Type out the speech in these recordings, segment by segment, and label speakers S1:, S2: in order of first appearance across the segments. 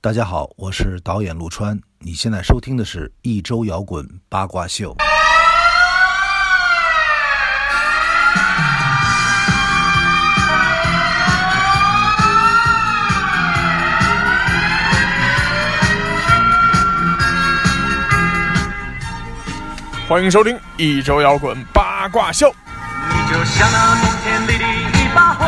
S1: 大家好，我是导演陆川，你现在收听的是一周摇滚八卦秀。
S2: 欢迎收听一周摇滚八卦秀。
S3: 你就像那冬天里的一把火，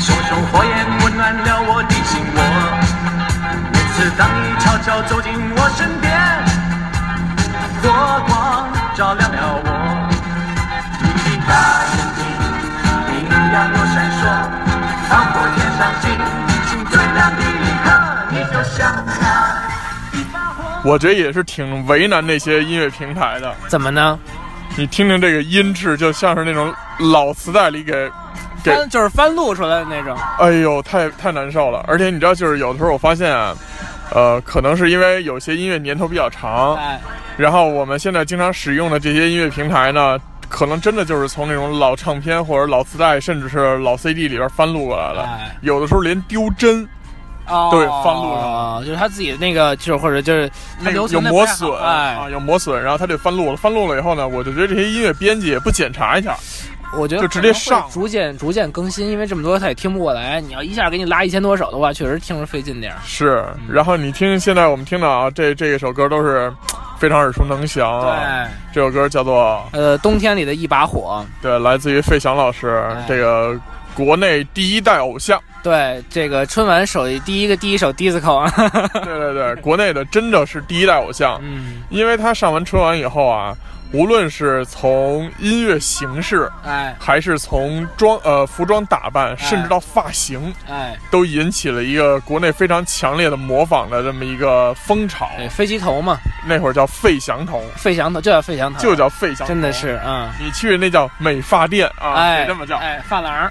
S3: 熊熊火焰温暖了我的心窝。每次当你悄悄走进我身边，火光照亮了我。你的大眼睛明亮又闪烁，放火天上星星最亮的一刻，你就像那。
S2: 我觉得也是挺为难那些音乐平台的。
S4: 怎么呢？
S2: 你听听这个音质，就像是那种老磁带里给给，
S4: 翻就是翻录出来的那种。
S2: 哎呦，太太难受了。而且你知道，就是有的时候我发现啊，呃，可能是因为有些音乐年头比较长，
S4: 哎，
S2: 然后我们现在经常使用的这些音乐平台呢，可能真的就是从那种老唱片或者老磁带，甚至是老 CD 里边翻录过来的
S4: 哎。
S2: 有的时候连丢帧，
S4: 哦，
S2: 对翻录上
S4: 上，哦就是他自己的那个，就是或者就是它
S2: 那
S4: 留
S2: 个
S4: 存
S2: 有
S4: 得
S2: 磨
S4: 不太好
S2: 损啊，
S4: 哎，
S2: 有磨损，然后他就翻录了。翻录了以后呢，我就觉得这些音乐编辑也不检查一下，
S4: 我觉得
S2: 就直接上
S4: 可能会逐渐逐渐更新，因为这么多他也听不过来。你要一下给你拉一千多首的话，确实听着费劲点儿。
S2: 是，嗯然后你听现在我们听到啊，这这一首歌都是非常耳熟能详啊。
S4: 对，
S2: 这首歌叫做
S4: 呃，冬天里的一把火，
S2: 对，来自于费翔老师，
S4: 哎
S2: 这个国内第一代偶像。
S4: 对，这个春晚首第一个第一首 disco 啊，
S2: 对对对，国内的真的是第一代偶像，
S4: 嗯，
S2: 因为他上完春晚以后啊，无论是从音乐形式，
S4: 哎
S2: 还是从装呃服装打扮，甚至到发型，
S4: 哎，
S2: 都引起了一个国内非常强烈的模仿的这么一个风潮。
S4: 对，哎飞机头嘛，
S2: 那会儿叫费翔头，
S4: 费翔头就叫费翔头，
S2: 就叫费翔头，
S4: 啊真的是啊，
S2: 你去那叫美发店啊，
S4: 哎，
S2: 得这么叫，
S4: 哎，发廊 儿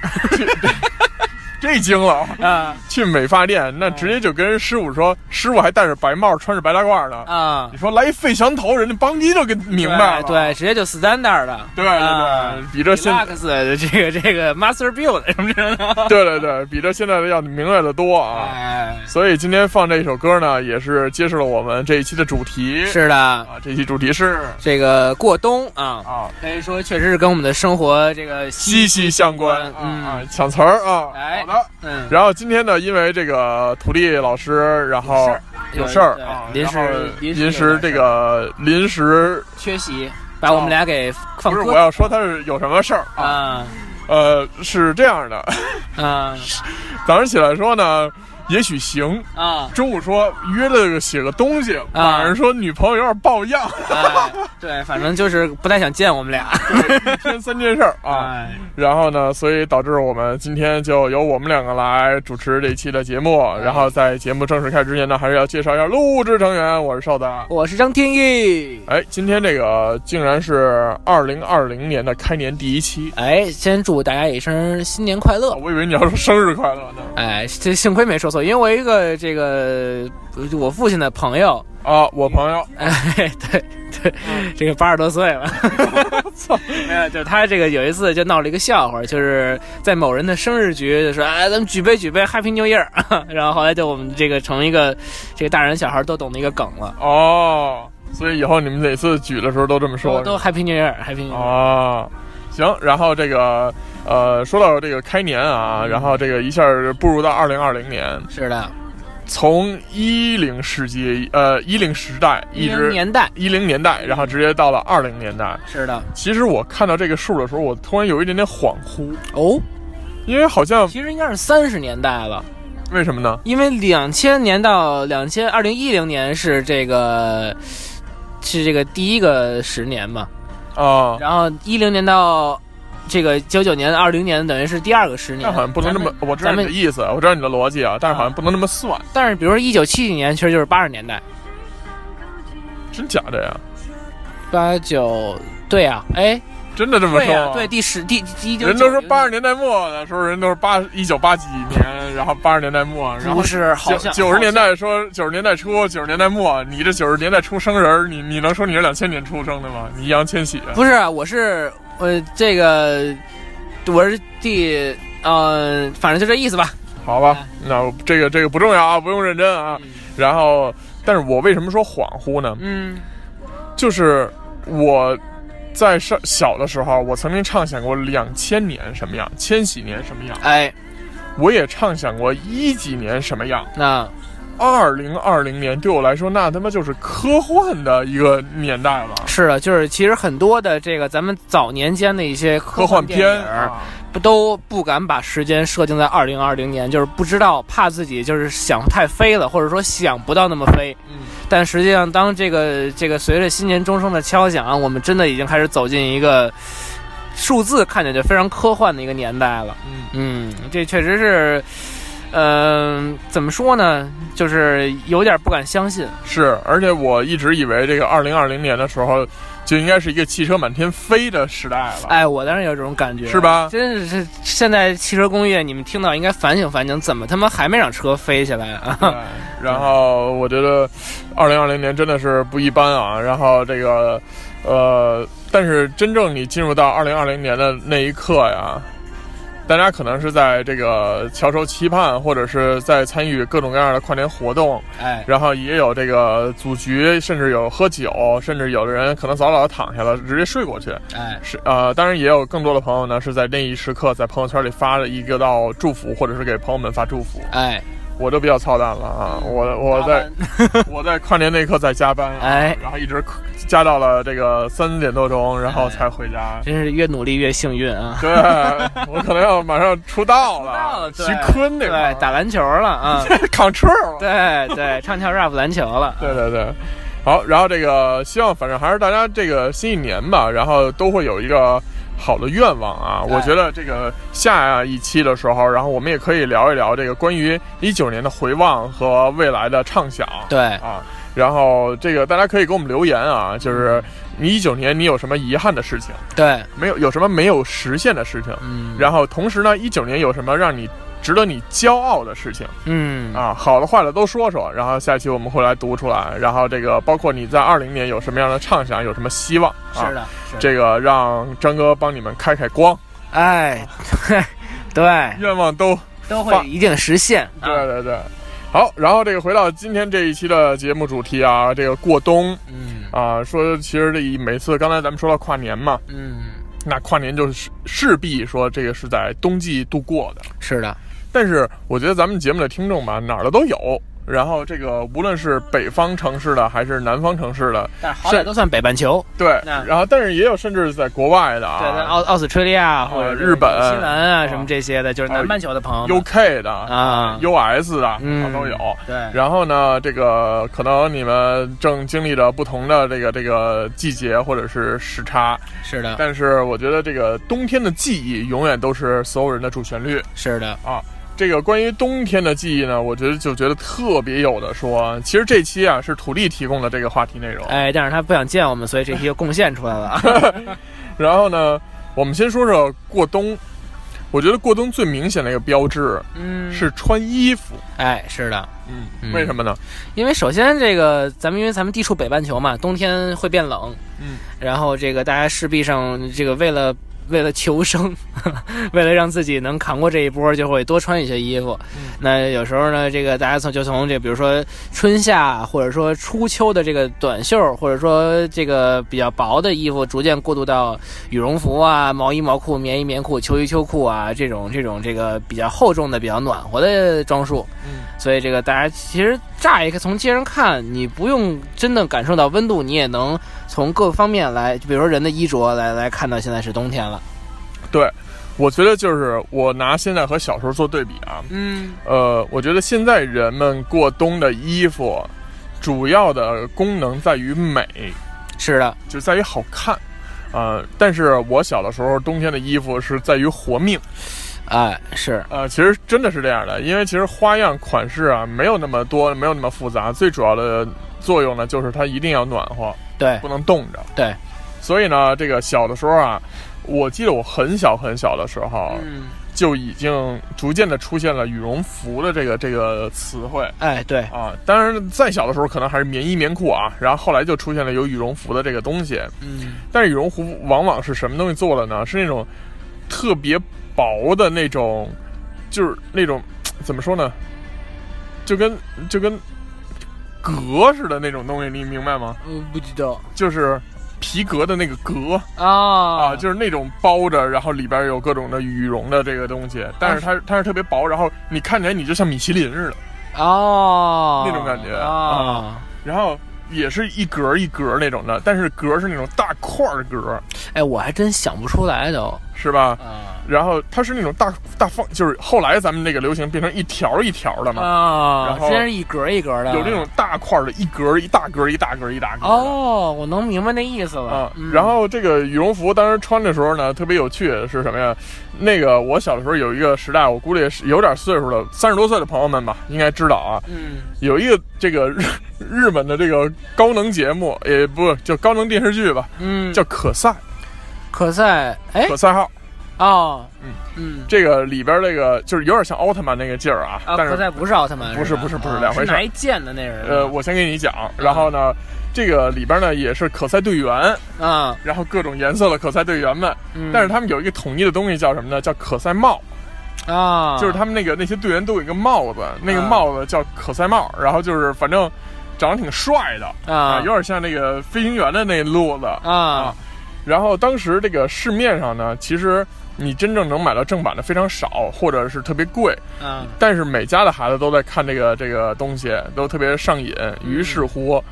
S2: 这惊了。
S4: 啊
S2: 去美发店，
S4: 哎
S2: 那直接就跟人师傅说，师傅还戴着白帽，穿着白大褂呢。
S4: 啊
S2: 你，说来一费翔头，人家邦迪就给明白了。
S4: 对，对直接就 standard 的，
S2: 对对对，比这现
S4: Deluxe 的这个这个 Master Build 什么这种的，
S2: 对对对比这现在的要明白的多啊。
S4: 哎，
S2: 所以今天放这首歌呢，也是揭示了我们这一期的主题。
S4: 是的，
S2: 啊，这期主题是
S4: 这个过冬啊，
S2: 啊，
S4: 可以说确实是跟我们的生活这个
S2: 息息相关。
S4: 嗯
S2: 啊，啊抢词儿啊。
S4: 哎
S2: 好的。
S4: 嗯
S2: 然后今天呢，因为这个土地老师，然后有事儿啊，
S4: 临时
S2: 然后
S4: 临时
S2: 临
S4: 有
S2: 时
S4: 点
S2: 这个临时
S4: 缺席，把我们俩给放
S2: 不是
S4: 鸽
S2: 我要说他是有什么事儿啊？
S4: 啊
S2: 呃，是这样的，
S4: 啊
S2: 早上起来说呢，也许行。
S4: 啊！
S2: 中午说约了个写个东西，晚上说女朋友有点抱恙，
S4: 哎对，反正就是不太想见我们俩
S2: 一天三件事儿啊。
S4: 哎
S2: 然后呢，所以导致我们今天就由我们两个来主持这一期的节目。然后在节目正式开始之前呢，还是要介绍一下录制成员，我是邵达。
S4: 我是张天翼。
S2: 哎，今天这个竟然是二零二零年的开年第一期，啊
S4: 哎，先祝大家一声新年快乐！
S2: 我以为你要说生日快乐呢。
S4: 哎，这幸亏没说错，因为我有一个这个呃我父亲的朋友，
S2: 啊，我朋友
S4: 哎，对对，
S2: 嗯
S4: 这个八十多 岁了，没有，就是他这个有一次就闹了一个笑话，就是在某人的生日局就说，哎，咱们举杯举杯，Happy New Year，然后 后来就我们这个成一个这个大人小孩都懂的一个梗了，
S2: 哦，所以以后你们每次举的时候都这么说
S4: 哦都。都 Happy New Year，Happy New
S2: 是
S4: Year，、
S2: 吧哦，行，然后这个呃，说到这个开年啊，然后这个一下步入到二零二零年，
S4: 是的，
S2: 从一零世纪呃一零时代一
S4: 零
S2: 直
S4: 年代，
S2: 一零年代，然后直接到了二零年代。
S4: 是的，
S2: 其实我看到这个数的时候，我突然有一点点恍惚，
S4: 哦，
S2: 因为好像
S4: 其实应该是三十年代了。
S2: 为什么呢？
S4: 因为两千年到两千二零一零年是这个是这个第一个十年嘛，
S2: 啊、
S4: 然后一零年到这个九九年二零年等于是第二个十年
S2: 但，好像不能这么，我知道
S4: 啊咱
S2: 你
S4: 们
S2: 的意思，我知道你的逻辑啊，但是好像不能这么算，
S4: 但是比如说一九七几年其实就是八十年代，
S2: 真假的呀？
S4: 八九对呀、哎
S2: 真的这么
S4: 对
S2: 说、
S4: 呀、对第十第第一九
S2: 人都说八十年代末的时候，人都是八一九八几年，然后八十年代末，然后
S4: 不是好
S2: 九
S4: 像
S2: 九十年代说九十年代初，九十年代末，你这九十年代出生人儿，你你能说你是两千年出生的吗？你易烊千玺啊，
S4: 不是啊我是呃这个我是第呃反正就这意思吧，
S2: 好吧，那这个这个不重要啊，不用认真啊。然后，但是我为什么说恍惚呢？
S4: 嗯
S2: 就是我在上小的时候，我曾经畅想过两千年什么样，千禧年什么样，
S4: 哎，
S2: 我也畅想过一几年什么样。
S4: 那
S2: 二零二零年对我来说，那他妈就是科幻的一个年代了。
S4: 是的，就是其实很多的这个咱们早年间的一些科
S2: 科幻
S4: 电影
S2: 片
S4: 儿
S2: 啊
S4: 不都不敢把时间设定在二零二零年，就是不知道怕自己就是想太飞了，或者说想不到那么飞。
S2: 嗯，
S4: 但实际上，当这个这个随着新年钟声的敲响，我们真的已经开始走进一个数字看起来就非常科幻的一个年代了。
S2: 嗯，
S4: 嗯，这确实是，嗯、怎么说呢，就是有点不敢相信。
S2: 是，而且我一直以为这个二零二零年的时候，就应该是一个汽车满天飞的时代了。
S4: 哎，我当然有这种感觉，
S2: 是吧
S4: 真是现在汽车工业，你们听到应该反省反省，怎么他妈还没让车飞起来啊？
S2: 对，然后我觉得，二零二零年真的是不一般啊。然后这个，呃，但是真正你进入到二零二零年的那一刻呀，大家可能是在这个翘首期盼，或者是在参与各种各样的跨年活动，
S4: 哎，
S2: 然后也有这个组局，甚至有喝酒，甚至有的人可能早早地躺下了，直接睡过去。
S4: 哎，
S2: 是呃，当然也有更多的朋友呢，是在那一时刻在朋友圈里发了一个道祝福，或者是给朋友们发祝福。
S4: 哎，
S2: 我都比较操蛋了啊！我我在 我在跨年那一刻在加班，啊
S4: 哎
S2: 然后一直加到了这个三点多钟，然
S4: 哎
S2: 后才回家。
S4: 真是越努力越幸运啊！
S2: 对，我可能要马上出道了，
S4: 对
S2: 徐坤那
S4: 对
S2: 块儿，
S4: 打篮球了 啊，
S2: Control 了。
S4: 对对，唱跳 rap 篮球了，
S2: 对对对，好，然后这个希望反正还是大家这个新一年吧，然后都会有一个好的愿望啊。
S4: 对
S2: 我觉得这个下一期的时候，然后我们也可以聊一聊这个关于一九年的回望和未来的畅想。
S4: 对，
S2: 啊。然后这个大家可以给我们留言啊，就是你一九年你有什么遗憾的事情，
S4: 对，
S2: 没有有什么没有实现的事情，
S4: 嗯，
S2: 然后同时呢，一九年有什么让你值得你骄傲的事情
S4: 嗯，
S2: 啊，好的坏的都说说，然后下期我们会来读出来，然后这个包括你在二零年有什么样的畅想，有什么希望啊
S4: 是，的，是的
S2: 这个让张哥帮你们开开光，
S4: 哎， 对，对，
S2: 愿望都
S4: 都
S2: 发
S4: 会一定实现，哎啊
S2: 对对对。好，然后这个回到今天这一期的节目主题啊，这个过冬，
S4: 嗯
S2: 啊，说其实这一每次刚才咱们说到跨年嘛，
S4: 嗯，
S2: 那跨年就是势必说这个是在冬季度过的。
S4: 是的，
S2: 但是我觉得咱们节目的听众吧，哪儿的都有。然后这个无论是北方城市的还是南方城市的，
S4: 但是好歹
S2: 是
S4: 都算北半球，
S2: 对，
S4: 那
S2: 然后但是也有甚至在国外的
S4: 对，那
S2: 啊
S4: 奥奥斯特利亚或者
S2: 日本
S4: 新西兰啊
S2: 啊
S4: 什么这些的，就是南半球的朋友们
S2: ，UK 的、
S4: 啊，
S2: US 的啊
S4: 嗯
S2: 都有。
S4: 对，
S2: 然后呢，这个可能你们正经历着不同的这个这个季节或者是时差，
S4: 是的，
S2: 但是我觉得这个冬天的记忆永远都是所有人的主旋律。
S4: 是的，
S2: 这个关于冬天的记忆呢，我觉得就觉得特别有的说。其实这期啊是土地提供的这个话题内容，
S4: 哎，但是他不想见我们，所以这期就贡献出来了。
S2: 然后呢，我们先说说过冬。我觉得过冬最明显的一个标志
S4: 嗯，
S2: 是穿衣服，
S4: 哎，是的，
S2: 嗯
S4: 嗯
S2: 为什么呢？
S4: 因为首先这个咱们因为咱们地处北半球嘛，冬天会变冷，
S2: 嗯，
S4: 然后这个大家势必上这个为了。为了求生， 为了让自己能扛过这一波，就会多穿一些衣服。
S2: 嗯
S4: 那有时候呢，这个大家从就从这，比如说春夏，或者说初秋的这个短袖，或者说这个比较薄的衣服，逐渐过渡到羽绒服啊、毛衣毛裤、棉衣棉裤、秋衣秋裤啊这种这种这个比较厚重的、比较暖和的装束。
S2: 嗯，
S4: 所以这个大家其实乍一个从街上看，你不用真的感受到温度，你也能从各方面来，就比如说人的衣着来来看到现在是冬天了。
S2: 对，我觉得就是我拿现在和小时候做对比啊，
S4: 嗯，
S2: 呃，我觉得现在人们过冬的衣服主要的功能在于美，
S4: 是的，
S2: 就在于好看。呃，但是我小的时候冬天的衣服是在于活命，
S4: 哎，是，
S2: 呃，其实真的是这样的，因为其实花样款式啊没有那么多，没有那么复杂，最主要的作用呢就是它一定要暖和，
S4: 对
S2: 不能冻着。
S4: 对，
S2: 所以呢，这个小的时候啊，我记得我很小很小的时候、啊
S4: 嗯，
S2: 就已经逐渐的出现了羽绒服的这个这个词汇。
S4: 哎，对，
S2: 啊，当然，再小的时候可能还是棉衣棉裤啊，然后后来就出现了有羽绒服的这个东西。
S4: 嗯，
S2: 但是羽绒服往往是什么东西做的呢？是那种特别薄的那种，就是那种嘖怎么说呢，就跟就跟革似的那种东西，你明白吗？
S4: 我不知道
S2: 就是皮革的那个革
S4: 啊
S2: 啊，就是那种包着，然后里边有各种的羽绒的这个东
S4: 啊
S2: 西，但是它它是特别薄，然后你看起来你就像米其林似的，
S4: 哦
S2: 那种感觉
S4: 啊。
S2: 然后也是一格一格那种的，但是格是那种大块儿格，
S4: 哎，我还真想不出来都
S2: 是吧？
S4: 啊
S2: 然后它是那种大大方，就是后来咱们这个流行变成一条一条的嘛，
S4: 啊
S2: 然，后
S4: 真是一格一格的，
S2: 有那种大块儿的，一格一大格一大格一大格的。
S4: 哦，我能明白那意思了
S2: 啊。
S4: 嗯，
S2: 然后这个羽绒服当时穿的时候呢，特别有趣的是什么呀？那个我小的时候有一个时代，我估计是有点岁数了，三十多岁的朋友们吧，应该知道啊，
S4: 嗯
S2: 有一个这个 日日本的这个高能节目，也不就高能电视剧吧，
S4: 嗯，
S2: 叫可赛
S4: 可赛哎
S2: 可赛号，
S4: 哦
S2: 嗯
S4: 嗯
S2: 这个里边这个就是有点像奥特曼那个劲儿啊，
S4: 啊，
S2: 但
S4: 可
S2: 是
S4: 赛不是奥特曼，
S2: 不是
S4: 吧
S2: 不是不是
S4: 啊
S2: 两回事儿
S4: 拿一剑的那人
S2: 呃，我先给你讲，然后呢，这个里边呢也是可赛队员，
S4: 啊，
S2: 然后各种颜色的可赛队员们，
S4: 嗯
S2: 但是他们有一个统一的东西叫什么呢？叫可赛帽，
S4: 啊，
S2: 就是他们那个那些队员都有一个帽子，那个
S4: 啊
S2: 帽子叫可赛帽，然后就是反正长得挺帅的
S4: 啊
S2: 有点像那个飞行员的那路子。
S4: 啊
S2: 然后当时这个市面上呢，其实你真正能买到正版的非常少，或者是特别贵。
S4: 啊
S2: 但是每家的孩子都在看这个这个东西，都特别上瘾。于是
S4: 嗯
S2: 乎，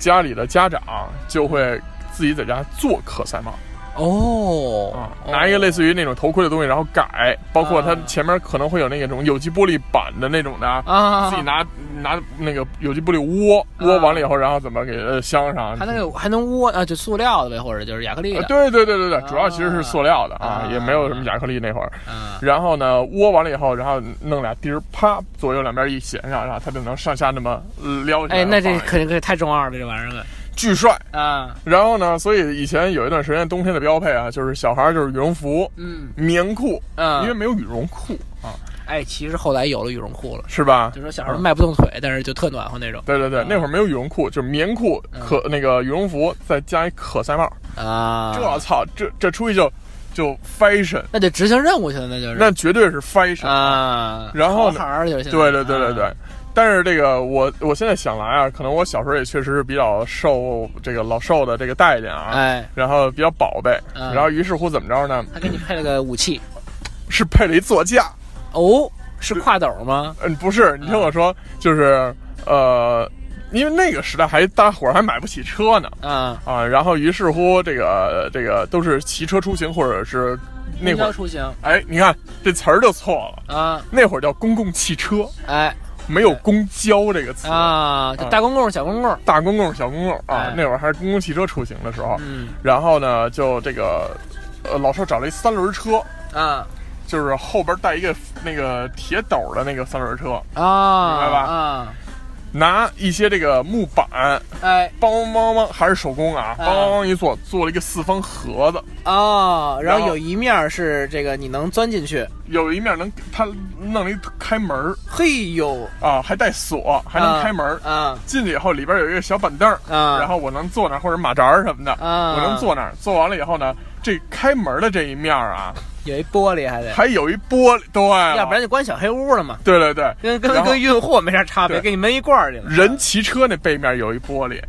S2: 家里的家长就会自己在家做可赛帽
S4: 哦
S2: 啊，拿一个类似于那种头盔的东西，然后改，包括它
S4: 啊
S2: 前面可能会有那种有机玻璃板的那种的啊
S4: 啊
S2: 自己拿拿那个有机玻璃窝窝完了以后，然后怎么给它镶上？
S4: 嗯还能有还能窝啊，就塑料的呗，或者就是亚克力
S2: 呃
S4: 的，
S2: 对对对对对，
S4: 啊
S2: 主要其实是塑料的啊
S4: 啊，
S2: 也没有什么亚克力那会儿。
S4: 啊
S2: 然后呢，窝完了以后，然后弄俩钉儿，啪，左右两边一衔上，然后它就能上下那么呃撩起来。
S4: 哎，那这
S2: 放
S4: 肯定可以太中二了，这玩意儿了
S2: 巨帅。
S4: 啊，
S2: 然后呢，所以以前有一段时间冬天的标配啊，就是小孩儿就是羽绒服、
S4: 嗯
S2: 棉裤，
S4: 啊，
S2: 因为没有羽绒裤啊，
S4: 哎，其实后来有了羽绒裤了，
S2: 是吧
S4: 就？说嗯小时候迈不动腿，但是就特暖和那种
S2: 啊对对对，那会儿没有羽绒裤，就是棉裤、
S4: 嗯
S2: 可那个羽绒服，再加一可赛帽。
S4: 啊，
S2: 这操，这这出去就就 fashion，
S4: 那就执行任务去了，那就是
S2: 那绝对是 fashion。
S4: 啊，
S2: 然后呢
S4: 好孩儿就是现在
S2: 对对对对
S4: 啊
S2: 对。但是这个我我现在想来啊，可能我小时候也确实是比较受这个老受的这个待见啊，
S4: 哎，
S2: 然后比较宝贝，
S4: 嗯
S2: 然后于是乎怎么着呢？
S4: 他给你配了个武器
S2: 是配了一座驾，
S4: 哦，是挎斗吗？
S2: 嗯，不
S4: 啊
S2: 是，你听我说，就是呃，因为那个时代还大伙儿还买不起车呢
S4: 啊，
S2: 啊，然后于是乎这个这个都是骑车出行或者是那会
S4: 公交
S2: 儿，
S4: 出行
S2: 哎，你看这词儿就错了，
S4: 啊，
S2: 那会儿叫公共汽车，
S4: 哎
S2: 没有公交这个词。
S4: 啊，
S2: 嗯
S4: 就大公共小公共，
S2: 大公共、小公共啊
S4: 哎，
S2: 那会儿还是公共汽车出行的时候，
S4: 嗯
S2: 然后呢，就这个，呃，老邵找了一三轮车，
S4: 啊
S2: 就是后边带一个那个铁斗的那个三轮车，
S4: 啊，
S2: 明白吧
S4: 啊，
S2: 拿一些这个木板，
S4: 哎
S2: 梆梆梆，还是手工啊，梆
S4: 哎
S2: 梆梆一做，做了一个四方盒子，
S4: 哦，然
S2: 然
S4: 后
S2: 后
S4: 有一面儿是这个你能钻进去，
S2: 有一面能他弄了一开门儿
S4: 嘿呦，
S2: 啊，还带锁，还能开门儿。
S4: 啊
S2: 进去以后，里边有一个小板凳儿，
S4: 啊，
S2: 然后我能坐那儿，或者马扎儿什么的，
S4: 啊
S2: 我能坐那儿。坐完了以后呢，这开门的这一面儿 啊，
S4: 有一玻璃还得，
S2: 还有一玻璃，对了，
S4: 要不然就关小黑屋了嘛，
S2: 对对对，
S4: 跟跟
S2: 然后
S4: 跟运货没啥差别，
S2: 对
S4: 给你闷一罐儿去了。
S2: 人骑车那背面有一玻璃，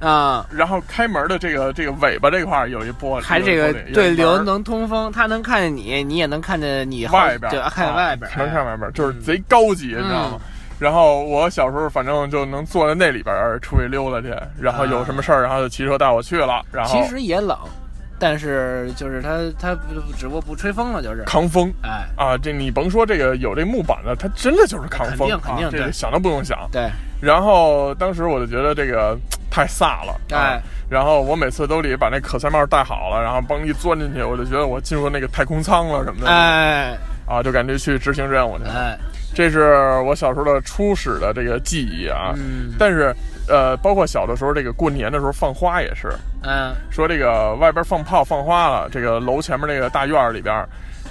S4: 啊，
S2: 然后开门的这个这个尾巴这块儿有一玻璃，
S4: 还这
S2: 有
S4: 个
S2: 一玻璃有一
S4: 对
S2: 门
S4: 流能通风，他能看见你，你也能看见你
S2: 外边儿，
S4: 对，
S2: 啊
S4: 看见外边儿，嗯
S2: 能看外边儿，就是贼高级，你知道吗？然后我小时候反正就能坐在那里边儿出去溜达去，然后有什么事儿，然后就骑车带我去了，然后
S4: 其实也冷，但是就是它它不只不过不吹风了，就是，
S2: 扛风。
S4: 哎，
S2: 啊，这你甭说这个有这木板的，它真的就是扛风，
S4: 肯定肯定
S2: 啊、这
S4: 对
S2: 个想都不用想。
S4: 对，
S2: 然后当时我就觉得这个太飒了，啊
S4: 哎，
S2: 然后我每次兜里把那可赛帽戴好了，然后嘣一钻进去，我就觉得我进入那个太空舱了什么的，
S4: 哎
S2: 啊，就感觉去执行任务去了。
S4: 哎，
S2: 这是我小时候的初始的这个记忆啊，
S4: 嗯
S2: 但是呃，包括小的时候这个过年的时候放花也是，
S4: 嗯，
S2: 说这个外边放炮放花了，这个楼前面那个大院儿里边儿，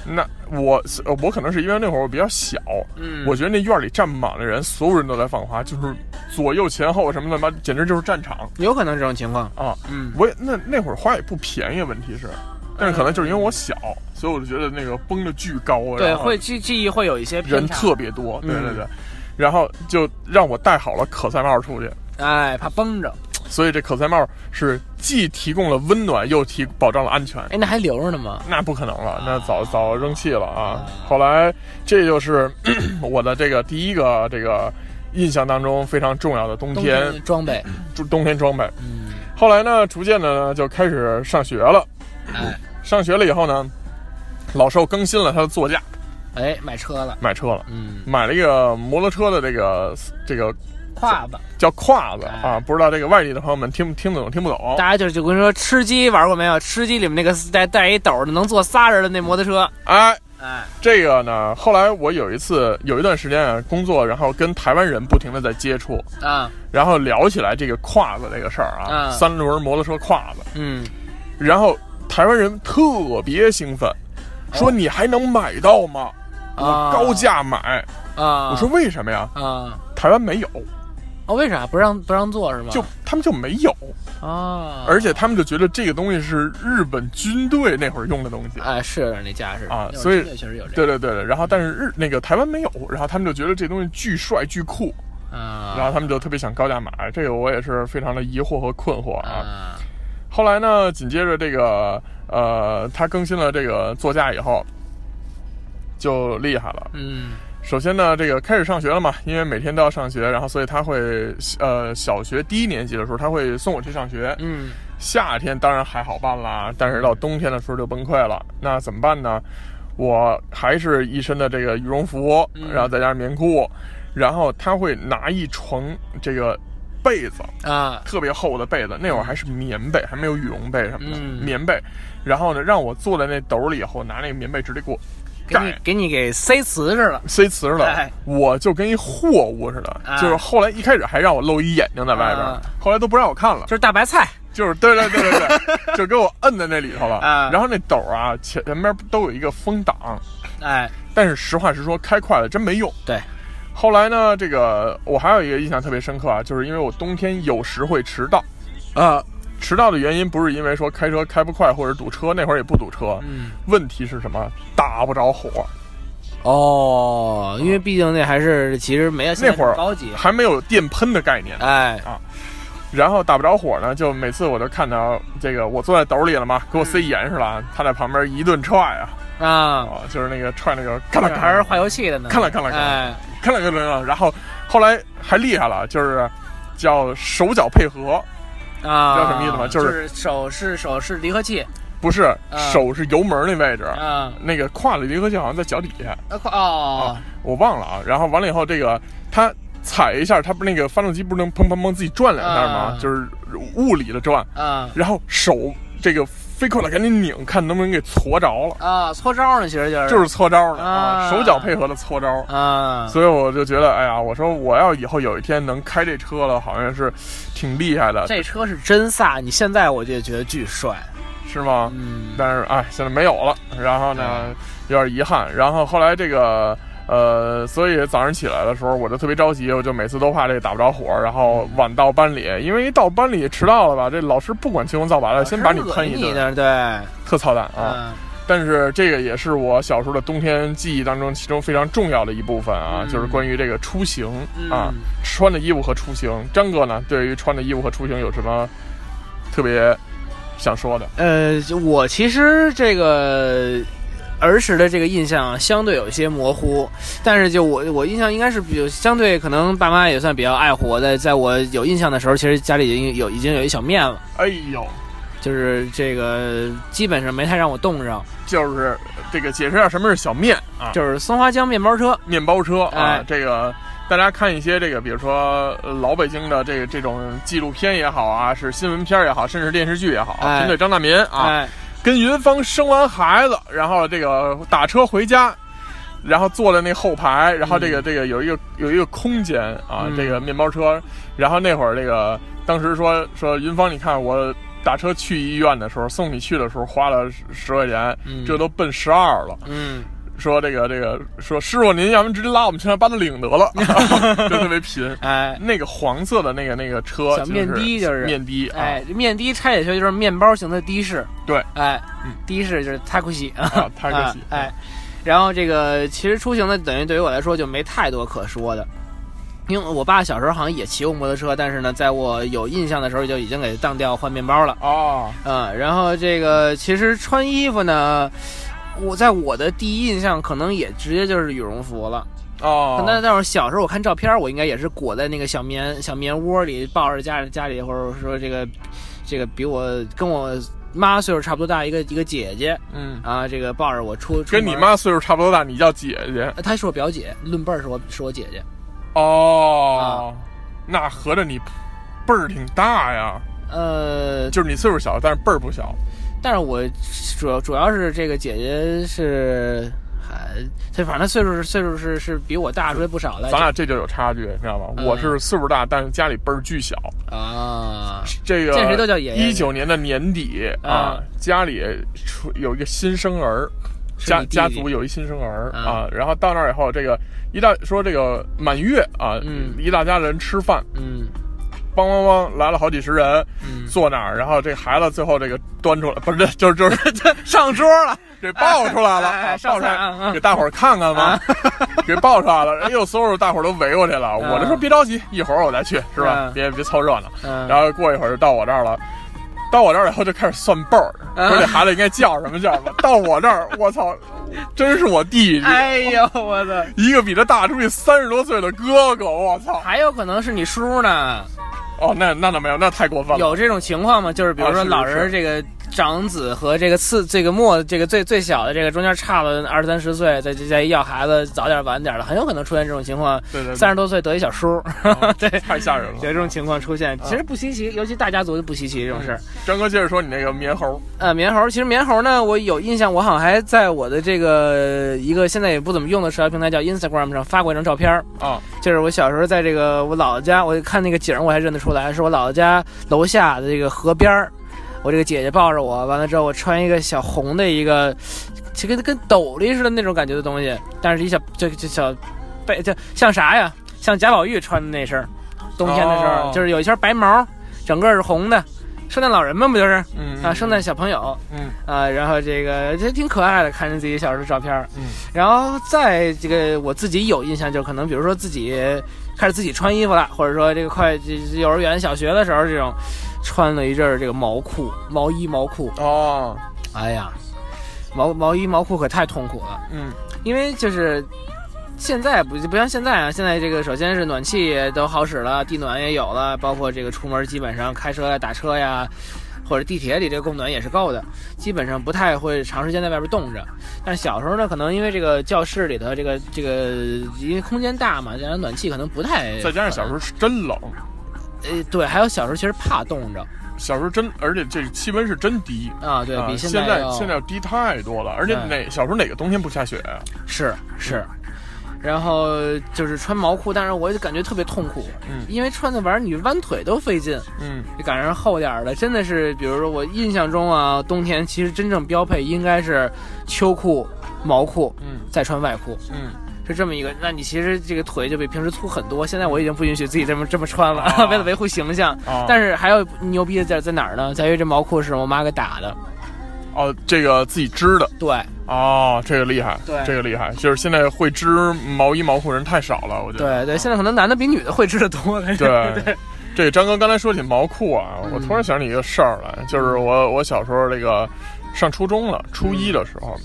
S2: 那我呃我可能是因为那会儿我比较小，
S4: 嗯
S2: 我觉得那院儿里站满了人，所有人都在放花，就是左右前后什么的妈，简直就是战场
S4: 有可能这种情况，
S2: 啊！
S4: 嗯
S2: 我也那那会儿花也不便宜，问题是但是可能就是因为我小，所以我就觉得那个崩的巨高，
S4: 对，
S2: 然后
S4: 会记记忆会有一些偏
S2: 人
S4: 差
S2: 特别多，对
S4: 嗯
S2: 对对，然后就让我戴好了可赛帽出去，
S4: 哎，怕绷着。
S2: 所以这可赛帽是既提供了温暖，又提保障了安全。
S4: 哎，那还留着呢吗？
S2: 那不可能了，那早早扔弃了啊！后来这就是 我的这个第一个这个印象当中非常重要的冬
S4: 冬
S2: 天
S4: 天装备，
S2: 冬冬天装备。
S4: 嗯，
S2: 后来呢，逐渐的呢就开始上学了，
S4: 哎
S2: 上学了以后呢，老寿更新了他的座驾，
S4: 哎，买车了，
S2: 买车了，
S4: 嗯，
S2: 买了一个摩托车的这个这个
S4: 胯子，
S2: 叫胯子
S4: 哎
S2: 啊，不知道这个外地的朋友们听听得懂听不懂
S4: 大？家就是就跟说吃鸡玩过没有？吃鸡里面那个带带一斗的能坐仨人的那摩托车，
S2: 哎，
S4: 哎，
S2: 这个呢，后来我有一次有一段时间啊工作，然后跟台湾人不停的在接触，
S4: 啊，
S2: 然后聊起来这个胯子这个事儿啊，
S4: 嗯
S2: 三轮摩托车胯子，
S4: 嗯，
S2: 然后台湾人特别兴奋，说你还能买到吗？
S4: 哦啊
S2: 高价买，
S4: 啊，
S2: 我说为什么呀？
S4: 啊，
S2: 台湾没有，
S4: 哦，为啥不让不让坐是吗？
S2: 就他们就没有，
S4: 啊，
S2: 而且他们就觉得这个东西是日本军队那会儿用的东西。
S4: 哎是那架势
S2: 啊
S4: 那会儿
S2: 所以
S4: 军队确实有这
S2: 对
S4: 个，
S2: 对对对，然后但是日那个台湾没有，然后他们就觉得这东西巨帅巨酷，然
S4: 啊
S2: 后他们就特别想高价买，这个我也是非常的疑惑和困惑啊。
S4: 啊，
S2: 后来呢，紧接着这个呃，他更新了这个座驾以后，就厉害了。
S4: 嗯
S2: 首先呢，这个开始上学了嘛，因为每天都要上学，然后所以他会呃小学低年级的时候，他会送我去上学。
S4: 嗯
S2: 夏天当然还好办啦，但是到冬天的时候就崩溃了。那怎么办呢？我还是一身的这个羽绒服，
S4: 嗯
S2: 然后再加上棉裤，然后他会拿一床这个被子，
S4: 啊，
S2: 特别厚的被子，那会儿还是棉被，还没有羽绒被什么的，
S4: 嗯
S2: 棉被。然后呢，让我坐在那斗里以后，拿那个棉被直接给我
S4: 给你
S2: 盖
S4: 给你给塞瓷实了，
S2: 塞瓷了，
S4: 哎
S2: 我就跟一货物似的。
S4: 啊
S2: 就是后来一开始还让我露一眼睛在外边，
S4: 啊
S2: 后来都不让我看了
S4: 就，是大白菜，
S2: 就是对对对对 对，就给我摁在那里头了。
S4: 啊
S2: 然后那斗啊，前前面都有一个风挡，
S4: 哎，
S2: 但是实话实说，开快了真没用。
S4: 对，
S2: 后来呢，这个我还有一个印象特别深刻啊，就是因为我冬天有时会迟到。
S4: 啊，
S2: 迟到的原因不是因为说开车开不快或者堵车，那会儿也不堵车。
S4: 嗯。
S2: 问题是什么？打不着火，
S4: 哦，因为毕竟那还是其实没有现
S2: 那
S4: 在这
S2: 会
S4: 么
S2: 儿
S4: 高级，
S2: 还没有电喷的概念。
S4: 哎，
S2: 然后打不着火呢，就每次我就看到这个我坐在斗里了嘛，给我塞严实了啊，他在旁边一顿踹啊，
S4: 啊，
S2: 啊，就是那个踹那个咔
S4: 看
S2: 啦
S4: 了
S2: 咔
S4: 还是
S2: 啦
S4: 化油器的呢，
S2: 看了看了看了
S4: 哎，
S2: 咔啦咔啦，然后后来还厉害了，就是叫手脚配合，
S4: 啊，
S2: 知道什么意思吗
S4: 就
S2: 就是
S4: 手是手是离合器
S2: 不是
S4: 啊
S2: 手是油门那位置，
S4: 啊，
S2: 那个胯的离合器好像在脚底下，
S4: 啊快哦，
S2: 我忘了啊。然后完了以后，这个他踩一下，他不是那个发动机不是能砰砰砰自己转两下吗？
S4: 啊
S2: 就是物理的转，
S4: 啊
S2: 然后手这个飞快了，赶紧拧，看能不能给搓着了，
S4: 啊，搓招呢，其实就是
S2: 就是搓着了
S4: 啊
S2: 手脚配合的搓着。
S4: 啊，
S2: 所以我就觉得，哎呀，我说我要以后有一天能开这车了，好像是挺厉害的，
S4: 这车是真飒，你现在我就觉得巨帅，
S2: 是吗？
S4: 嗯
S2: 但是哎，现在没有了，然后呢，有点遗憾。然后后来这个呃，所以早上起来的时候，我就特别着急，我就每次都怕这打不着火，然后
S4: 嗯
S2: 晚到班里，因为一到班里迟到了吧，这老师不管青红皂白
S4: 啊
S2: 的，呃先把你喷一顿，
S4: 你的对，
S2: 特操蛋啊！
S4: 嗯
S2: 但是这个也是我小时候的冬天记忆当中其中非常重要的一部分啊，
S4: 嗯
S2: 就是关于这个出行
S4: 嗯
S2: 啊，穿的衣服和出行。张哥呢，对于穿的衣服和出行有什么特别想说的？
S4: 呃，就我其实这个儿时的这个印象相对有些模糊，但是就我我印象应该是比较相对，可能爸妈也算比较爱护我的。在我有印象的时候，其实家里已经有已经有一小面了，
S2: 哎呦！
S4: 就是这个基本上没太让我冻上，
S2: 就是呃这个解释一下什么是小面啊，
S4: 就是松花江面包车。
S2: 面包车啊
S4: 哎，
S2: 这个。大家看一些这个，比如说呃老北京的这这种呃纪录片也好啊，是新闻片也好，甚至电视剧也好，
S4: 哎
S2: 针对张大民啊，
S4: 哎，
S2: 跟云芳生完孩子，然后这个打车回家，然后坐在那后排，然后这个、这个有一个有一个空间啊，
S4: 嗯
S2: 这个面包车，然后那会儿这个当时说说云芳，你看我打车去医院的时候，送你去的时候花了十十块钱，
S4: 嗯
S2: 这都奔十二了。
S4: 嗯，
S2: 说这个这个说师傅您要不然直接拉我们去那八达岭得了， 就特别贫。
S4: 哎，
S2: 那个黄色的那个那个车，
S4: 小面的就是
S2: 面的，啊
S4: 哎，面的拆解学就是面包型的的士，
S2: 对，
S4: 哎
S2: 嗯，
S4: 的士就是 takushi
S2: 啊，太可惜
S4: 啊，，哎，然后这个其实出行呢，等于对于我来说就没太多可说的，因为我爸小时候好像也骑过摩托车，但是呢，在我有印象的时候就已经给当掉换面包了。
S2: 哦，
S4: 嗯，然后这个其实穿衣服呢，我在我的第一印象可能也直接就是羽绒服了。
S2: 哦，
S4: 那那会儿小时候我看照片儿，我应该也是裹在那个小棉小棉窝里，抱着家里家里，或者说这个这个比我跟我妈岁数差不多大一个一个姐姐
S2: 嗯，
S4: 啊，这个抱着我出出
S2: 跟
S4: 门
S2: 你妈岁数差不多大，你叫姐姐
S4: 呃她是我表姐，论辈儿是我是我姐姐，啊
S2: 哦，那合着你辈儿挺大呀，
S4: 呃，
S2: 就是你岁数小，但是辈儿不小。
S4: 但是我主要主要是这个姐姐是。还，她反正岁数是岁数是是比我大出来不少的
S2: 咱俩这就有差距，你知道吗？
S4: 哎嗯
S2: 我是岁数大，但是家里辈儿巨小。
S4: 啊，
S2: 这个
S4: 见谁都叫爷爷
S2: 一九年的年底啊
S4: 啊，
S2: 家里出有一个新生儿，
S4: 是
S2: 家
S4: 你弟弟
S2: 家族有一新生儿啊
S4: 啊，
S2: 然后到那儿以后，这个一大说这个满月啊
S4: 嗯，
S2: 一大家人吃饭，
S4: 嗯
S2: 梆梆梆来了好几十人，
S4: 嗯，
S2: 坐那儿，然后这孩子最后这个端出来，不是 就是就是 上桌了，给抱出来了，
S4: 哎哎哎
S2: 啊
S4: 上
S2: 抱出
S4: 菜啊
S2: 来
S4: 啊
S2: 给大伙儿看看嘛， 给抱出来了，哎呦，所有大伙儿都围过去了，我就说别着急，一会儿我再去，是吧
S4: 嗯？
S2: 别别凑热闹。
S4: 嗯
S2: 然后过一会儿就到我这儿了。到我这儿以后就开始算辈儿，
S4: 啊
S2: 说这孩子应该叫什么叫什么。 到我这儿，我操，真是我弟弟，
S4: 哎呦我 的，
S2: 一个比他大出去三十多岁的哥哥，我操！
S4: 还有可能是你叔呢，
S2: 哦，那那倒没有，那太过分了。
S4: 有这种情况吗？就是比如
S2: 啊
S4: 说
S2: 是
S4: 老人
S2: 是
S4: 儿这个长子和这个次这个末这个最最小的这个中间差了二三十岁，再再要孩子早点晚点的，很有可能出现这种情况。
S2: 对对对
S4: 三十多岁得一小叔， 对，
S2: 太吓人了啊
S4: 有。这种情况出现，其实不稀奇，尤其大家族就不稀奇这种事儿。
S2: 张哥接着说你那个棉猴，
S4: 呃，棉猴，其实棉猴呢，我有印象，我好像还在我的这个一个现在也不怎么用的社交平台叫 Instagram 上发过一张照片儿
S2: 啊，
S4: 就是我小时候在这个我姥姥家，我看那个景儿我还认得出来，是我姥姥家楼下的这个河边儿，我这个姐姐抱着我，完了之后我穿一个小红的一个，就跟跟斗笠似的那种感觉的东西，但是一小这这小背这像啥呀？像贾宝玉穿的那身儿，冬天的时候、
S2: 哦
S4: 就是有一圈白毛，整个是红的，圣诞老人嘛不就是？
S2: 嗯
S4: 啊，圣诞小朋友，
S2: 嗯
S4: 啊，然后这个这挺可爱的，看着自己小时候的照片儿，
S2: 嗯
S4: 然后在这个我自己有印象，就可能比如说自己开始自己穿衣服了，或者说这个快这这幼儿园、小学的时候，这种穿了一阵儿这个毛裤、毛衣、毛裤，
S2: 哦，
S4: 哎呀，毛毛衣、毛裤可太痛苦了，
S2: 嗯
S4: 因为就是。现在不不像现在啊，现在这个首先是暖气都好使了，地暖也有了，包括这个出门基本上开车呀、打车呀，或者地铁里这个供暖也是够的，基本上不太会长时间在外边冻着。但是小时候呢，可能因为这个教室里头这个这个因为空间大嘛，加上暖气可能不太，
S2: 再加上小时候是真冷，
S4: 呃对，还有小时候其实怕冻着
S2: 小时候真，而且这个气温是真低。
S4: 啊，对
S2: 啊
S4: 比
S2: 现
S4: 在要
S2: 现在要低太多了，而且
S4: 对
S2: 哪小时候哪个冬天不下雪啊？
S4: 是是，
S2: 嗯
S4: 然后就是穿毛裤，但是我就感觉特别痛苦，
S2: 嗯
S4: 因为穿那玩意儿你弯腿都费劲。
S2: 嗯，
S4: 就赶上厚点儿的，真的是，比如说我印象中啊，冬天其实真正标配应该是秋裤、毛裤，
S2: 嗯
S4: 再穿外裤，
S2: 嗯，
S4: 是这么一个。那你其实这个腿就比平时粗很多。现在我已经不允许自己这么这么穿了，
S2: 啊
S4: 为了维护形象。
S2: 啊，
S4: 但
S2: 是
S4: 是还有牛逼的在在哪儿呢？在于这毛裤是我妈给打的，
S2: 哦，这个自己织的
S4: 对，
S2: 哦，这个厉害，
S4: 对
S2: 这个厉害，就是现在会织毛衣毛裤人太少了，我觉得。
S4: 对对，现在可能男的比女的会织的多。感觉
S2: 哦 对对，这张哥刚才说起毛裤啊，我突然想起一个事儿来，就是我我小时候这个上初中了，初一的时候，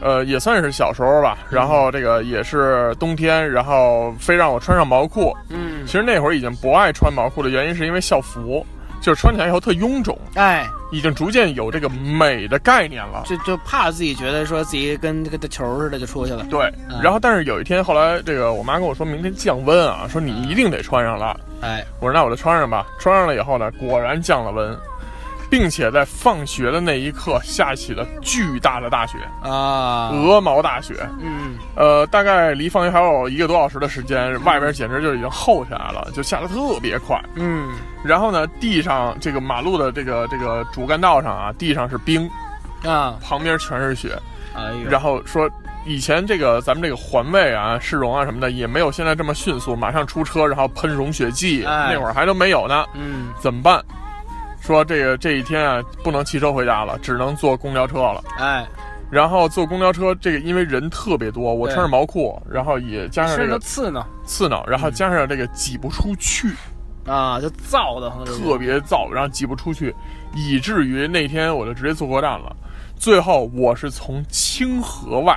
S2: 呃，也算是小时候吧。然后这个也是冬天，然后非让我穿上毛裤。
S4: 嗯
S2: 其，实那会儿已经不爱穿毛裤的原因，是因为校服就是穿起来以后特臃肿，
S4: 哎，
S2: 已经逐渐有这个美的概念了。
S4: 就就怕自己觉得说自己跟跟个球似的就出去了。
S2: 对，然后但是有一天，后来这个我妈跟我说明天降温啊，说你一定得穿上了。
S4: 哎，
S2: 我说那我就穿上吧。穿上了以后呢，果然降了温，并且在放学的那一刻下起了巨大的大雪，
S4: 啊，
S2: 鹅毛大雪。
S4: 嗯，
S2: 呃，大概离放学还有一个多小时的时间，外边简直就已经厚起来了，就下得特别快。
S4: 嗯，
S2: 然后呢，地上这个马路的这个这个主干道上啊，地上是冰，
S4: 啊，
S2: 旁边全是雪。
S4: 哎呦，
S2: 然后说以前这个咱们这个环卫啊、市容啊什么的，也没有现在这么迅速，马上出车然后喷融雪剂，
S4: 哎
S2: 那会儿还都没有呢。
S4: 嗯，
S2: 怎么办？说这个这一天啊，不能骑车回家了，只能坐公交车了。
S4: 哎，
S2: 然后坐公交车，这个因为人特别多，我
S4: 对
S2: 穿着毛裤，然后也加上
S4: 身
S2: 这
S4: 上都
S2: 个
S4: 刺挠
S2: 刺挠，然后
S4: 嗯
S2: 加上这个挤不出去，
S4: 啊，就燥的很，
S2: 特别燥，然后挤不出去，以至于那天我就直接坐过站了。最后我是从清河外，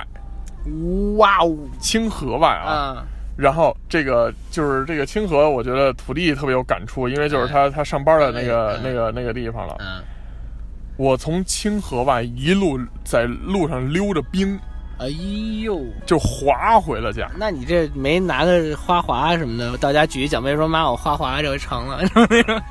S4: 哇哦
S2: 清河外啊，
S4: 啊，
S2: 然后这个就是这个清河，我觉得土地特别有感触，因为就是他他上班的那个
S4: 嗯
S2: 那个那个地方了。
S4: 嗯，
S2: 我从清河外一路在路上溜着冰，
S4: 哎呦，
S2: 就滑回了家。
S4: 那你这没拿个花滑什么的，到家举一奖杯说妈，我花滑这回成了，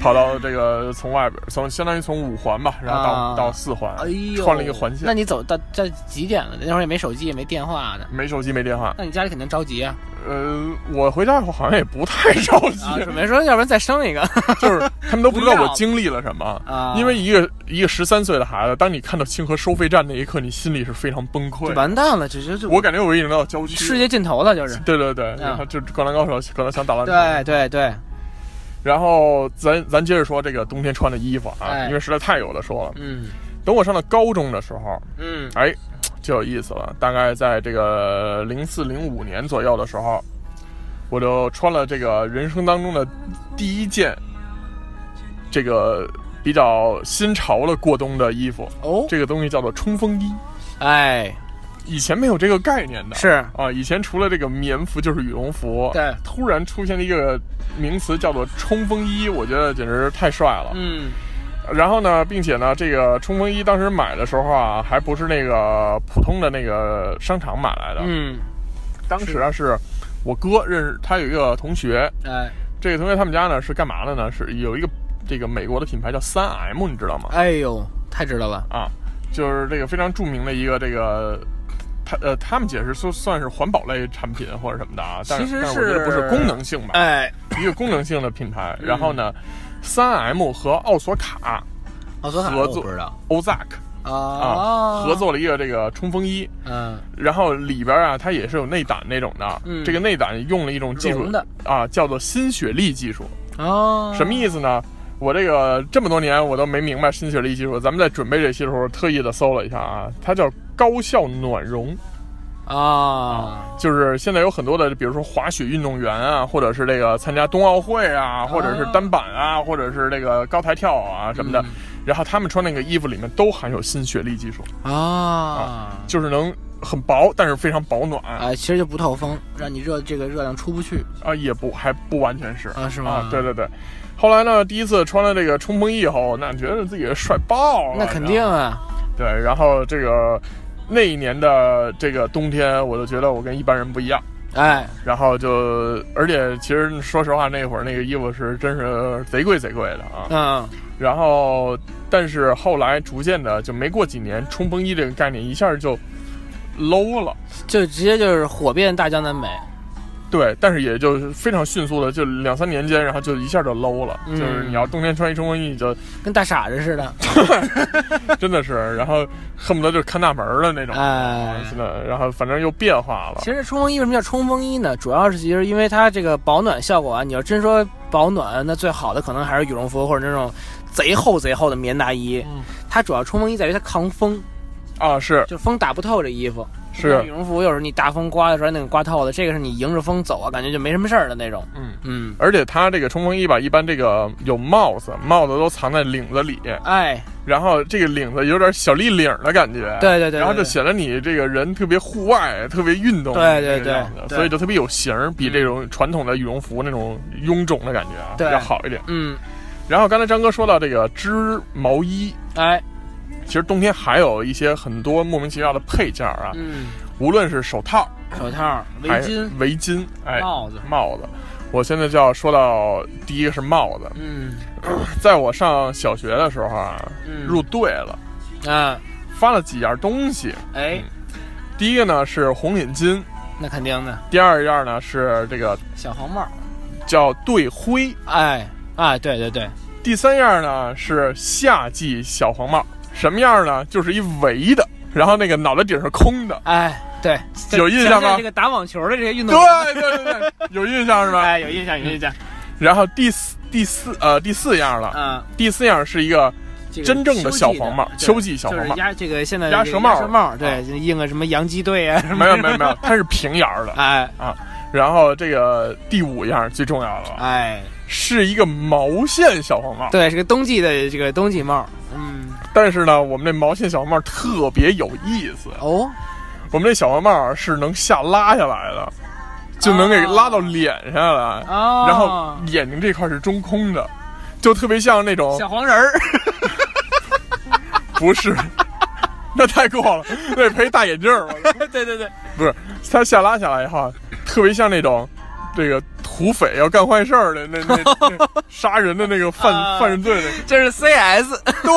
S2: 跑到这个从外边，从相当于从五环吧，然后到、
S4: 啊
S2: 到四环，
S4: 哎呦，
S2: 穿了一个环
S4: 那
S2: 线。
S4: 你走到这几点了？那会儿也没手机，也没电话的，
S2: 没手机，没电话。
S4: 那你家里肯定着急啊！
S2: 呃，我回家以后好像也不太着急，
S4: 啊，准备说，要不然再生一个
S2: 就是他们都不知道
S4: 不要
S2: 我经历了什么。
S4: 啊，
S2: 因为一个一个十三岁的孩子，当你看到清河收费站那一刻，你心里是非常崩
S4: 就
S2: 溃的。
S4: 完蛋了，这就就
S2: 我感觉我已经到郊区了，
S4: 世界尽头了，就是。
S2: 对对对，
S4: 啊
S2: 然后就是《灌篮高手》可能想打篮球。
S4: 对对对，
S2: 然后咱咱接着说这个冬天穿的衣服啊，
S4: 哎
S2: 因为实在太有的说了。
S4: 嗯
S2: 等我上到高中的时候，
S4: 嗯
S2: 哎，就有意思了。大概在这个零四零五年左右的时候，我就穿了这个人生当中的第一件这个比较新潮的过冬的衣服。
S4: 哦，
S2: 这个东西叫做冲锋衣，
S4: 哎
S2: 以前没有这个概念的。
S4: 是
S2: 啊，以前除了这个棉服就是羽绒服，
S4: 对
S2: 突然出现了一个名词叫做冲锋衣，我觉得简直太帅了。
S4: 嗯
S2: 然后呢，并且呢，这个冲锋衣当时买的时候啊，还不是那个普通的那个商场买来的，
S4: 嗯
S2: 当时啊是我哥认识他有一个同学，
S4: 哎
S2: 这个同学他们家呢是干嘛的呢？是有一个这个美国的品牌叫三 M，你知道吗？
S4: 哎呦，太值得了，
S2: 啊，就是这个非常著名的一个这个。他呃，他们解释说算是环保类产品或者什么的啊，但是
S4: 其实
S2: 但是我觉得不是
S4: 是
S2: 功能性吧，
S4: 哎，
S2: 一个功能性的品 牌。然后呢，三 M 和奥索卡
S4: 奥索卡
S2: 合
S4: 我
S2: 作
S4: 不知道
S2: （Ozak） 啊
S4: 啊
S2: 合，作了一个这个冲锋衣，
S4: 嗯
S2: 然后里边啊它也是有内胆那种的，
S4: 嗯
S2: 这个内胆用了一种技术
S4: 绒的
S2: 啊，叫做新雪粒技术。
S4: 哦，
S2: 什么意思呢？我这个这么多年我都没明白新雪粒技术，咱们在准备这期的时候特意的搜了一下啊，它叫高效暖绒。
S4: 啊？
S2: 就是现在有很多的，比如说滑雪运动员啊，或者是这个参加冬奥会啊，或者是单板啊，或者是这个高台跳啊什么的，
S4: 嗯
S2: 然后他们穿那个衣服里面都含有新雪粒技术，
S4: 啊
S2: 就是能很薄，但是非常保暖啊、
S4: 啊，其实就不透风，让你热这个热量出不去
S2: 也不还不完全是
S4: 啊，是
S2: 啊
S4: 吗？，
S2: 对，对对。后来呢，第一次穿了这个冲锋衣以后，那觉得自己帅爆了，
S4: 那肯定
S2: 然后
S4: 啊，
S2: 对。然后这个那一年的这个冬天，我就觉得我跟一般人不一样。
S4: 哎
S2: 然后就，而且其实说实话，那会儿那个衣服是真是贼贵贼贵的啊。
S4: 嗯
S2: 然后，但是后来逐渐的，就没过几年，冲锋衣这个概念一下就 low 了。
S4: 就直接就是火遍大江南北，
S2: 对，但是也就是非常迅速的，就两三年间，然后就一下就 low 了。
S4: 嗯
S2: 就是你要冬天穿一冲锋衣，你就
S4: 跟大傻子似的，
S2: 真的是，然后恨不得就看大门儿的那种。
S4: 哎。
S2: 真的，然后反正又变化了。
S4: 其实冲锋衣为什么叫冲锋衣呢？主要是其实因为它这个保暖效果啊。你要真说保暖，那最好的可能还是羽绒服或者那种贼厚贼厚的棉大衣。
S2: 嗯
S4: 它主要冲锋衣在于它抗风，
S2: 啊，是
S4: 就风打不透这衣服。
S2: 是
S4: 羽，绒服有时候你大风刮的时候那个刮透了，这个是你迎着风走啊，感觉就没什么事儿的那种。
S2: 嗯。
S4: 嗯，
S2: 而且它这个冲锋衣吧，一般这个有帽子，帽子都藏在领子里，
S4: 哎，
S2: 然后这个领子有点小立领的感觉，
S4: 对对对
S2: 哎
S4: 对
S2: 然后就显得你这个人特别户外，特别运动，
S4: 对对对
S2: 这个样子
S4: 对
S2: 所以就特别有型儿，比这种传统的羽绒服那种臃肿的感觉啊
S4: 对
S2: 要好一点。
S4: 嗯，
S2: 然后刚才张哥说到这个织毛衣，
S4: 哎，
S2: 其实冬天还有一些很多莫名其妙的配件儿啊，
S4: 嗯，
S2: 无论是手套、
S4: 手套、围
S2: 还
S4: 巾、
S2: 围巾、哎
S4: 帽子，
S2: 帽子。我现在就要说到第一个是帽子，
S4: 嗯
S2: 在我上小学的时候啊，
S4: 嗯，
S2: 入嗯队了，
S4: 啊，
S2: 发了几样东西。
S4: 哎，
S2: 第一个呢是红领巾，
S4: 那肯定的，
S2: 第二样呢是这个
S4: 小黄帽，
S2: 叫队徽，
S4: 哎啊，对对对，
S2: 第三样呢是夏季小黄帽。什么样呢？就是一围的，然后那个脑袋顶是空的，
S4: 哎，对，
S2: 有印象吗
S4: 想想这个打网球的这些运动员，
S2: 对对对对，有印象是吧？
S4: 哎，有印象，有印象。
S2: 然后第四第四呃第四样了，
S4: 嗯，
S2: 第四样是一 个
S4: 这个
S2: 真正的小黄帽，
S4: 秋
S2: 秋
S4: 季
S2: 季小
S4: 的
S2: 黄
S4: 就
S2: 帽
S4: 是，压这个现在
S2: 鸭
S4: 这
S2: 舌
S4: 个
S2: 帽
S4: 鸭舌帽，
S2: 啊
S4: 对，印个什么洋基队啊 什么
S2: 没有没有没有，它是平沿儿的。
S4: 哎
S2: 然后这个第五样最重要了，
S4: 哎，
S2: 是一个毛线小黄帽。
S4: 对，是个冬季的这个冬季帽，嗯，
S2: 但是呢，我们这毛线小黄帽特别有意思，
S4: 哦，
S2: 我们这小黄帽是能下拉下来的，就能给
S4: 哦
S2: 拉到脸上来，
S4: 哦
S2: 然后眼睛这块是中空的，就特别像那种
S4: 小黄人儿，
S2: 不是，那太过了，那配大眼镜儿吧，
S4: 对对对，
S2: 不是，它下拉下来以后，特别像那种这个土匪要干坏事儿的那那那杀人的那个 犯、
S4: 啊
S2: 犯人罪的，
S4: 这是 CS
S2: 对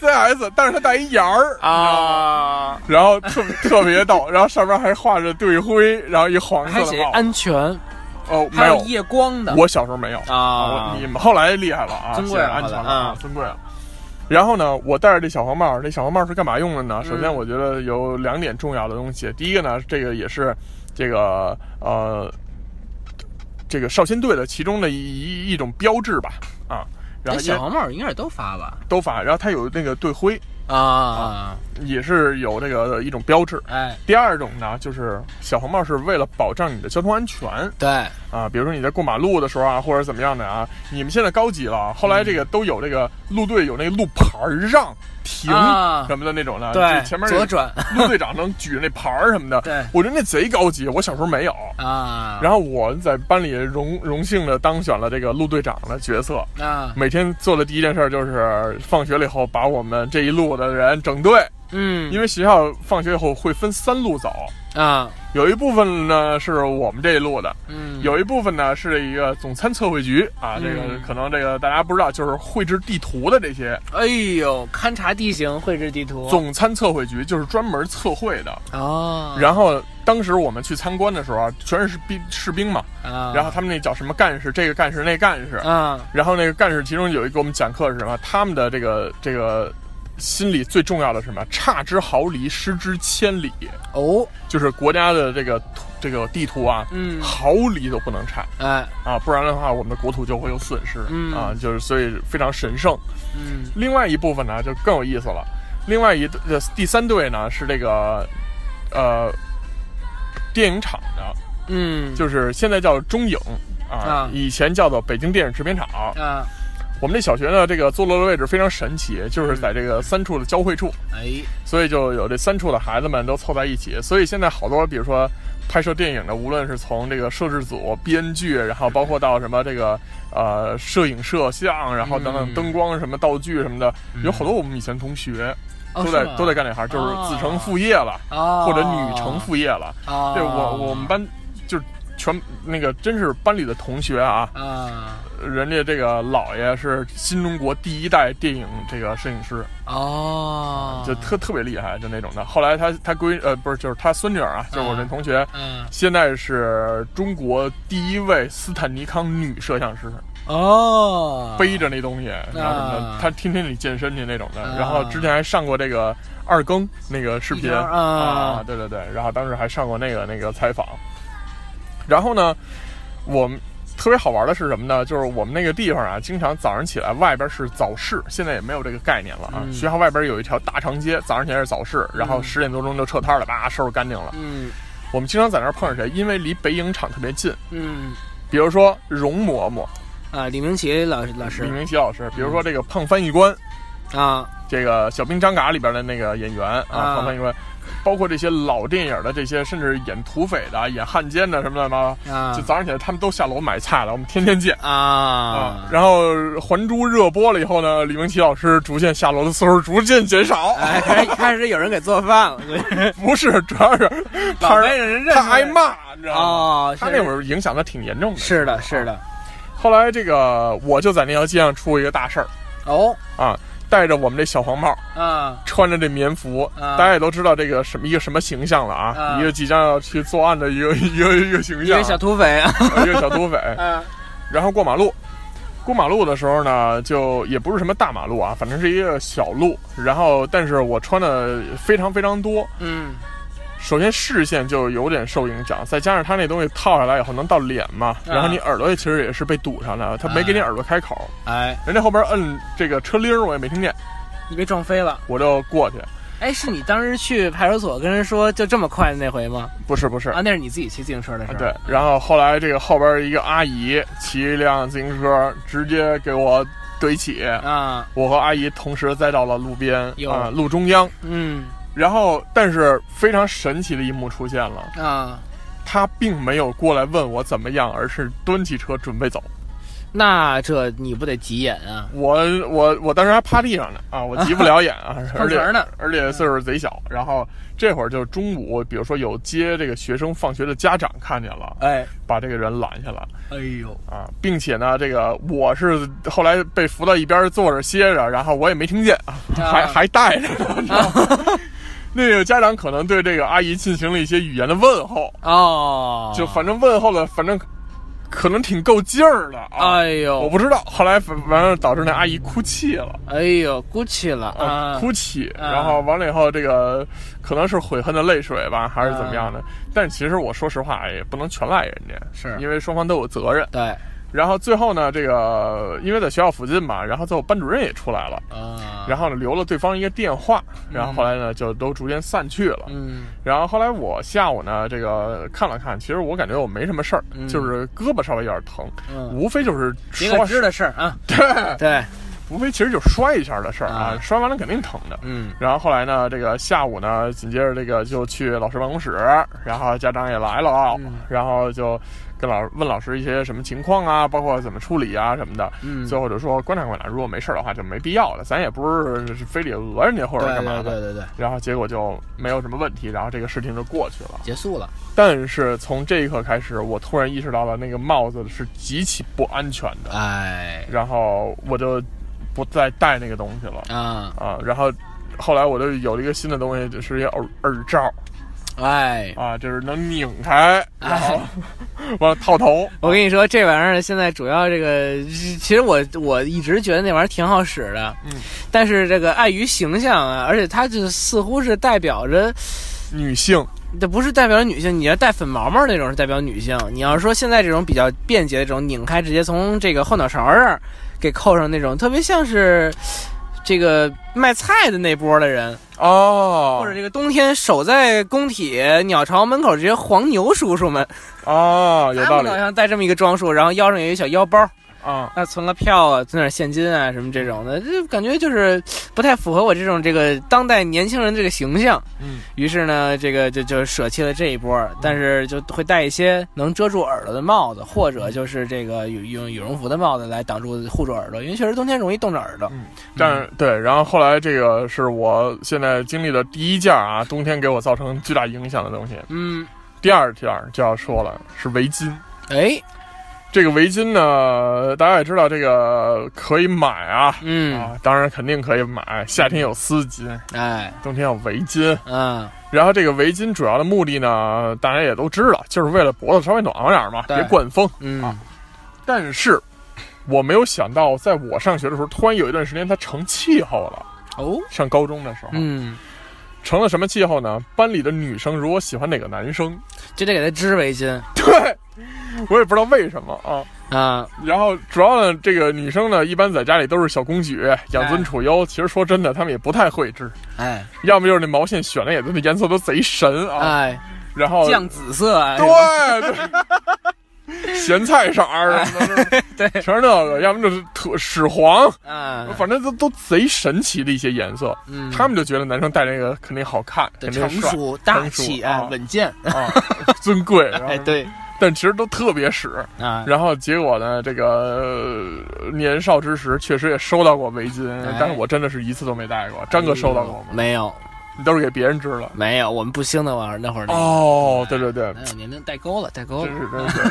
S2: ，CS，但是他带一眼儿，
S4: 啊，
S2: 然后特特别逗，然后上面还画着队徽，然后一黄
S4: 还
S2: 色
S4: 写
S2: 的帽子，
S4: 安全，
S2: 哦，没
S4: 还
S2: 有
S4: 有，夜光的，
S2: 我小时候没有
S4: 啊
S2: 我你们后来厉害了啊，
S4: 尊贵了
S2: 写着安全
S4: 后
S2: 了
S4: 来啊
S2: 尊贵了。然后呢，我戴着这小黄帽，这小黄帽是干嘛用的呢？首先，
S4: 嗯
S2: 我觉得有两点重要的东西。第一个呢，这个也是这个呃，这个少先队的其中的一一一种标志吧，啊，然
S4: 哎
S2: 后因
S4: 小
S2: 为
S4: 黄帽应该是都发吧？
S2: 都发，然后它有那个队徽，
S4: 啊，
S2: 也是有这个一种标志。
S4: 哎，
S2: 第二种呢，就是小黄帽是为了保障你的交通安全
S4: 对，
S2: 啊，比如说你在过马路的时候啊，或者怎么样的啊。你们现在高级了，啊后来这
S4: 嗯
S2: 个都有这个路队有那个路牌儿让停
S4: 啊
S2: 什么的那种的，
S4: 对
S2: 就前面
S4: 左转
S2: 路队长能举着那牌儿什么的，
S4: 对
S2: 我觉得那贼高级，我小时候没有。
S4: 啊，
S2: 然后我在班里荣荣幸的当选了这个路队长的角色，
S4: 后啊，
S2: 每天做的第一件事儿就是放学了以后把我们这一路的人整队，
S4: 嗯
S2: 因为学校放学以后会分三路走，
S4: 啊，
S2: 有一部分呢是我们这一路的，
S4: 嗯，
S2: 有一部分呢是一个总参测绘局啊，这个
S4: 嗯
S2: 可能这个大家不知道，就是绘制地图的这些
S4: 哎呦，勘察地形，绘制地图，
S2: 总参测绘局，就是专门测绘的。
S4: 哦，
S2: 然后当时我们去参观的时候啊，全是士兵士兵嘛，
S4: 啊，
S2: 然后他们那叫什么干事，这个干事那干事，
S4: 啊，
S2: 然后那个干事其中有一个给我们讲课是什么，他们的这个这个心理最重要的是什么？差之毫厘，失之千里，
S4: 哦，
S2: 就是国家的这个图这个地图啊，
S4: 嗯，
S2: 毫厘都不能差。
S4: 哎，
S2: 啊，不然的话，我们的国土就会有损失、
S4: 嗯
S2: 啊，就是所以非常神圣。
S4: 嗯，
S2: 另外一部分呢，就更有意思了。另外一呃第三队呢是这个，呃，电影厂的，
S4: 嗯，
S2: 就是现在叫中影啊，
S4: 啊
S2: 以前叫做北京电影制片厂。
S4: 啊，
S2: 我们这小学呢，这个坐落的位置非常神奇，就是在这个三处的交汇处，
S4: 哎，
S2: 所以就有这三处的孩子们都凑在一起。所以现在好多，比如说拍摄电影的，无论是从这个摄制组、编剧，然后包括到什么这个呃摄影、摄像，然后等等
S4: 嗯
S2: 灯光什么道具什么的，有好多我们以前同学
S4: 哦
S2: 都在
S4: 是吗
S2: 都在干这行，就是子承父业了，
S4: 哦，
S2: 或者女承父业了。
S4: 啊，
S2: 对我我们班就是全那个真是班里的同学啊，
S4: 啊，
S2: 人家这个姥爷是新中国第一代电影这个摄影师。
S4: 哦，
S2: 就特特别厉害，就那种的。后来他他闺呃不是就是他孙女儿啊，就是我这同学，
S4: 嗯，
S2: 现在是中国第一位斯坦尼康女摄像师，
S4: 哦，
S2: 背着那东西，然后什么
S4: 啊
S2: 的，他天天里健身去那种的
S4: 啊。
S2: 然后之前还上过这个二更那个视
S4: 一
S2: 频
S4: 条啊
S2: 啊，对对对，然后当时还上过那个那个采访。然后呢，我们。特别好玩的是什么呢？就是我们那个地方啊，经常早上起来外边是早市，现在也没有这个概念了啊。
S4: 嗯
S2: 学校外边有一条大长街，早上起来是早市，然后
S4: 嗯
S2: 十点多钟就撤摊了，叭收拾干净了。
S4: 嗯
S2: 我们经常在那儿碰上谁，因为离北影厂特别近，
S4: 嗯
S2: 比如说容嬷嬷、
S4: 啊，李明启老师老
S2: 李
S4: 师
S2: 明启老师，比如
S4: 嗯
S2: 说这个胖翻译官，
S4: 啊，
S2: 这个《小兵张嘎》里边的那个演员啊，
S4: 啊
S2: 黄帆一说，包括这些老电影的这些，甚至演土匪的、演汉奸的什么的嘛，
S4: 啊
S2: 就早上起来他们都下楼买菜了，我们天天见。
S4: 啊，
S2: 然后《还珠》热播了以后呢，李明启老师逐渐下楼的次数逐渐减少，
S4: 哎，开始开始有人给做饭了，
S2: 不是，主要是他
S4: 老被人认出来
S2: 他挨骂，你知道吗？
S4: 哦，
S2: 他那会儿影响的挺严重的。
S4: 是的，是的，
S2: 后来这个我就在那条街上出一个大事儿
S4: 哦，
S2: 啊，戴着我们这小黄帽，
S4: 啊
S2: 穿着这棉服，
S4: 啊
S2: 大家也都知道这个什么一个什么形象了啊，
S4: 啊
S2: 一个即将要去作案的一个 一个一个形
S4: 一
S2: 象
S4: 个
S2: 啊，
S4: 小土匪啊，
S2: 一个小土匪。然后过马路，过马路的时候呢，就也不是什么大马路啊，反正是一个小路。然后，但是我穿的非常非常多，
S4: 嗯
S2: 首先视线就有点受影响，再加上它那东西套下来以后能到脸嘛，
S4: 啊
S2: 然后你耳朵也其实也是被堵上的，它没给你耳朵开口，
S4: 哎，
S2: 人家后边摁这个车铃儿我也没听见，
S4: 你被撞飞了。
S2: 我就过去，
S4: 哎，是你当时去派出所跟人说就这么快的那回吗？
S2: 不是不是
S4: 啊，，那是你自己骑自行车的时候。
S2: 啊对，然后后来这个后边一个阿姨骑一辆自行车直接给我怼起，
S4: 啊，
S2: 我和阿姨同时栽到了路边
S4: 哟
S2: 啊、路中央，
S4: 嗯
S2: 然后但是非常神奇的一幕出现了，
S4: 啊，
S2: 她并没有过来问我怎么样，而是蹲起车准备走。
S4: 那这你不得急眼啊？
S2: 我我我当时还趴地上呢啊，我急不了眼 啊，而
S4: 碰瓷
S2: 且
S4: 儿呢嗯
S2: 而且岁数贼小。然后这会儿就中午，比如说有接这个学生放学的家长看见了，
S4: 哎，
S2: 把这个人拦下了
S4: 哎呦，
S2: 啊，并且呢，这个我是后来被扶到一边坐着歇着，然后我也没听见，啊还还带着呢，你知道
S4: 啊
S2: 吗？ 那个家长可能对这个阿姨进行了一些语言的问候，
S4: 哦，
S2: 就反正问候的，反正可能挺够劲儿的啊。
S4: 哎呦，
S2: 我不知道，后来反反正导致那阿姨哭泣了。
S4: 哎呦，鼓起了
S2: 啊，
S4: 啊，
S2: 哭泣，
S4: 啊
S2: 然后完了以后，这个可能是悔恨的泪水吧，还是怎么样的？但其实我说实话，也不能全赖人家，
S4: 啊是
S2: 因为双方都有责任。
S4: 对
S2: 然后最后呢，这个因为在学校附近嘛，然后最后班主任也出来了，
S4: 啊，
S2: 然后呢留了对方一个电话，然后后来呢就都逐渐散去了。
S4: 嗯
S2: 然后后来我下午呢，这个看了看，其实我感觉我没什么事儿，就是胳膊稍微有点疼，
S4: 嗯，
S2: 无非就是
S4: 一个
S2: 摔，
S4: 知的事儿啊，
S2: 对，
S4: 对，
S2: 无非其实就摔一下的事儿啊
S4: 啊，
S2: 摔完了肯定疼的。
S4: 嗯
S2: 然后后来呢，这个下午呢，紧接着这个就去老师办公室，然后家长也来了啊，
S4: 嗯
S2: 然后就跟老师问老师一些什么情况啊，包括怎么处理啊什么的。
S4: 嗯，
S2: 最后就说观察观察，如果没事儿的话就没必要了，咱也不是非得讹人家或者
S4: 对
S2: 干嘛
S4: 对
S2: 的。
S4: 对对对，
S2: 然后结果就没有什么问题，然后这个事情就过去了。
S4: 结束了，
S2: 但是从这一刻开始，我突然意识到了那个帽子是极其不安全的，
S4: 哎
S2: 然后我就不再戴那个东西了。
S4: 啊
S2: 啊，然后后来我就有了一个新的东西，就是一个耳耳罩
S4: 哎。
S2: 啊，就是能拧开，
S4: 啊
S2: 然后 完了套头，
S4: 我跟你说，这玩意儿现在主要这个，其实我我一直觉得那玩意儿挺好使的，
S2: 嗯，
S4: 但是这个碍于形象啊，而且它就似乎是代表着
S2: 女性
S4: 这不是代表女性，你要戴粉毛毛那种是代表女性。你要是说现在这种比较便捷的这种拧开，直接从这个后脑勺这儿给扣上那种，特别像是这个卖菜的那波的人，
S2: 哦，
S4: 或者这个冬天守在工体鸟巢门口这些黄牛叔叔们，
S2: 哦，有
S4: 他
S2: 道
S4: 们
S2: 理
S4: 好像带这么一个装束，然后腰上有一小腰包，
S2: 啊，
S4: 那存了票啊，存点现金啊什么这种的，这感觉就是不太符合我这种这个当代年轻人这个形象。
S2: 嗯，
S4: 于是呢，这个就就舍弃了这一波，但是就会戴一些能遮住耳朵的帽子，或者就是这个羽用羽绒服的帽子来挡住护住耳朵，因为确实冬天容易冻着耳朵。
S2: 但
S4: 嗯
S2: 是对，然后后来这个是我现在经历的第一件啊，冬天给我造成巨大影响的东西。
S4: 嗯，
S2: 第二件就要说了，是围巾。
S4: 哎，
S2: 这个围巾呢，大家也知道，这个可以买啊。
S4: 嗯，
S2: 啊，当然肯定可以买。夏天有丝巾，
S4: 哎，
S2: 冬天有围巾，
S4: 嗯，
S2: 然后这个围巾主要的目的呢，大家也都知道，就是为了脖子稍微暖和点儿嘛，
S4: 对
S2: 别灌风。
S4: 嗯
S2: 啊，但是，我没有想到，在我上学的时候，突然有一段时间它成气候了。
S4: 哦，
S2: 上高中的时候，
S4: 嗯，
S2: 成了什么气候呢？班里的女生如果喜欢哪个男生，
S4: 就得给他织围巾
S2: 对
S4: 嗯
S2: 我也不知道为什么啊。
S4: 啊，
S2: 然后主要呢，这个女生呢，一般在家里都是小公举，养尊处优。其实说真的，她们也不太会织，
S4: 哎
S2: 要么就是那毛线选的也都那颜色都贼神啊。
S4: 哎，
S2: 然后
S4: 酱紫 色啊，
S2: 对对，咸菜色儿什么的，对，全是那个，要么就是特屎黄，
S4: 啊，
S2: 反正都都贼神奇的一些颜色。
S4: 嗯
S2: 他们就觉得男生戴这个肯定好看，
S4: 对
S2: 肯
S4: 成
S2: 定帅
S4: 熟大
S2: 成熟
S4: 气
S2: 啊
S4: 哎，稳健，
S2: 啊，尊 贵。然后
S4: 哎，，对
S2: 但其实都特别屎。
S4: 啊，
S2: 然后结果呢，这个呃年少之时确实也收到过围巾
S4: 哎，嗯
S2: 但是我真的是一次都没戴过。张哥收到过吗？
S4: 没有
S2: 你都是给别人织了。
S4: 没有，我们不兴那玩意儿，那会儿那
S2: 哦，对对对，
S4: 哎年龄代沟了，代沟了
S2: 真。是真是。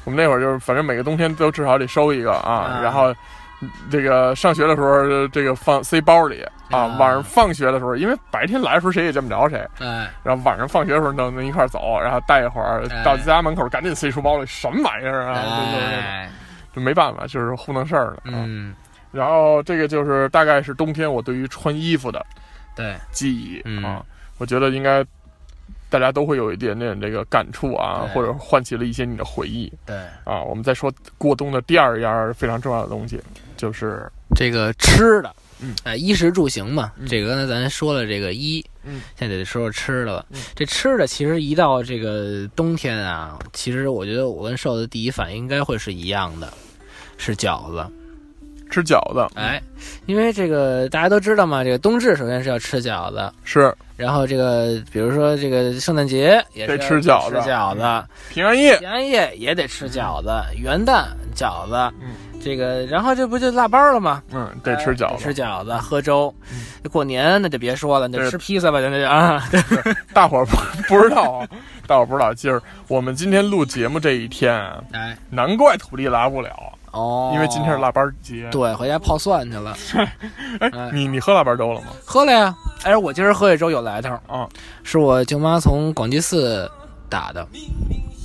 S2: 我们那会儿就是，反正每个冬天都至少得收一个啊
S4: 啊，
S2: 然后嗯这个上学的时候，呃这个放塞包里啊
S4: 啊，
S2: 晚上放学的时候，因为白天来的时候谁也见不着谁，
S4: 哎，
S2: 然后晚上放学的时候能能一块儿走，然后待一会儿
S4: 哎
S2: 到家门口赶紧塞书包里，什么玩意儿啊？就就是那种
S4: 哎，
S2: 就没办法，就是糊弄事儿了。啊。
S4: 嗯，
S2: 然后这个就是大概是冬天我对于穿衣服的
S4: 对，
S2: 记忆
S4: 嗯
S2: 啊，我觉得应该。大家都会有一点点这个感触啊，
S4: 对
S2: 或者唤起了一些你的回忆
S4: 对，
S2: 啊。我们再说过冬的第二样非常重要的东西，就是
S4: 这个吃的，
S2: 嗯，
S4: 哎，衣食住行嘛，
S2: 嗯
S4: 这个刚才咱说了这个衣，
S2: 嗯，
S4: 现在得说说吃的了。
S2: 嗯
S4: 这吃的其实一到这个冬天啊，其实我觉得我跟瘦的第一反应应该会是一样的，是饺子。
S2: 吃饺子，
S4: 哎，因为这个大家都知道嘛，这个冬至首先是要吃饺子，
S2: 是
S4: 然后这个比如说这个圣诞节也是
S2: 得
S4: 要
S2: 吃饺子
S4: 吃饺子，
S2: 平安夜，
S4: 平安夜也得吃饺子，元旦饺子，
S2: 嗯，
S4: 这个然后这不就腊八了吗？
S2: 嗯，得吃饺
S4: 哎
S2: 子。嗯
S4: 吃饺子，喝粥。过年那就别说了，那就吃披萨吧，咱就 啊，
S2: 大伙儿不 不知道啊，大伙儿不知道，就是我们今天录节目这一天啊，
S4: 哎，
S2: 难怪土地来不了，
S4: 哦，
S2: 因为今天是腊八节。
S4: 对，回家泡蒜去了，哎
S2: 哎，你你喝腊八粥了吗？
S4: 喝了呀。哎，我今儿喝这粥有来头，
S2: 啊，
S4: 是我舅妈从广济寺打的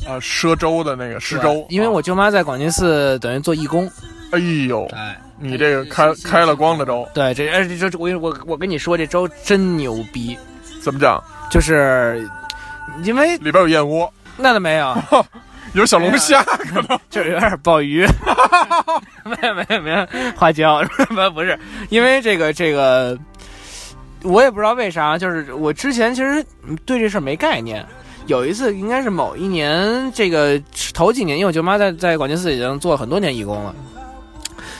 S2: 啊，赊粥的那个施粥
S4: 对，因为
S2: 啊
S4: 我舅妈在广济寺等于做义工，
S2: 哎呦，
S4: 哎，
S2: 你这个开开了光的粥
S4: 对，这哎这这我我我跟你说，这粥真牛逼，
S2: 怎么讲？
S4: 就是因为
S2: 里边有燕窝，
S4: 那倒没有，
S2: 有小龙虾，
S4: 啊就是有点 鲍鱼，没有没有没有花椒， 不不是，因为这个这个，我也不知道为啥，就是我之前其实嗯对这事儿没概念。有一次应该是某一年，这个头几年，因为我舅妈在在广济寺已经做了很多年义工了。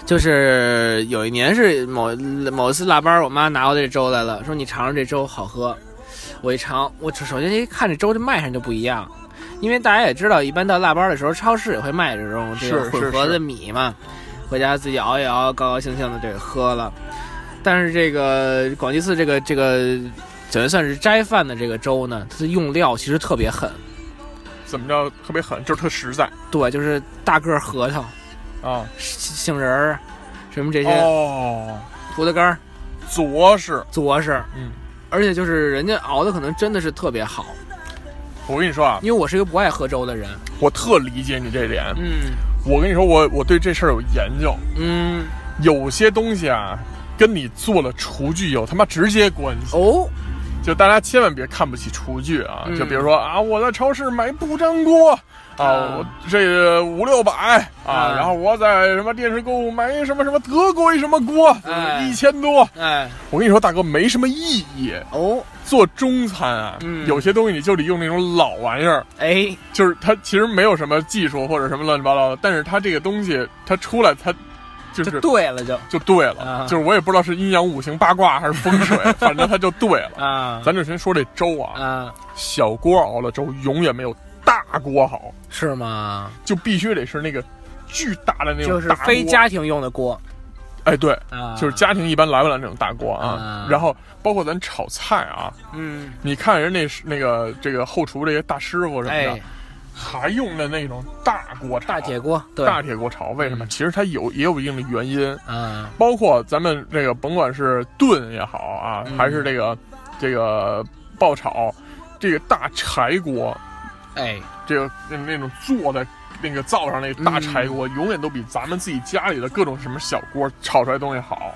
S4: 就是有一年是某某次腊八儿，我妈拿过这粥来了，说你尝尝这粥好喝。我一尝，我首先一看这粥这卖相就不一样，因为大家也知道，一般到腊八儿的时候，超市也会卖这种这个
S2: 是
S4: 混
S2: 是
S4: 合
S2: 是
S4: 的米嘛，回家自己熬一熬，高高兴兴的这个喝了。但是这个广济寺这个这个，怎么算是斋饭的这个粥呢？它的用料其实特别狠，
S2: 怎么着特别狠，就是特实在
S4: 对，就是大个儿核桃、
S2: 啊。
S4: 杏仁儿，什么这些
S2: 哦，
S4: 葡萄干儿、
S2: 佐是，
S4: 佐式，
S2: 嗯，
S4: 而且就是人家熬的可能真的是特别好，
S2: 我跟你说啊，
S4: 因为我是一个不爱喝粥的人，
S2: 我特理解你这点。
S4: 嗯
S2: 我跟你说，我我对这事儿有研究，
S4: 嗯，
S2: 有些东西啊，跟你做了厨具有他妈直接关系。
S4: 哦，
S2: 就大家千万别看不起厨具啊！
S4: 嗯
S2: 就比如说啊，我在超市买不粘锅
S4: 啊
S2: 啊，我这个五六百啊
S4: 啊，
S2: 然后我在什么电视购物买一什么什么德国一什么锅
S4: 哎，
S2: 一千多。
S4: 哎
S2: 我跟你说，大哥没什么意义。
S4: 哦，
S2: 做中餐啊
S4: 嗯，
S2: 有些东西你就得用那种老玩意儿，
S4: 哎
S2: 就是它其实没有什么技术或者什么乱七八糟的，但是它这个东西它出来它就是
S4: 就对了就
S2: 就对
S4: 啊
S2: 了，就是我也不知道是阴阳五行八卦还是风水，反正它就对了。
S4: 啊
S2: 咱就先说这粥啊，
S4: 啊
S2: 小锅熬了粥永远没有大锅好，
S4: 是吗？
S2: 就必须得是那个巨大的那种
S4: 就是
S2: 大锅
S4: 非家庭用的锅
S2: 哎对，
S4: 啊，
S2: 就是家庭一般来不了那种大锅啊
S4: 啊。
S2: 然后包括咱炒菜啊，
S4: 嗯
S2: 你看人那是那个这个后厨这些大师傅什么
S4: 哎
S2: 的，还用的那种大锅炒
S4: 大铁锅对
S2: 大铁锅炒，为什么？
S4: 嗯
S2: 其实它有也有一定的原因，
S4: 啊
S2: 包括咱们这个甭管是炖也好啊
S4: 嗯，
S2: 还是这个这个爆炒，这个大柴锅。
S4: 哎
S2: 这个那那种做的那个灶上那个大柴
S4: 嗯
S2: 锅，永远都比咱们自己家里的各种什么小锅炒出来的东西好。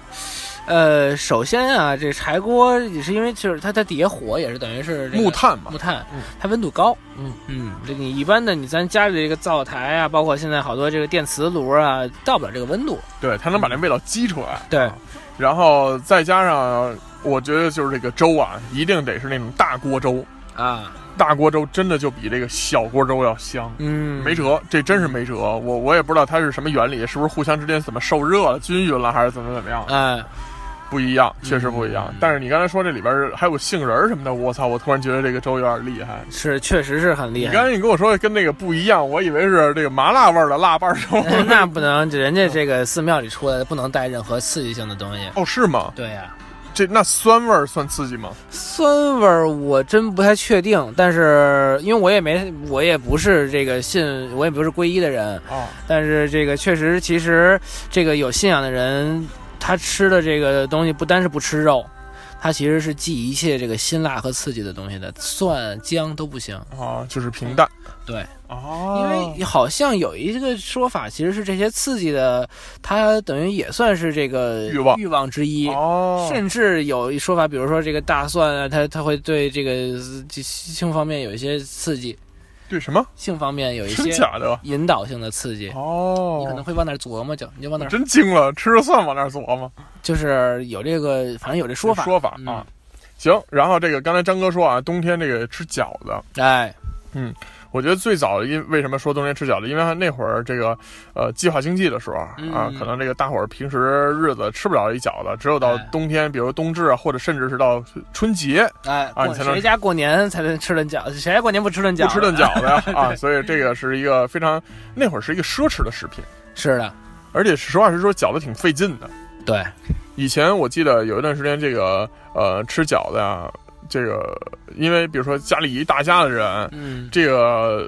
S4: 呃，首先啊，这柴锅也是因为就是它它底下火也是等于是这个
S2: 木炭嘛
S4: 木，炭
S2: 嗯，
S4: 它温度高。
S2: 嗯
S4: 嗯，这你一般的你咱家里这个灶台啊，包括现在好多这个电磁炉啊，到不了这个温度。
S2: 对，它能把那味道激出来。
S4: 对，
S2: 然后再加上，我觉得就是这个粥啊，一定得是那种大锅粥，
S4: 啊，
S2: 大锅粥真的就比这个小锅粥要香。
S4: 嗯，
S2: 没辙，这真是没辙。我我也不知道它是什么原理，是不是互相之间怎么受热了、均匀了，还是怎么怎么样？
S4: 哎，
S2: 不一样，
S4: 嗯
S2: 确实不一样。但是你刚才说这里边儿还有杏仁儿什么的，我操！我突然觉得这个粥有点厉害。
S4: 是确实是很厉
S2: 你刚
S4: 害。
S2: 才你跟我说跟那个不一样，我以为是这个麻辣味儿的腊八粥。
S4: 那不能，人家这个寺庙里出来的不能带任何刺激性的东西。
S2: 哦，是吗？
S4: 对呀、
S2: 这那酸味儿算刺激吗？
S4: 酸味儿我真不太确定，但是因为我也没，我也不是这个信，我也不是皈依的人，
S2: 啊，
S4: 但是这个确实，其实这个有信仰的人，他吃的这个东西不单是不吃肉，它其实是忌一切这个辛辣和刺激的东西的，蒜姜都不行。
S2: 啊，就是平淡。
S4: 对，因
S2: 哦，
S4: 为好像有一个说法，其实是这些刺激的，它等于也算是这个
S2: 欲望
S4: 欲望之一。
S2: 哦，
S4: 甚至有一说法，比如说这个大蒜啊，它它会对这个呃这性方面有一些刺激，
S2: 对什么？
S4: 性方面有一
S2: 真
S4: 些
S2: 假的？
S4: 引导性的刺激，
S2: 哦，
S4: 你可能会往那儿琢磨，就你就往那儿，
S2: 真惊了，吃着蒜往那儿琢磨。
S4: 就是有这个，反正有这说法嗯
S2: 说法啊，行，然后这个刚才张哥说啊，冬天这个吃饺子，
S4: 嗯哎，
S2: 我觉得最早因为什么说冬天吃饺子，因为那会儿这个呃计划经济的时候啊
S4: 嗯，
S2: 可能这个大伙儿平时日子吃不了一饺子，只有到
S4: 哎
S2: 冬天，比如冬至啊，或者甚至是到春节
S4: 哎，
S2: 啊
S4: 过
S2: 你才能
S4: 谁家过年才能吃顿饺子？谁家过年不吃顿饺
S2: 不
S4: 子？
S2: 吃顿饺子 呀啊，所以这个是一个非常那会儿是一个奢侈的食品，
S4: 是的，
S2: 而且实话实说，饺子挺费劲的。
S4: 对，
S2: 以前我记得有一段时间，这个呃吃饺子呀，这个因为比如说家里一大家子人，
S4: 嗯，
S2: 这个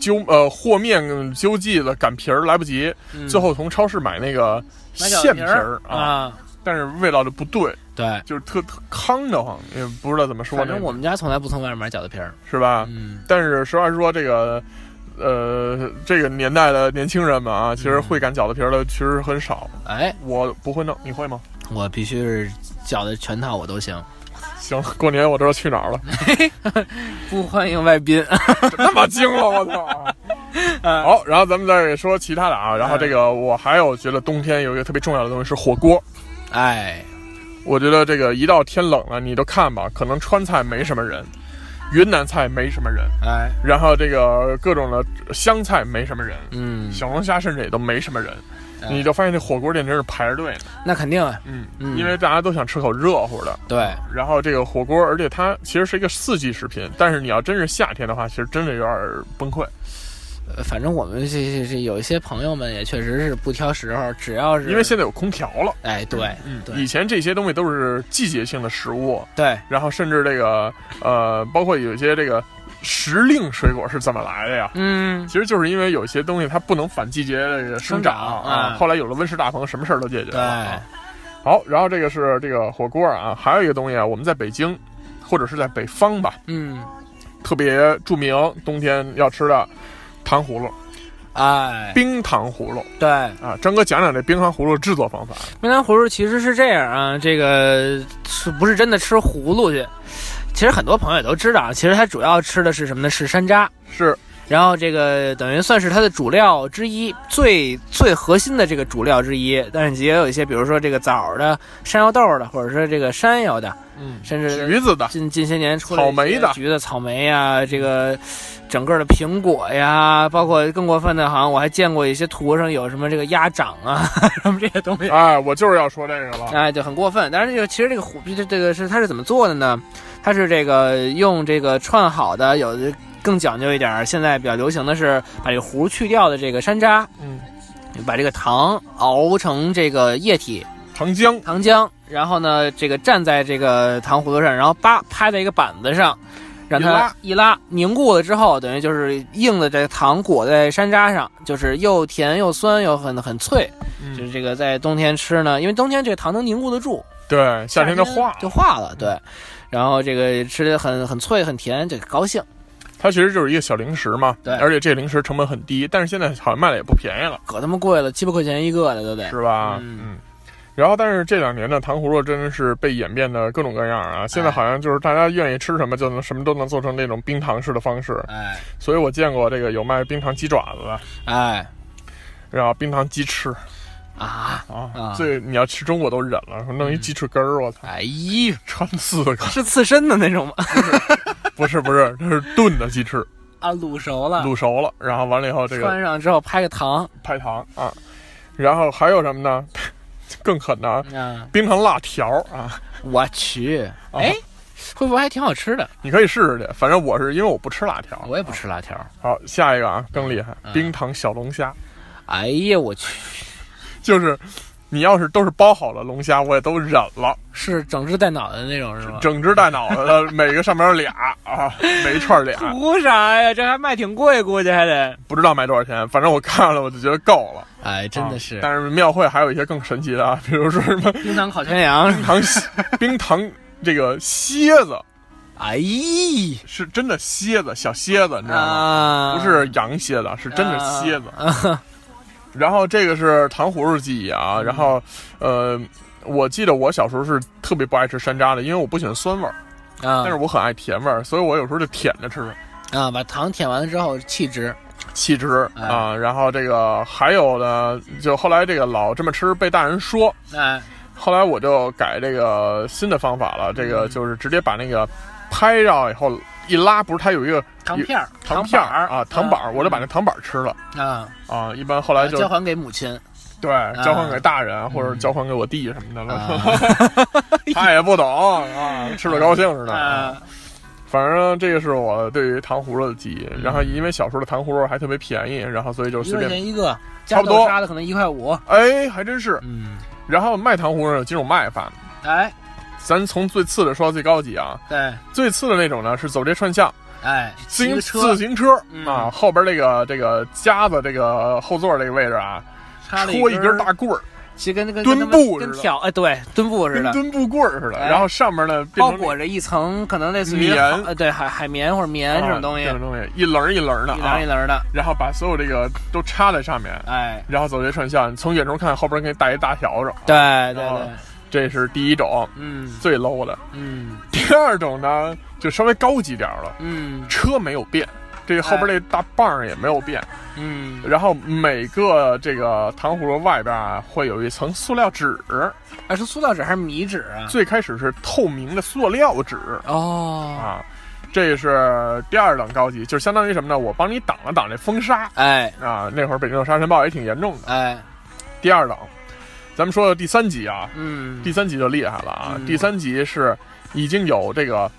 S2: 揪呃和面揪剂了擀皮儿来不及，
S4: 嗯
S2: 最后从超市买那个
S4: 买饺子
S2: 馅
S4: 皮
S2: 皮
S4: 儿
S2: 儿啊，
S4: 啊，
S2: 但是味道就不对，
S4: 对，
S2: 就是特特糠的慌，也不知道怎么说
S4: 反
S2: 呢
S4: 正，我们家从来不从外面买饺子皮儿，
S2: 是吧？
S4: 嗯，
S2: 但是实话实说，这个。呃，这个年代的年轻人们
S4: 嗯
S2: 啊，其实会擀饺子皮儿的其实很少，
S4: 哎，
S2: 我不会弄，你会 吗？
S4: 我必须是饺子全套我都行，
S2: 行，过年我知道去哪儿 了，
S4: 不欢迎外宾，
S2: 那么精了，我操！
S4: 啊
S2: 好，然后咱们再说其他的啊，
S4: 嗯
S2: 然后这个我还有觉得冬天有一个特别重要的东西是火锅，
S4: 哎，
S2: 我觉得这个一到天冷了，你都看吧，可能川菜没什么人，云南菜没什么人，
S4: 哎，
S2: 然后这个各种的湘菜没什么人，
S4: 嗯，
S2: 小龙虾甚至也都没什么人，
S4: 哎
S2: 你就发现这火锅店真是排着队呢。
S4: 那肯定啊，
S2: 嗯，
S4: 嗯
S2: 因为大家都想吃口热乎的。嗯
S4: 对，
S2: 然后这个火锅，而且它其实是一个四季食品，但是你要真是夏天的话，其实真的有点儿崩溃，
S4: 呃反正我们这这这有一些朋友们也确实是不挑时候，只要是
S2: 因为现在有空调了。
S4: 哎对，
S2: 嗯，
S4: 对
S2: 以前这些东西都是季节性的食物，
S4: 对
S2: 然后甚至这个呃，包括有一些这个时令水果是怎么来的呀？
S4: 嗯，
S2: 其实就是因为有些东西它不能反季节的生
S4: 生
S2: 长
S4: 长
S2: 啊
S4: 嗯，
S2: 后来有了温室大棚，什么事儿都解决
S4: 对
S2: 了。啊。好，然后这个是这个火锅啊，还有一个东西啊，我们在北京或者是在北方吧，
S4: 嗯，
S2: 特别著名，冬天要吃的糖葫芦，
S4: 哎，
S2: 冰糖葫芦
S4: 对，
S2: 啊。张哥讲讲这冰糖葫芦制作方法。
S4: 冰糖葫芦其实是这样啊，这个是不是真的吃葫芦去？其实很多朋友也都知道啊，其实它主要吃的是什么呢？是山楂，
S2: 是
S4: 然后这个等于算是它的主料之一，最最核心的这个主料之一。但是也有一些，比如说这个枣儿的、山药豆儿的，或者说这个山药的，
S2: 嗯，
S4: 甚至
S2: 橘子的，
S4: 近近些年出来
S2: 草莓的
S4: 橘子、草莓呀，这个整个的苹果呀，包括更过分的，好像我还见过一些图上有什么这个鸭掌啊， 什么这些东西，
S2: 哎，我就是要说这个了。
S4: 哎，就很过分。但是这个其实这个虎这这个是它是怎么做的呢？它是这个用这个串好的，有的更讲究一点儿，现在比较流行的是把这个核去掉的这个山楂，
S2: 嗯，
S4: 把这个糖熬成这个液体，
S2: 糖浆
S4: 糖浆，然后呢，这个站在这个糖葫芦上，然后扒拍在一个板子上，让
S2: 一
S4: 它
S2: 拉
S4: 一拉凝固了之后，等于就是硬的这个糖裹在山楂上，就是又甜又酸又很很脆，
S2: 嗯
S4: 就是这个在冬天吃呢，因为冬天这个糖能凝固得住，
S2: 对，夏天就化了
S4: 就化了，对。然后这个吃的很很脆很甜，就高兴，
S2: 它其实就是一个小零食嘛，
S4: 对
S2: 而且这零食成本很低，但是现在好像卖的也不便宜了，
S4: 可他妈贵了，七八块钱一个的都得。
S2: 是吧？
S4: 嗯
S2: 然后，但是这两年呢，糖葫芦真的是被演变的各种各样啊！
S4: 哎
S2: 现在好像就是大家愿意吃什么，就能什么都能做成那种冰糖式的方式。
S4: 哎
S2: 所以我见过这个有卖冰糖鸡爪子的，
S4: 哎
S2: 然后冰糖鸡翅
S4: 啊！
S2: 啊
S4: 啊，嗯
S2: 这你要吃中国都忍了，说弄一鸡翅根儿，我操，
S4: 哎呦，
S2: 穿四个，
S4: 是刺身的那种吗？
S2: 不是不是，这是炖的鸡翅，
S4: 啊，卤熟了，
S2: 卤熟了，然后完了以后这个
S4: 穿上之后拍个糖
S2: 拍糖啊，然后还有什么呢？ 更狠的啊，
S4: 啊。
S2: 冰糖辣条啊，
S4: 我去，哎，会不会还挺好吃的？
S2: 你可以试试去。反正我是因为我不吃辣条，
S4: 我也不吃辣条。
S2: 好，下一个啊，更厉害，
S4: 嗯
S2: 冰糖小龙虾，
S4: 哎呀，我去，
S2: 就是你要是都是包好了龙虾，我也都忍了，
S4: 是整只带脑袋那种是吗？
S2: 整只带脑袋的，每个上面有俩 啊，每一串俩，
S4: 图啥呀？这还卖挺贵，估计还得。
S2: 不知道卖多少钱，反正我看了我就觉得够了，
S4: 哎，真的是
S2: 啊 但是庙会还有一些更神奇的啊，比如说什么
S4: 冰糖烤全羊，
S2: 冰糖冰糖这个蝎子
S4: 哎，
S2: 是真的蝎子，小蝎子，你知道吗？
S4: 啊，
S2: 不是羊蝎子，是真的蝎子。然后这个是糖葫芦记忆啊，然后呃，我记得我小时候是特别不爱吃山楂的，因为我不喜欢酸味儿，
S4: 啊，
S2: 但是我很爱甜味儿，所以我有时候就舔着吃，
S4: 啊，把糖舔完了之后气质
S2: 气汁
S4: 哎
S2: 啊。然后这个还有呢，就后来这个老这么吃被大人说，
S4: 哎，
S2: 后来我就改这个新的方法了，这个就是直接把那个拍到以后一拉，不是它有一个
S4: 糖片儿、
S2: 糖
S4: 片
S2: 片儿啊，糖板儿，我就把那糖板儿吃了
S4: 啊，
S2: 啊。一般后来就
S4: 交还给母 亲
S2: 对交还给大
S4: 嗯
S2: 人或者交还给我弟什么的
S4: 啊
S2: 了，他也不懂啊，吃的高兴似的。
S4: 啊，
S2: 反正这个是我对于糖葫芦的记忆。然后因为小时候的糖葫芦还特别便宜，然后所以就
S4: 嗯一
S2: 随
S4: 块
S2: 便。
S4: 钱一个，
S2: 差
S4: 加
S2: 不
S4: 豆
S2: 多
S4: 沙的可能一块五，
S2: 哎，还真是。
S4: 嗯，
S2: 然后卖糖葫芦有几种卖法，
S4: 哎，
S2: 咱从最次的说到最高级啊。
S4: 对，
S2: 最次的那种呢是走街串巷，
S4: 哎，
S2: 自
S4: 骑
S2: 行
S4: 个车
S2: 自行车、
S4: 嗯
S2: 啊，后边这个这个夹子这个后座这个位置啊，
S4: 插了
S2: 戳一
S4: 根
S2: 根大，棍儿，
S4: 其实跟那个
S2: 墩
S4: 跟他
S2: 布
S4: 们跟
S2: 似的
S4: 挑哎，对，墩布似
S2: 跟
S4: 的，
S2: 墩布棍儿似的，
S4: 哎
S2: 然后上面呢变
S4: 包
S2: 成
S4: 裹着一层可能类似于
S2: 棉
S4: 海呃对海海绵或者棉
S2: 啊
S4: 这种东西，
S2: 这种东西一棱儿一棱儿的
S4: 一棱
S2: 啊
S4: 一，棱的，
S2: 然后把所有这个都插在上面，
S4: 哎，
S2: 然后走街串巷，从远处看后边给你带一大笤帚，
S4: 对对
S2: 然后这
S4: 对，
S2: 是第一种
S4: 嗯
S2: 最 low 的。
S4: 嗯
S2: 第二种呢就稍微高级点儿了，
S4: 嗯
S2: 车没有变。这后边这大棒儿也没有变，
S4: 嗯，
S2: 然后每个这个糖葫芦外边啊会有一层塑料纸，
S4: 啊是塑料纸还是米纸啊？
S2: 最开始是透明的塑料纸
S4: 哦，
S2: 啊，这是第二等高级，就是相当于什么呢？我帮你挡了挡这风沙
S4: 哎
S2: 啊。那会儿北京的沙尘暴也挺严重的。
S4: 哎
S2: 第二等，咱们说的第三级啊，
S4: 嗯，
S2: 第三级就厉害了啊。
S4: 嗯
S2: 第三级是已经有这个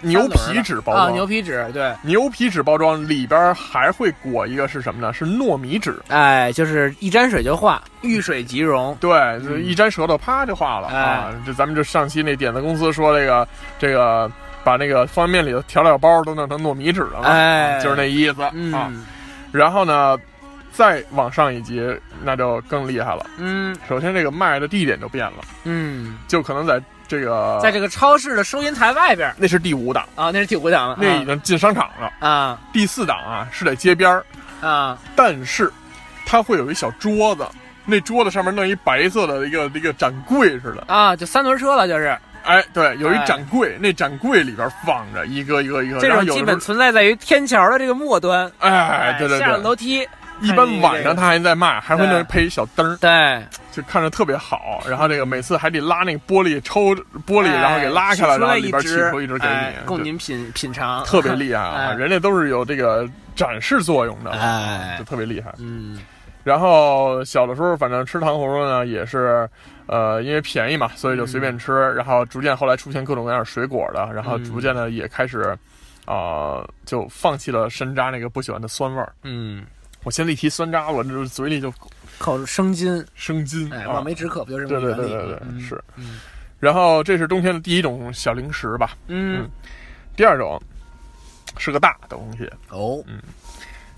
S2: 牛皮纸包
S4: 啊
S2: 装，
S4: 牛皮纸对，
S2: 牛皮纸包装里边还会裹一个是什么呢？是糯米纸。
S4: 哎就是一沾水就化，遇水即溶，
S2: 对，
S4: 嗯
S2: 就是一沾舌头，啪就化
S4: 哎
S2: 了、啊！这咱们就上期那点子公司说这个这个，把那个方便面里的调料包都弄成糯米纸了嘛，
S4: 哎
S2: 啊就是那意思、啊。
S4: 嗯
S2: 然后呢，再往上一级，那就更厉害了。
S4: 嗯
S2: 首先，这个卖的地点就变了，
S4: 嗯，
S2: 就可能在这个，
S4: 在这个超市的收银台外边儿
S2: 那是第五档，
S4: 啊，那是第五档了，
S2: 那已经进商场了。
S4: 啊
S2: 第四档啊是在街边儿，
S4: 啊
S2: 但是它会有一小桌子。那桌子上面弄一白色的一个一个展柜似的，
S4: 啊，就三轮车了，就是
S2: 哎，对，有
S4: 哎
S2: 一展柜，那展柜里边放着一个一个一个，
S4: 这
S2: 然后
S4: 种
S2: 有
S4: 基
S2: 的
S4: 本
S2: 时
S4: 存在在于天桥的这个末端。
S2: 候哎，对对
S4: 下了
S2: 对，
S4: 楼梯，
S2: 一般晚上他还在卖，还会
S4: 对
S2: 那配一小灯儿，
S4: 对，
S2: 就看着特别好。然后这个每次还得拉那个玻璃抽玻璃，
S4: 哎
S2: 然后给拉开
S4: 取
S2: 了，
S4: 出
S2: 然后
S4: 来
S2: 里边取
S4: 支
S2: 出一只给
S4: 哎
S2: 你，
S4: 供
S2: 就
S4: 您品品尝，
S2: 特 别厉害啊！
S4: 哎
S2: 人家都是有这个展示作用的，
S4: 哎
S2: 就特别厉害。
S4: 嗯
S2: 然后小的时候，反正吃糖葫芦呢也是，呃，因为便宜嘛，所以就随便吃。然后逐渐后来出现各种各样的水果的，然后逐渐的也开始，啊、就放弃了山楂那个不喜欢的酸味儿。
S4: 嗯，
S2: 我现在一提酸楂，我这嘴里就
S4: 口生津，
S2: 生津。
S4: 哎，
S2: 啊
S4: 望梅止渴不就是
S2: 对
S4: 这么
S2: 对
S4: 个
S2: 对
S4: 原理
S2: 对对
S4: 吗？，嗯
S2: 是。然后这是冬天的第一种小零食吧，
S4: 嗯，
S2: 第二种是个大的东西，
S1: 哦，
S2: 嗯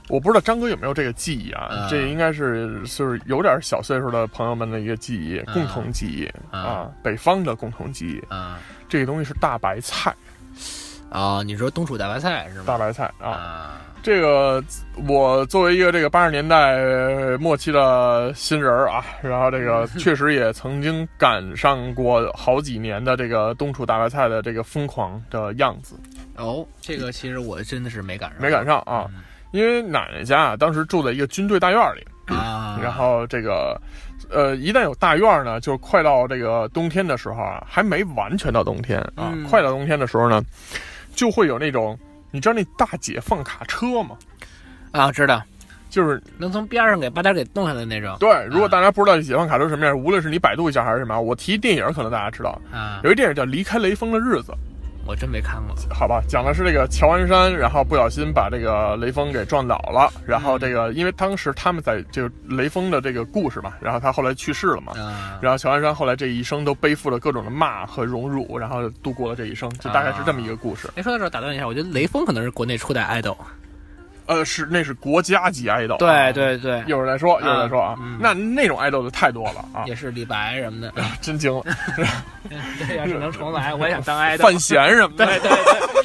S2: 我不知道张哥有没有这个记忆啊？
S4: 嗯
S2: 这应该是就是有点小岁数的朋友们的一个记忆，共同记忆、
S4: 嗯
S2: 啊，北方的共同记忆。
S4: 啊
S2: 这个东西是大白菜，
S4: 啊，你说冬储大白菜是
S2: 大
S4: 吗？
S2: 白菜啊。
S4: 啊，
S2: 这个我作为一个这个八十年代末期的新人儿啊，然后这 个确实也曾经赶上过好几年的这个冬储大白菜的这个疯狂的样子，
S4: 哦，这个其实我真的是没赶上，
S2: 没赶上啊，
S4: 嗯
S2: 因为奶奶家啊当时住在一个军队大院里。
S4: 啊，
S2: 然后这个，呃，一旦有大院儿呢，就是快到这个冬天的时候啊，还没完全到冬天啊，
S4: 嗯
S2: 快到冬天的时候呢，就会有那种，你知道那大姐放卡车吗？
S4: 啊，知道，
S2: 就是
S4: 能从边上给把它给弄下来那种，
S2: 对，如果大家不知道解放卡车什么样，无论是你百度一下还是什么，我提电影可能大家知道，
S4: 啊，
S2: 有一电影叫《离开雷锋的日子
S4: 我真没看过，》，
S2: 好吧，讲的是这个乔安山，然后不小心把这个雷锋给撞倒了，然后这个因为当时他们在就雷锋的这个故事嘛，然后他后来去世了嘛，
S4: 啊，
S2: 然后乔安山后来这一生都背负了各种的骂和荣辱，然后度过了这一生，就大概是这么一个故事。
S4: 哎，说到这儿打断一下，我觉得雷锋可能是国内初代爱豆，
S2: 呃，是那是国家级爱豆。啊
S4: 对，对对，
S2: 一会儿再说，一会儿再说啊。
S4: 嗯
S2: 那那种爱豆的太多了啊，
S4: 也是李白 什么的。
S2: 真惊了，
S4: 对，要是能重来，我也想当爱 豆。
S2: 范闲什么的，
S4: 对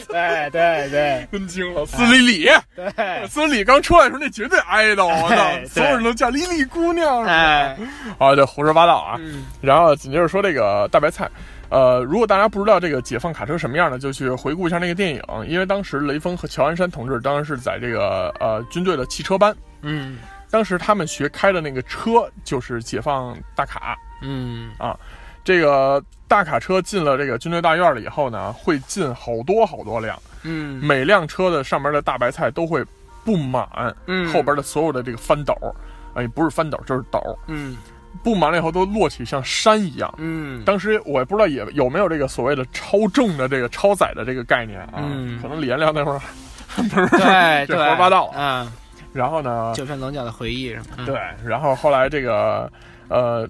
S4: 对 对对
S2: 真惊了，司理李。
S4: 对对，
S2: 孙俪刚出来的时候，那绝对挨到我
S4: 哎
S2: 操，
S4: 对
S2: 所有人都叫李李姑娘。
S4: 哎，
S2: 啊，这胡说八道啊！
S4: 嗯，
S2: 然后紧接着说这个大白菜，呃，如果大家不知道这个解放卡车什么样呢，就去回顾一下那个电影，因为当时雷锋和乔安山同志当时是在这个呃军队的汽车班，
S4: 嗯
S2: 当时他们学开的那个车就是解放大卡，
S4: 嗯
S2: 这个大卡车进了这个军队大院了以后呢，会进好多好多辆，
S4: 嗯
S2: 每辆车的上面的大白菜都会布满
S4: 嗯，
S2: 后边的所有的这个翻斗，哎，不是翻斗就是斗，
S4: 嗯
S2: 布满了以后都摞起像山一样。
S4: 嗯
S2: 当时我也不知道也有没有这个所谓的超重的这个超载的这个概念啊，
S4: 嗯
S2: 可能李延亮那会儿
S4: 对 对，
S2: 这胡说八道啊
S4: 啊，
S2: 然后呢，
S4: 九片龙角的回忆是吗？
S2: 对，然后后来这个呃。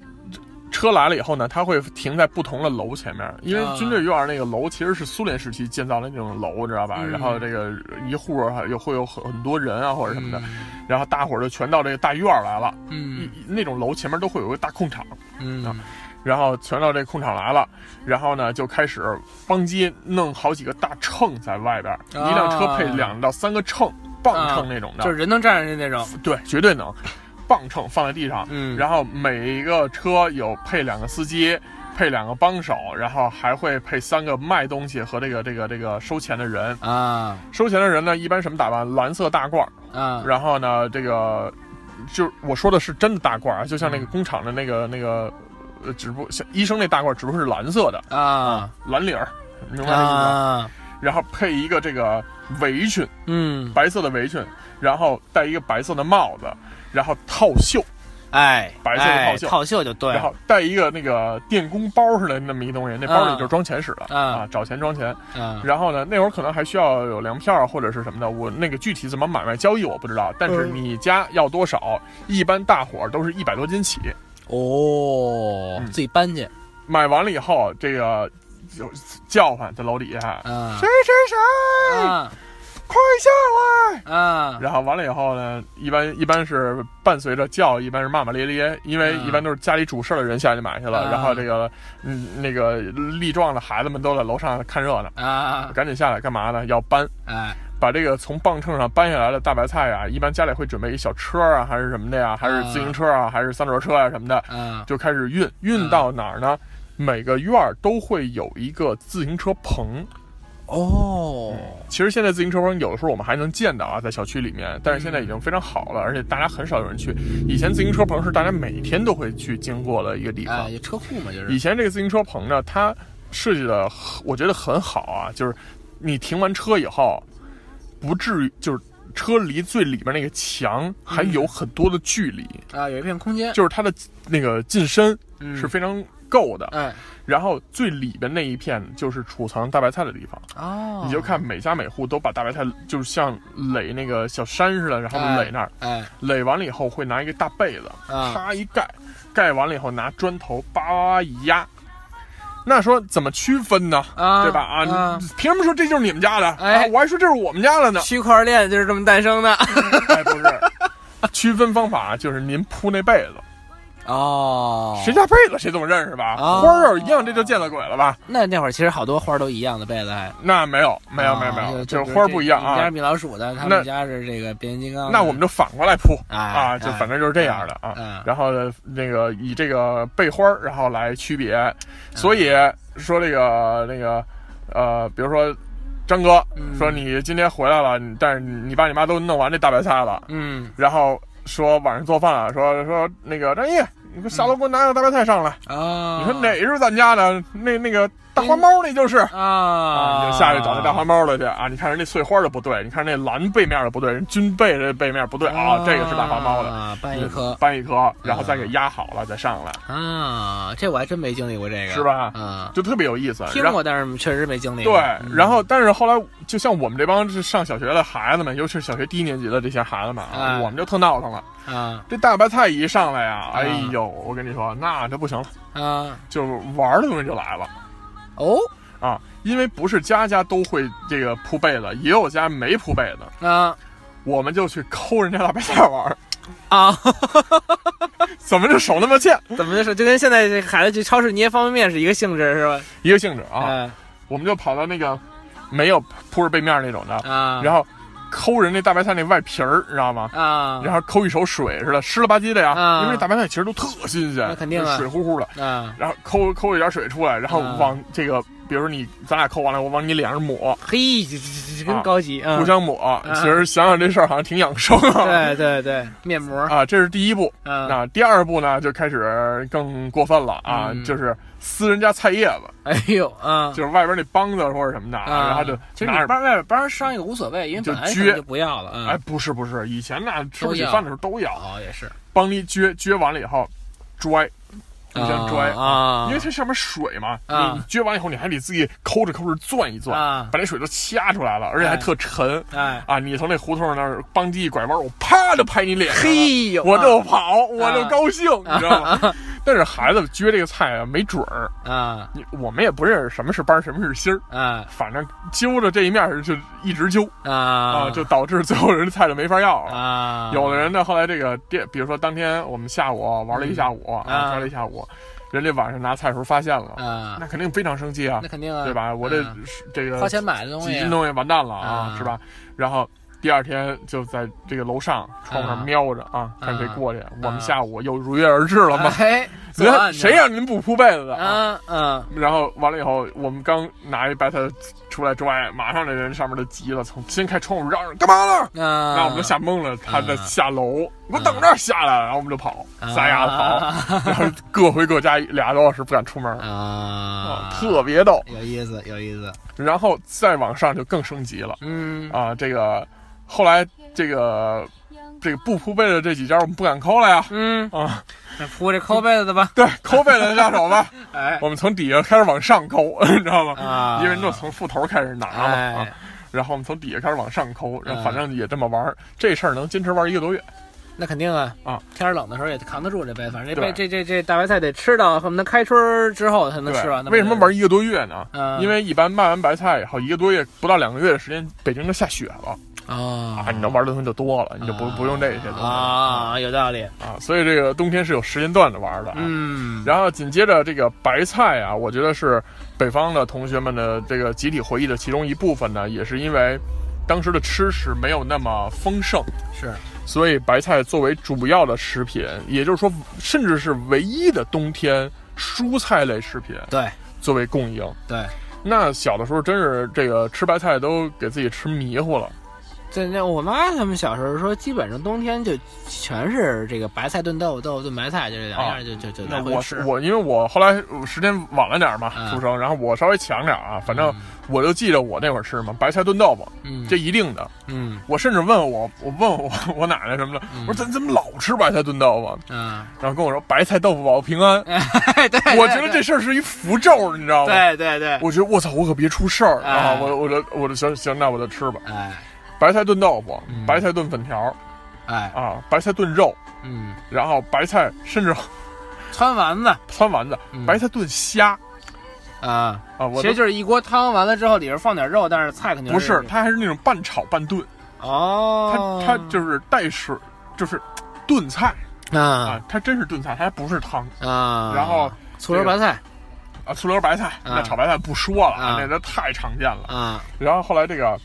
S2: 车来了以后呢，它会停在不同的楼前面，因
S4: 啊
S2: 为军队院儿那个楼其实是苏联时期建造的那种楼，知道吧？
S4: 嗯
S2: 然后这个一户儿还有会有很很多人啊或者什么的，
S4: 嗯
S2: 然后大伙儿就全到这个大院儿来了。一
S4: 嗯
S2: 一那种楼前面都会有个大空场，
S4: 嗯
S2: 然后全到这空场来了，然后呢就开始邦机弄好几个大秤在外边儿，
S4: 啊
S2: 一辆车配两到三个秤，磅秤那种的，
S4: 就是人能站上去那种。
S2: 对，绝对能，磅秤放在地上，
S4: 嗯
S2: 然后每一个车有配两个司机。配两个帮手，然后还会配三个卖东西和这个这个这个收钱的人。
S4: 啊
S2: 收钱的人呢，一般什么打扮？蓝色大褂儿，
S4: 啊，
S2: 然后呢，这个就是我说的是真的大褂儿啊，就像那个工厂的那个那个，呃，只不过像医生那大褂儿只不过是蓝色的
S4: 啊
S2: 蓝领儿，明白这意思吗？
S4: 啊，
S2: 然后配一个这个围裙，
S4: 嗯，
S2: 白色的围裙，然后戴一个白色的帽子，然后套袖，
S4: 哎，
S2: 白色的
S4: 哎
S2: 套袖
S4: 套袖就对
S2: 然
S4: 了
S2: 后带一个那个电工包似的那么一东西，那包里就是装钱使的。
S4: 啊
S2: 啊，找钱装钱，
S4: 啊，
S2: 然后呢，那会儿可能还需要有粮票或者是什么的，我那个具体怎么买卖交易我不知道，但是
S4: 嗯
S2: 你家要多少，一般大伙儿都是一百多斤起，
S4: 哦，
S2: 嗯
S4: 自己搬去
S2: 买完了以后，这个就叫唤在楼底下，
S4: 啊
S2: 谁谁谁，
S4: 啊
S2: 快下来！
S4: 啊，
S2: 然后完了以后呢，一般一般是伴随着叫，一般是骂骂咧咧，因为
S4: 嗯
S2: 一般都是家里主事儿的人下去买去了，
S4: 啊
S2: 然后这个嗯那个力壮的孩子们都在楼上看热闹，
S4: 啊，
S2: 赶紧下来干嘛呢？要搬。
S4: 哎，
S2: 把这个从磅秤上搬下来的大白菜啊，一般家里会准备一小车啊，还是什么的呀，还是自行车
S4: 嗯
S2: 啊，还是三轮车啊什么的，
S4: 啊，
S2: 就开始运。运到哪儿呢？每个院儿都会有一个自行车棚。
S4: 哦，
S2: 其实现在自行车棚有的时候我们还能见到啊，在小区里面，但是现在已经非常好了，而且大家很少有人去。以前自行车棚是大家每天都会去经过嗯的一个地
S4: 哎，
S2: 方。
S4: 有车库嘛，就是
S2: 以前这个自行车棚呢，它设计的我觉得很好啊，就是你停完车以后，不至于就是车离最里边那个墙还有很多的距离，
S4: 啊，有一片空间，
S2: 就是它的那个进深
S4: 嗯
S2: 是非常够的。
S4: 哎，
S2: 然后最里边那一片就是储藏大白菜的地方。
S4: 哦，
S2: 你就看每家每户都把大白菜就是像垒那个小山似的，然后
S4: 哎
S2: 垒那儿，
S4: 哎
S2: 垒完了以后会拿一个大被子，
S4: 啊，
S2: 啪一盖，盖完了以后拿砖头叭叭叭一压。那说怎么区分呢？
S4: 啊
S2: 对吧？啊，
S4: 啊
S2: 你凭什么说这就是你们家的？
S4: 哎。
S2: 啊我还说这是我们家的呢
S4: 区块链就是这么诞 生的。
S2: 哎，不是，区分方法就是您铺那被子，
S4: 哦，
S2: 谁家被子谁总认识吧？
S4: 哦
S2: 花儿要一样，这就见了鬼了吧？
S4: 那那会儿其实好多花都一样的被子还，
S2: 那没有，没
S4: 啊
S2: 有，没有，没有，就是花儿不一样
S4: 你家
S2: 啊
S4: 是。米老鼠的，他
S2: 那
S4: 们家是这个变形金刚的。
S2: 那我们就反过来铺
S4: 哎
S2: 啊，就
S4: 哎
S2: 反正就是这样的啊。
S4: 嗯
S2: 然后呢那个以这个背花儿，然后来区
S4: 哎
S2: 别。所以说这个那个呃，比如说张哥
S4: 嗯
S2: 说你今天回来了，你但是你爸你妈都弄完这大白菜了，
S4: 嗯
S2: 然后说晚上做饭了，说说那个张毅，你给我下楼给我拿个大白菜上来。
S4: 啊，
S2: 你说哪是咱家的？那那个大花猫那就是。啊，
S4: 啊？
S2: 你就下去找那大花猫了去啊！你看人那碎花的不对，你看那蓝背面的不对，人军背的背面不对啊，
S4: 嗯
S2: 这个是大花猫的。
S4: 啊，搬一颗嗯
S2: 搬一颗，然后再给压好了再上来，
S4: 啊，这我还真没经历过这
S2: 嗯
S4: 个，
S2: 是吧
S4: 啊，
S2: 就特别有意思。
S4: 听
S2: 然后
S4: 过，但是确实没经历
S2: 对
S4: 过。，嗯
S2: 然后但是后来，就像我们这帮是上小学的孩子们，尤其是小学低年级的这些孩子们啊，
S4: 哎
S2: 我们就特闹腾了。
S4: 啊
S2: 这大白菜一上来呀，哎
S4: 嗯
S2: 呦，我跟你说，那这不行了，
S4: 啊
S2: 就是玩儿的东西就来了
S4: 哦
S2: 啊，因为不是家家都会这个铺被子，也有家没铺被子。
S4: 啊
S2: 我们就去抠人家大白菜玩儿，
S4: 啊，
S2: 怎么这手那么欠？
S4: 怎么就说就跟现在这孩子去超市捏方便面是一个性质是吧？
S2: 一个性质啊，
S4: 啊
S2: 我们就跑到那个没有铺着背面那种的，
S4: 啊，
S2: 然后抠人那大白菜那外皮儿，你知道吗？
S4: 啊，
S2: 然后抠一手水似的，湿了吧唧的呀，
S4: 啊
S2: 因为那大白菜其实都特新鲜，
S4: 那肯定啊
S2: 就水乎乎的。
S4: 啊，
S2: 然后抠抠一点水出来，然后
S4: 啊
S2: 往这个，比如说你咱俩抠完了，我往你脸上抹，
S4: 嘿，这这这
S2: 啊
S4: 真高级啊
S2: 互！相抹。其实想想这事儿好像挺养生啊。
S4: 对对对，面膜
S2: 啊，这是第一步。
S4: 啊，
S2: 那第二步呢，就开始更过分了啊，
S4: 嗯
S2: 就是撕人家菜叶子，
S4: 哎呦啊，
S2: 就是外边那帮子或者什么的，
S4: 啊，
S2: 然后就
S4: 其实你
S2: 拿着。
S4: 帮外边帮商也无所谓，因为
S2: 就
S4: 本来
S2: 撅
S4: 可能就不要了
S2: 哎
S4: 啊。，
S2: 不是不是，以前那吃不起
S4: 都要
S2: 饭的时候都要，
S4: 哦，也是，
S2: 帮你撅撅完了以后，拽，互相拽
S4: 啊，
S2: 因为它上面水嘛，
S4: 啊
S2: 你你撅完以后，你还得自己抠着抠着攥一攥，
S4: 啊
S2: 把那水都掐出来了，而且还特沉。
S4: 哎，
S2: 啊！你从那胡同那儿邦叽一拐弯，我啪就拍你脸上了，
S4: 嘿呦，
S2: 啊
S4: 啊
S2: 我就跑，我就高兴，你知道吗？ 但是孩子撅这个菜啊，没准儿，
S4: 啊
S2: 你我们也不认识什么是班，什么是心儿，
S4: 啊
S2: 反正揪着这一面儿就一直揪
S4: 啊
S2: 啊，
S4: 啊
S2: 就导致最后人菜就没法要了。
S4: 啊，
S2: 有的人呢，后来这个店，比如说当天我们下午玩了一下午啊，
S4: 啊
S2: 玩了一下午，人家晚上拿菜的时候发现了，
S4: 啊
S2: 那，肯定非常生气啊
S4: 那，肯定啊，
S2: 对吧？我这
S4: 啊
S2: 这个
S4: 花钱买的东
S2: 几
S4: 西
S2: 斤东西完蛋了啊，
S4: 啊
S2: 是吧？然后第二天就在这个楼上窗户上瞄着啊，看谁过去。我们下午又如约而至了
S4: 啊，
S2: 吗？
S4: 哎，
S2: 您
S4: 作案去
S2: 谁让您不铺被子的？
S4: 啊啊
S2: 然后完了以后，我们刚拿一白菜出来拽，马上这人上面就急了，从掀开窗户嚷嚷干嘛呢？
S4: 啊，
S2: 然后我们就吓懵了，他在
S4: 啊
S2: 下楼，你给我等着下来，然后我们就跑，
S4: 啊
S2: 撒丫子 跑，然后各回各家俩多小时不敢出门，
S4: 啊
S2: 啊，特别逗。
S4: 有意思，有意思，
S2: 然后再往上就更升级了
S4: 嗯
S2: 啊，这个后来这个这个不铺被的这几家我们不敢抠了呀，
S4: 嗯，
S2: 啊，
S4: 那铺这抠被子的吧，
S2: 对，抠被的下手 吧，
S4: 哎
S2: 我们从底下开始往上抠， 你知道吗？
S4: 啊，
S2: 因为都从裤头开始拿嘛，啊
S4: 哎，嗯
S2: 然后我们从底下开始往上抠，然后反正也这么玩儿，这事儿能坚持玩一个多月。
S4: 那肯定啊
S2: 啊，
S4: 天儿冷的时候也扛得住这杯，反正这
S2: 对
S4: 杯这这这大白菜得吃到恨不得开春儿之后才能
S2: 对
S4: 吃完。那
S2: 为什么玩一个多月呢？
S4: 嗯
S2: 因为一般卖完白菜以后，一个多月不到两个月的时间，北京就下雪了
S4: 啊
S2: 啊，你能玩的东西就多了，你就不
S4: 啊
S2: 不用这些东西
S4: 啊？有道理，
S2: 啊。所以这个冬天是有时间段的玩的。。
S4: 嗯，
S2: 然后紧接着这个白菜啊，我觉得是北方的同学们的这个集体回忆的其中一部分呢，也是因为当时的吃食没有那么丰盛，
S4: 是
S2: 所以白菜作为主要的食品，也就是说，甚至是唯一的冬天蔬菜类食品
S4: 对
S2: 作为供应。
S4: 对。
S2: 那小的时候真是这个吃白菜都给自己吃迷糊了，
S4: 对，那我妈他们小时候说，基本上冬天就全是这个白菜炖豆腐，豆腐炖白菜，就这两
S2: 啊
S4: 样就就就来
S2: 那
S4: 回
S2: 我
S4: 吃。
S2: 我因为我后来时间晚了点儿嘛
S4: 嗯
S2: 出生，然后我稍微强点儿啊，反正我就记着我那会儿吃嘛，白菜炖豆腐，
S4: 嗯
S2: 这一定的。
S4: 嗯
S2: 我甚至问我我问我我奶奶什么的，我说咱怎么老吃白菜炖豆腐啊？
S4: 啊，
S2: 然后跟我说白菜豆腐保平安，
S4: 哎对，
S2: 我觉得这事儿是一符咒，你知道吗？
S4: 对对对，
S2: 我觉得我操，我可别出事儿
S4: 哎
S2: 啊！我我就我就行行，那我就吃吧。
S4: 哎
S2: 白菜炖豆腐，
S4: 嗯
S2: 白菜炖粉条
S4: 哎
S2: 啊，白菜炖肉，
S4: 嗯，
S2: 然后白菜甚至
S4: 汆丸子
S2: 汆丸子，
S4: 嗯
S2: 白菜炖虾
S4: 啊，
S2: 啊，我
S4: 其实
S2: 都
S4: 就是一锅汤，完了之后里边放点肉，但是菜肯定
S2: 不是，它还是那种半炒半炖，
S4: 哦
S2: 它，它就是带水，就是炖菜
S4: 啊
S2: 啊，它真是炖菜，它还不是汤
S4: 啊，
S2: 然后
S4: 醋溜白菜
S2: 啊。醋溜白菜那炒白菜不说了，
S4: 啊
S2: 那都太常见了。
S4: 啊，
S2: 然后后来这个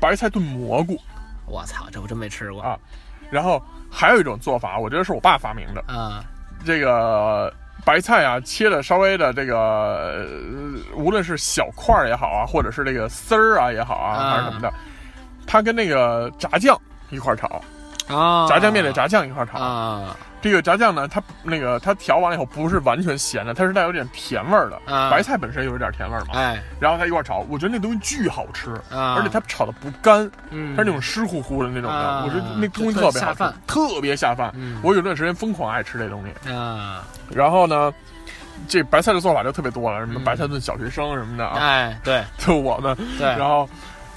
S2: 白菜炖蘑菇，
S4: 我操，这我真没吃过
S2: 啊然后还有一种做法，我觉得是我爸发明的，
S4: 啊
S2: 这个白菜啊，切的稍微的这个，呃无论是小块儿也好啊，或者是这个丝儿啊也好啊，
S4: 啊
S2: 还是什么的，它跟那个炸酱一块儿炒，
S4: 啊，
S2: 哦炸酱面的炸酱一块儿炒。
S4: 啊
S2: 这个炸酱呢，它那个它调完了以后不是完全咸的，它是带有点甜味儿的。
S4: 啊
S2: 白菜本身有一点甜味儿嘛，
S4: 哎
S2: 然后它一块儿炒，我觉得那东西巨好吃，
S4: 啊，
S2: 而且它炒的不干，
S4: 嗯
S2: 它是那种湿乎乎的那种的，
S4: 啊
S2: 我觉得那东西
S4: 就
S2: 特
S4: 特
S2: 别好
S4: 下
S2: 吃
S4: 饭，
S2: 特别下饭。
S4: 嗯
S2: 我有段时间疯狂爱吃这东西。
S4: 啊
S2: 然后呢，这白菜的做法就特别多了，什么
S4: 嗯
S2: 白菜炖小学生什么的啊，
S4: 哎对
S2: 就我们，
S4: 对
S2: 然后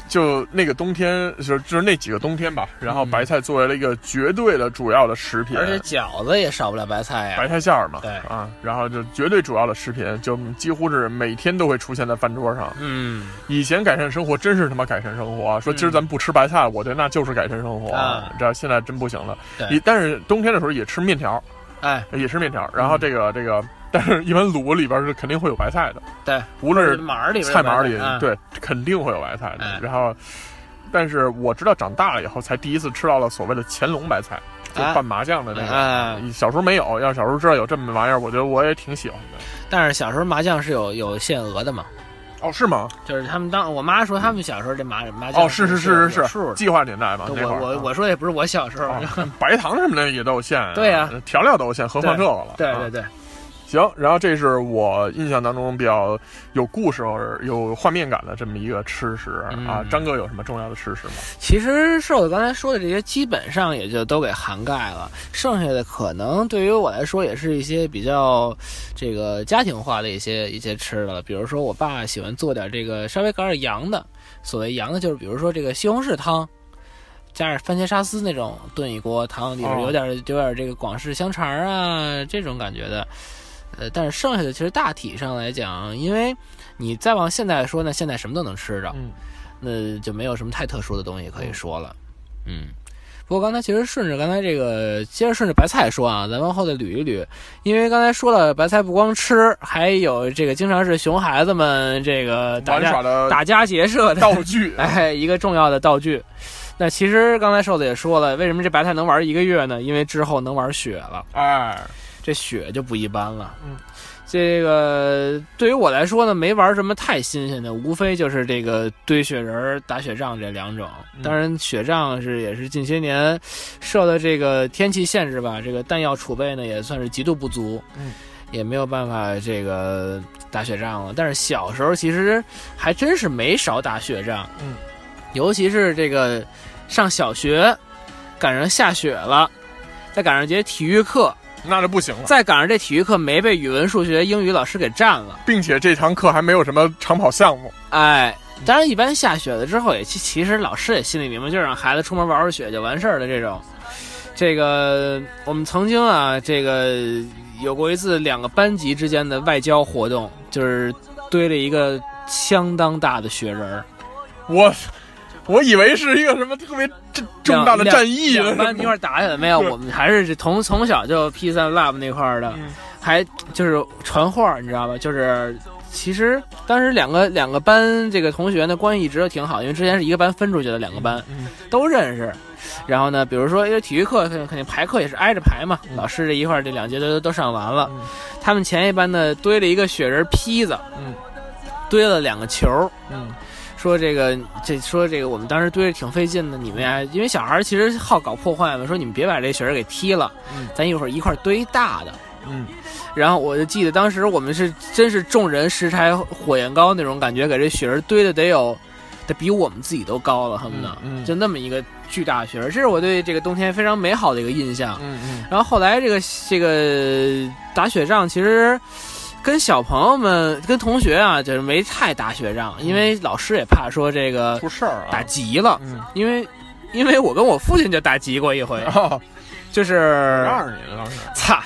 S2: 就那个冬天，就是就是那几个冬天吧，然后白菜作为了一个绝对的主要的食品，
S4: 嗯而且饺子也少不了白菜呀、
S2: 白菜馅儿嘛，
S4: 对
S2: 啊，然后就绝对主要的食品，就几乎是每天都会出现在饭桌上。
S4: 嗯，
S2: 以前改善生活真是他妈改善生活啊，说今儿咱们不吃白菜，我觉得那就是改善生活
S4: 啊
S2: 这现在真不行了。
S4: 对
S2: 也但是冬天的时候也吃面条，
S4: 哎，
S2: 也吃面条，然后这个、这个，但是一般卤里边是肯定会有白菜的，
S4: 对，
S2: 无论是
S4: 码儿里边
S2: 菜码里，
S4: 啊、
S2: 对，肯定会有白菜的。
S4: 哎
S2: 然后，但是我直到长大了以后，才第一次吃到了所谓的乾隆白菜，就
S4: 哎
S2: 拌麻酱的那个。
S4: 啊，
S2: 小时候没有，要小时候知道有这么玩意儿，我觉得我也挺喜欢的。
S4: 但是小时候麻将是有有限额的嘛，
S2: 哦，是吗？
S4: 就是他们当我妈说他们小时候这麻麻将
S2: 哦，是是
S4: 是
S2: 是
S4: 有
S2: 是
S4: 数
S2: 是，
S4: 的，
S2: 计划年代嘛，那
S4: 我
S2: 会儿。啊
S4: 我我说的也不是我小时候，
S2: 哦白糖什么的也都有限、啊
S4: 对呀
S2: 调料都有限，何况这个了？
S4: 对
S2: 啊
S4: 对对，
S2: 行，然后这是我印象当中比较有故事、有画面感的这么一个吃食、啊
S4: 嗯。
S2: 张哥有什么重要的吃食吗？
S4: 其实是我刚才说的这些，基本上也就都给涵盖了，剩下的可能对于我来说也是一些比较这个家庭化的一些一些吃的了。比如说，我爸喜欢做点这个稍微搞点洋的，所谓洋的就是比如说这个西红柿汤。加点番茄沙司那种炖一锅汤，里边
S2: 哦
S4: 有点有点这个广式香肠啊这种感觉的，呃，但是剩下的其实大体上来讲，因为你再往现在说呢，现在什么都能吃着，
S2: 嗯，
S4: 那就没有什么太特殊的东西可以说了。嗯，不过刚才其实顺着刚才这个，接着顺着白菜说啊，咱往后再捋一捋，因为刚才说了，白菜不光吃，还有这个经常是熊孩子们这个打
S2: 玩
S4: 呃家
S2: 耍的
S4: 打家劫舍的，，
S2: 道具
S4: 哎，一个重要的道具。那其实刚才瘦子也说了，为什么这白菜能玩一个月呢？因为之后能玩雪了。
S2: 哎，
S4: 这雪就不一般了。
S2: 嗯，
S4: 这个对于我来说呢，没玩什么太新鲜的，无非就是这个堆雪人儿、打雪仗这两种。
S2: 嗯
S4: 当然，雪仗是也是近些年受到这个天气限制吧，这个弹药储备呢也算是极度不足。
S2: 嗯。
S4: 也没有办法这个打雪仗了，但是小时候其实还真是没少打雪仗，
S2: 嗯，
S4: 尤其是这个上小学赶上下雪了，再赶上节体育课，
S2: 那就不行了。
S4: 再赶上这体育课没被语文、数学、英语老师给占了，
S2: 并且这堂课还没有什么长跑项目，
S4: 哎，当然一般下雪了之后也其其实老师也心里明白，就让孩子出门玩玩雪就完事儿了这种。这个我们曾经啊，这个有过一次两个班级之间的外交活动，就是堆了一个相当大的雪人儿，
S2: 我我以为是一个什么特别重重大的
S4: 两
S2: 战役呢
S4: 两。班一块儿打起来没有？我们还是从从小就 P 三 Lab 那块儿的，
S2: 嗯
S4: 还就是传话儿，你知道吧？就是其实当时两个两个班这个同学呢关系一直都挺好，因为之前是一个班分出去的，两个班
S2: 嗯
S4: 都认识。然后呢，比如说因为体育课肯定肯定排课也是挨着排嘛，
S2: 嗯
S4: 老师这一块儿这两节都都上完了
S2: 嗯，
S4: 他们前一班呢堆了一个雪人坯子，
S2: 嗯
S4: 堆了两个球儿，
S2: 嗯
S4: 说这个这说这个，我们当时堆着挺费劲的，你们呀，因为小孩儿其实好搞破坏嘛，说你们别把这雪人给踢了，
S2: 嗯
S4: 咱一会儿一块儿堆大的。
S2: 嗯，
S4: 然后我就记得当时我们是真是众人拾柴火焰高那种感觉，给这雪人堆的得有，得比我们自己都高了，恨不得、
S2: 嗯嗯
S4: 就那么一个巨大的雪人，这是我对这个冬天非常美好的一个印象。
S2: 嗯嗯
S4: 然后后来这个这个打雪仗，其实跟小朋友们、跟同学啊，就是没太打雪仗，因为老师也怕说这个
S2: 出事儿啊！
S4: 打急了，
S2: 嗯，
S4: 因为因为我跟我父亲就打急过 一回，
S2: 哦，
S4: 就是
S2: 让着你了当时。
S4: 擦。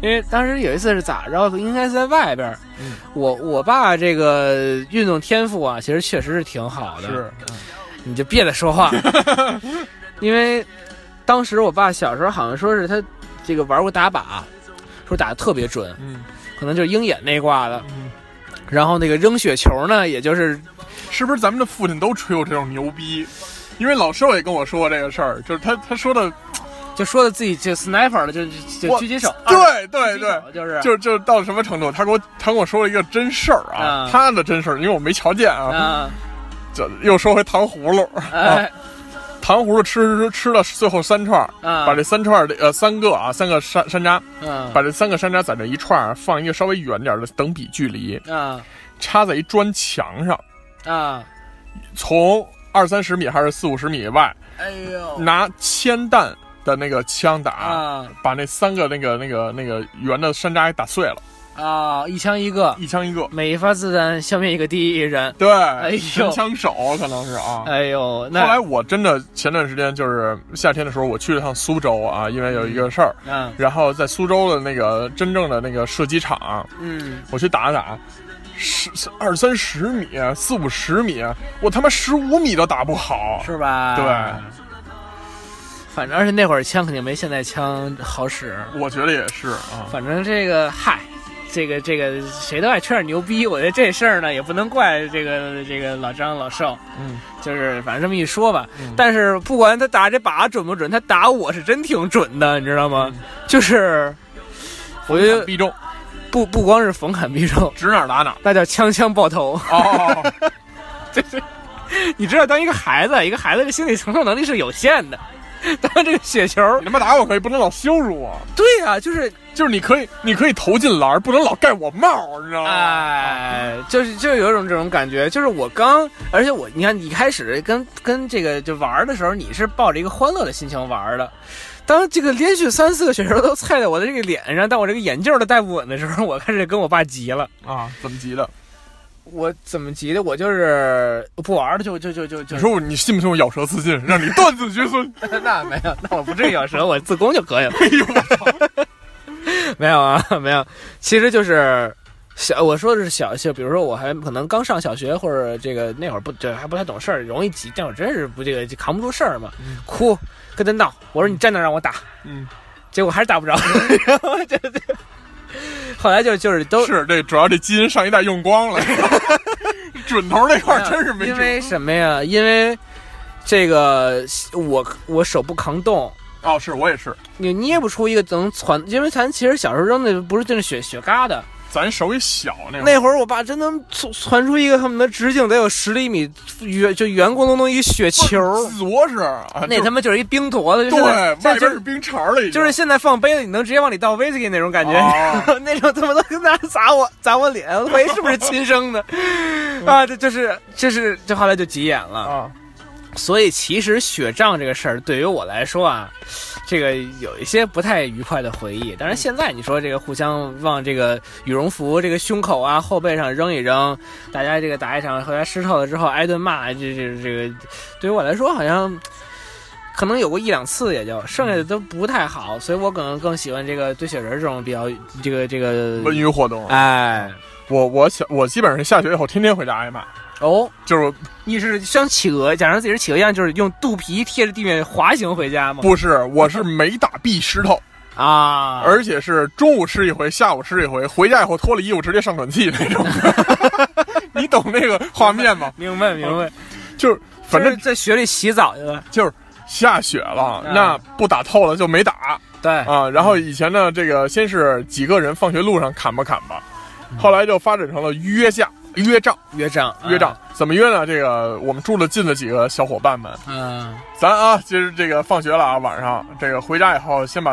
S4: 因为当时有一次是咋着，应该是在外边儿，
S2: 嗯
S4: 我我爸这个运动天赋啊，其实确实是挺好的，
S2: 是，
S4: 你就别再 说话，因为当时我爸小时候好像说是他这个玩过打靶，说打的特别准，
S2: 嗯
S4: 可能就是鹰眼那挂的。
S2: 嗯，
S4: 然后那个扔雪球呢，也就是
S2: 是不是咱们的父亲都吹过这种牛逼？因为老寿也跟我说过这个事儿，就是他他说的，
S4: 就说的自己就 sniper 了，就就就
S2: 我
S4: 狙击手，
S2: 对对对，，
S4: 就是
S2: 就就到什么程度？他给我他跟我说了一个真事儿啊，
S4: 啊
S2: 他的真事儿，因为我没瞧见啊。
S4: 啊，
S2: 这又说回糖葫芦，
S4: 哎
S2: 糖葫芦吃吃吃了最后三串儿，
S4: 啊，
S2: 哦把这三串儿的呃三个啊三个山山楂，
S4: 嗯
S2: 把这三个山楂在这一串儿放一个稍微远点儿的等比距离，
S4: 啊
S2: 插在一砖墙上，
S4: 啊，
S2: 从二三十米还是四五十米外
S4: 哎呦
S2: 拿铅弹的那个枪打，
S4: 啊
S2: 把那三个那个那个那个圆的山楂给打碎了。
S4: 啊，一枪一个，
S2: 一枪一个，
S4: 每一发子弹消灭一个敌人。
S2: 对，
S4: 哎呦
S2: 神枪手可能是啊。
S4: 哎呦，
S2: 后来
S4: 那
S2: 我真的前段时间就是夏天的时候，我去了趟苏州啊，因为有一个事儿，
S4: 嗯
S2: 然后在苏州的那个真正的那个射击场，
S4: 嗯，
S2: 我去打了打，十二三十米、啊四五十米，我他妈十五米都打不好。
S4: 是吧？
S2: 对，
S4: 反正而且那会儿枪肯定没现在枪好使。
S2: 我觉得也是啊，
S4: 反正这个嗨，这个这个谁都爱吹点牛逼，我觉得这事儿呢也不能怪这个这个老张老寿，
S2: 嗯，
S4: 就是反正这么一说吧。但是不管他打这靶准不准，他打我是真挺准的，你知道吗？就是我觉得
S2: 必中，
S4: 不不光是逢砍必中，
S2: 指哪儿打哪儿。
S4: 那叫枪枪爆头。
S2: 哦，
S4: 你知道，当一个孩子，一个孩子的心理承受能力是有限的。 当这个雪球，
S2: 你他妈打我可以，不能老羞辱我。
S4: 对啊，就是
S2: 就是你可以，你可以投进篮儿，不能老盖我帽儿，你知道吗？
S4: 哎，就是就有一种这种感觉，就是我刚，而且我你看，你开始跟跟这个就玩儿的时候，你是抱着一个欢乐的心情玩儿的。当这个连续三四个雪球都菜在我的这个脸上，但我这个眼镜儿都戴不稳的时候，我开始跟我爸急了。
S2: 啊，怎么急的？
S4: 我怎么急的？我就是不玩儿了，就就就就就
S2: 你说我你信不信我咬舌自尽，让你断子绝孙？
S4: 那没有，那我不至于咬舌，我自宫就可以
S2: 哎
S4: 了。 没有啊，没有，其实就是小，我说的是小，就比如说我还可能刚上小学或者这个那会儿不这还不太懂事儿，容易急，但我真是不这个就扛不住事儿嘛，哭跟他闹，我说你站那儿让我打，
S2: 嗯，
S4: 结果还是打不着， 然后就就后来就就是都
S2: 是这主要这基因上一代用光 了，准头那块儿真是没
S4: 因
S2: 准
S4: 为什么呀？因为这个我我手不扛动。
S2: 哦，是我也是，
S4: 你捏不出一个能传，因为咱其实小时候扔的不是就是雪雪疙瘩，
S2: 咱手也小那会儿
S4: 那会儿我爸真能传传出一个恨不得直径得有十厘米圆，就圆咕隆咚一个雪球，
S2: 着是啊，
S4: 那
S2: 就
S4: 他妈就是一冰坨子，就
S2: 对，
S4: 是
S2: 外
S4: 就
S2: 边
S4: 就是
S2: 冰碴儿了已经，
S4: 就是现在放杯子，你能直接往里倒威士忌那种感觉，
S2: 哦
S4: 那种他妈的拿砸我砸我脸，我怀疑是不是亲 生的啊？这就是就是这后来就急眼了。
S2: 啊，
S4: 所以其实雪仗这个事儿对于我来说啊，这个有一些不太愉快的回忆。当然现在你说这个互相往这个羽绒服这个胸口啊后背上扔一扔，大家这个打一场，回来湿透了之后挨顿骂，这这这个对于我来说好像。可能有过一两次，也就剩下的都不太好，所以我可能更喜欢这个堆雪人这种比较这个这个，
S2: 文娱活动，
S4: 哎，
S2: 我我小我基本上是下学以后天天回家挨骂，
S4: 哦，
S2: 就是
S4: 你是像企鹅，假装自己是企鹅一样，就是用肚皮贴着地面滑行回家吗？
S2: 不是我是每打必石头，
S4: 啊，
S2: 而且是中午吃一回，下午吃一回，回家以后脱了衣服直接上喘气那种， 你懂那个画面吗？
S4: 明白明白，
S2: 就是哦反正
S4: 就是在雪里洗澡去了，
S2: 就是下雪了，
S4: 嗯
S2: 那不打透了就没打
S4: 对，
S2: 啊。然后以前呢，这个先是几个人放学路上砍吧砍吧，后来就发展成了约架、约仗、
S4: 约仗
S2: 约仗，。怎么约呢？这个我们住的近的几个小伙伴们，
S4: 嗯，
S2: 咱啊，今儿这个放学了啊，晚上这个回家以后，先把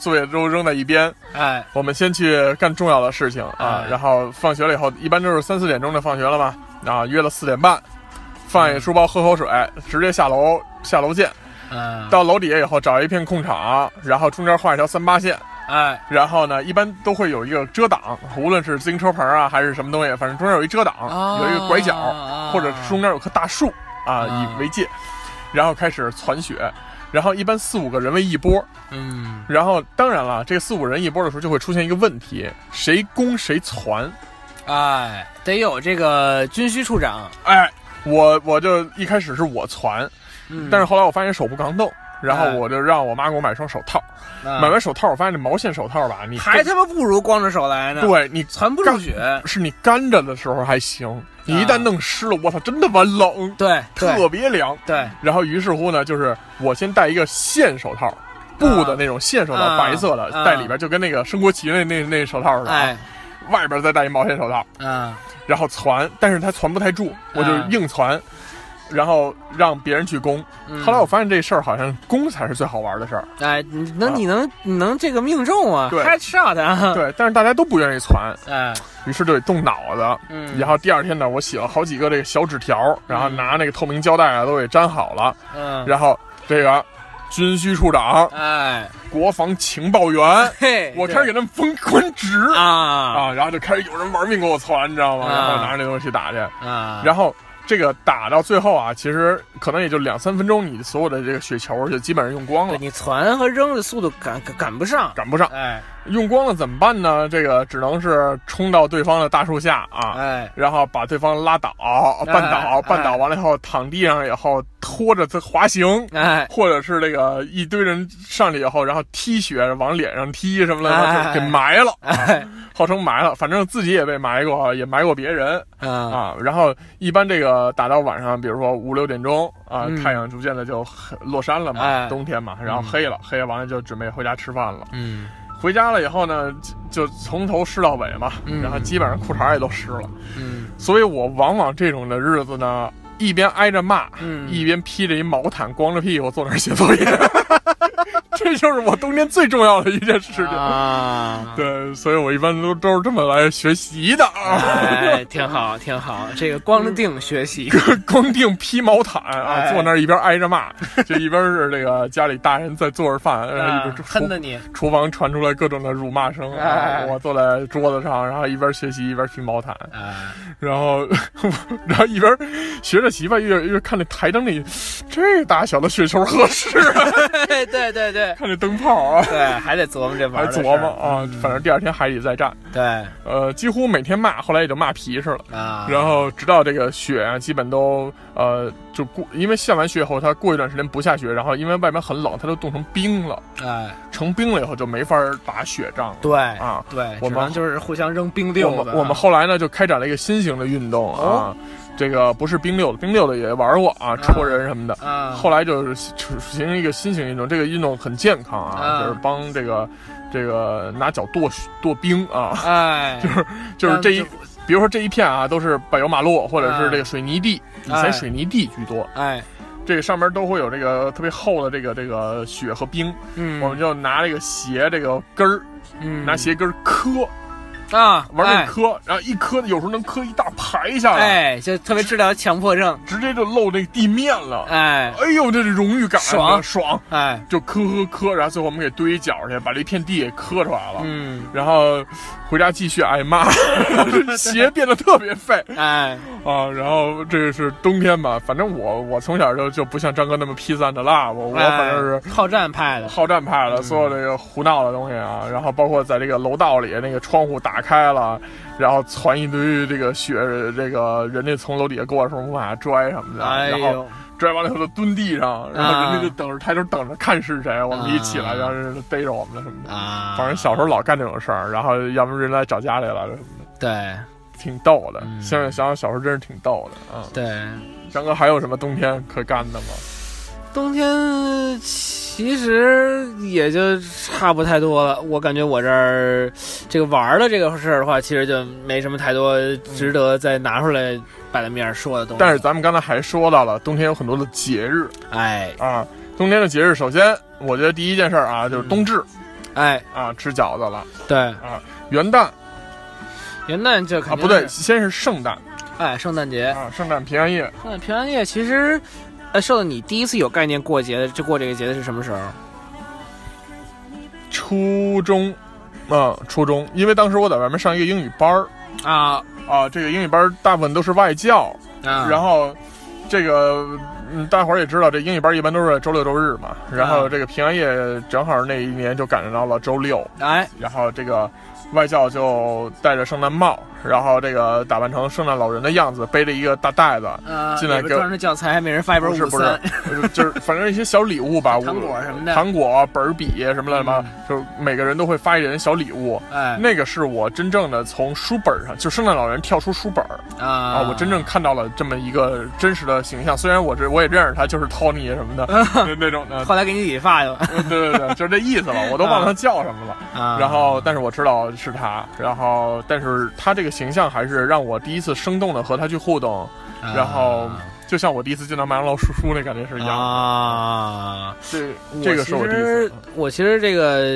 S2: 作业都扔在一边，
S4: 哎，
S2: 我们先去干重要的事情啊
S4: 哎。
S2: 然后放学了以后，一般都是三四点钟就放学了嘛，啊，约了四点半，放下书包，喝口水，直接下楼，下楼见。
S4: 嗯，
S2: 到楼底下以后找一片空场，然后中间画一条三八线，
S4: 哎，
S2: 然后呢，一般都会有一个遮挡，无论是自行车棚啊还是什么东西，反正中间有一遮挡，
S4: 啊
S2: 有一个拐角，
S4: 啊
S2: 或者中间有棵大树啊
S4: 啊
S2: 以为界，然后开始攒雪。然后一般四五个人为一波，
S4: 嗯，
S2: 然后当然了，这四五人一波的时候就会出现一个问题，谁攻谁传。
S4: 哎，得有这个军需处长，
S2: 哎，我我就一开始是我传，
S4: 嗯
S2: 但是后来我发现手不抗冻，然后
S4: 哎嗯
S2: 我就让我妈给我买双手套，买完手套，我发现这毛线手套吧，你
S4: 还他妈不如光着手来呢，，
S2: 对你
S4: 传不住雪，
S2: 是你干着的时候还行，你一旦弄湿了，我操，真他妈冷，
S4: 对嗯对
S2: 特别凉。
S4: 对，
S2: 然后于是乎呢，就是我先戴一个线手套，布的那种线手套，
S4: 啊
S2: 白色的，
S4: 啊
S2: 戴里边就跟那个升国旗那那那手套似的，
S4: 哎，
S2: 外边再戴一毛线手套，
S4: 嗯，
S2: 然后攒，但是它攒不太住，
S4: 啊
S2: 我就硬攒。然后让别人去攻，
S4: 嗯
S2: 后来我发现这事儿好像攻才是最好玩的事儿，
S4: 哎，你能你能你能这个命中啊
S2: 啊对
S4: ，headshot 啊，
S2: 对，但是大家都不愿意攒，
S4: 哎，
S2: 于是就得动脑子，
S4: 嗯，
S2: 然后第二天呢，我写了好几个这个小纸条，然后拿那个透明胶带啊都给粘好了，
S4: 嗯，
S2: 然后这个军需处长
S4: 哎，
S2: 国防情报员，
S4: 嘿，
S2: 我开始给他们封官职
S4: 对哎啊
S2: 啊，然后就开始有人玩命给我窜，你知道吗？
S4: 啊
S2: 然后拿着那东西打去，
S4: 啊，
S2: 然后这个打到最后啊，其实可能也就两三分钟，你所有的这个血球就基本上用光
S4: 对
S2: 了，
S4: 你传和扔的速度赶赶赶不上，
S2: 赶不上，
S4: 哎
S2: 用光了怎么办呢？这个只能是冲到对方的大树下啊。
S4: 哎，
S2: 然后把对方拉倒、绊
S4: 哎
S2: 倒、绊倒
S4: 哎
S2: 完了以后，躺地上以后拖着他滑行，
S4: 哎，
S2: 或者是这个一堆人上去以后，然后踢雪往脸上踢什么的，
S4: 哎
S2: 然后就给埋了，
S4: 哎
S2: 号称埋了，反正自己也被埋过，也埋过别人
S4: 啊，
S2: 啊。然后一般这个打到晚上，比如说五六点钟啊，
S4: 嗯
S2: 太阳逐渐的就黑落山了嘛
S4: 哎，
S2: 冬天嘛，然后
S4: 嗯
S2: 黑了，黑了完了就准备回家吃饭了。
S4: 嗯，
S2: 回家了以后呢，就就从头湿到尾嘛，
S4: 嗯
S2: 然后基本上裤衩也都湿了。
S4: 嗯
S2: 所以我往往这种的日子呢，一边挨着骂，
S4: 嗯
S2: 一边披着一毛毯，光着屁股坐那儿写作业， 这就是我冬天最重要的一件事情。
S4: 啊，
S2: 对，所以我一般都都是这么来学习的啊，
S4: 哎，挺好挺好，这个光着腚学习，
S2: 嗯 光腚披毛毯啊，
S4: 哎
S2: 坐那儿一边挨着 骂，就一边是这个家里大人在做着饭，然后一边
S4: 啊
S2: 厨
S4: 喷的你，
S2: 厨房传出来各种的辱骂声啊
S4: 哎，
S2: 我坐在桌子上，然后一边学习一边披毛毯，
S4: 啊，
S2: 然后， 然后一边学着习吧，一边一边看那台灯里，这大小的雪球合适啊！
S4: 对对对对
S2: 看这灯泡啊，
S4: 对，还得琢磨这玩
S2: 还
S4: 儿的事
S2: 琢
S4: 儿嗯
S2: 磨，啊。反正第二天海底再战，
S4: 对
S2: 呃，几乎每天骂，后来也就骂皮实了。
S4: 啊，
S2: 然后直到这个雪啊，基本都呃就过，因为下完雪以后，它过一段时间不下雪，然后因为外面很冷，它都冻成冰了，
S4: 哎，
S2: 成冰了以后就没法打雪仗了
S4: 对
S2: 啊。
S4: 对，
S2: 我
S4: 只
S2: 们
S4: 能就是互相扔冰
S2: 我
S4: 溜子
S2: 们
S4: 啊，哦
S2: 我们后来呢就开展了一个新型的运动啊，这个不是冰溜的，冰溜的也玩过
S4: 嗯
S2: 啊，戳人什么的。
S4: 啊，
S2: 后来就是形成一个新型运动，这个运动很健康啊，
S4: 啊
S2: 就是帮这个这个拿脚跺跺冰啊，
S4: 哎，就是
S2: 就是这一，比如说这一片啊都是柏油马路或者是这个水泥地，以
S4: 嗯哎
S2: 前水泥地居多，
S4: 哎，
S2: 这个上面都会有这个特别厚的这个这个雪和冰，
S4: 嗯，
S2: 我们就拿这个鞋这个跟儿，
S4: 嗯
S2: 拿鞋跟儿磕，
S4: 啊
S2: 玩
S4: 哎
S2: 命磕，啊然后一磕有时候能磕一大排下来。
S4: 哎，就特别治疗强迫症，
S2: 直接就露那个地面了。
S4: 哎
S2: 哎呦，这是荣誉感啊，
S4: 爽
S2: 爽！
S4: 哎，
S2: 就磕磕磕，然后最后我们给堆脚去，把这片地给磕出来了。
S4: 嗯，
S2: 然后回家继续挨 骂，鞋变得特别废
S4: 哎，
S2: 啊。然后这个是冬天吧，反正我我从小就就不像张哥那么披散的辣，我我反正是
S4: 哎嗯好战派的，
S2: 好战派的，所有这个胡闹的东西啊，然后包括在这个楼道里那个窗户打开了，然后攒一堆这个血，这个人家从楼底下过的时候往下拽什么的，
S4: 哎
S2: 啊然后
S4: 呦，
S2: 拽完了以后就蹲地上，然后
S4: 啊
S2: 人家就等着抬头等着看是谁，我们一起来，
S4: 啊
S2: 然后人家逮着我们了什么的。
S4: 啊，
S2: 反正小时候老干这种事儿，然后要么人来找家里来了，
S4: 对
S2: 挺逗的。
S4: 嗯
S2: 现在想想小时候真是挺逗的啊！
S4: 对，
S2: 张哥还有什么冬天可干的吗？
S4: 冬天其实也就差不太多了。我感觉我这儿这个玩儿的这个事儿的话，其实就没什么太多值得再拿出来摆在面儿说的东西。
S2: 但是咱们刚才还说到了，冬天有很多的节日
S4: 哎
S2: 啊。冬天的节日，首先我觉得第一件事儿啊，就是冬至
S4: 哎，
S2: 啊，吃饺子了。
S4: 对，
S2: 元旦
S4: 元旦就肯
S2: 啊，
S4: 定
S2: 不对，
S4: 是，
S2: 先是圣诞
S4: 哎，圣诞节，
S2: 啊，圣诞平安夜。
S4: 圣诞平安夜其实。呃，受到你第一次有概念过节的，就过这个节的是什么时候？
S2: 初中，啊，初中，因为当时我在外面上一个英语班儿
S4: 啊
S2: 啊，这个英语班儿大部分都是外教，
S4: 啊，
S2: 然后这个嗯，大伙儿也知道，这英语班儿一般都是周六周日嘛，然后
S4: 啊
S2: 这个平安夜正好那一年就赶到了周六，
S4: 哎
S2: 然后这个外教就戴着圣诞帽，然后这个打扮成圣诞老人的样子，背着一个大袋子。
S4: 呃，
S2: 进来
S4: 有个
S2: 给我
S4: 专门的教材，每人发一本
S2: 不是
S4: 五
S2: 不是
S4: 三，
S2: 就是就是反正一些小礼物 吧，
S4: 糖果什么的嗯
S2: 糖果、本儿笔什么乱七八糟，就是每个人都会发一人小礼物。
S4: 哎
S2: 那个是我真正的从书本上，就圣诞老人跳出书本儿啊，
S4: 啊
S2: 我真正看到了这么一个真实的形象。虽然我这我也认识他，就是 Tony 什么 的那那种的，
S4: 后来给你理发去了
S2: 对对对，就是这意思了。我都忘了他叫什么了。
S4: 啊，
S2: 然后，但是我知道是他，然后，但是他这个形象还是让我第一次生动的和他去互动，
S4: 啊
S2: 然后就像我第一次见到麦当劳叔叔那感觉是一样的。
S4: 啊，
S2: 这这个是我第一次。嗯
S4: 我其实这个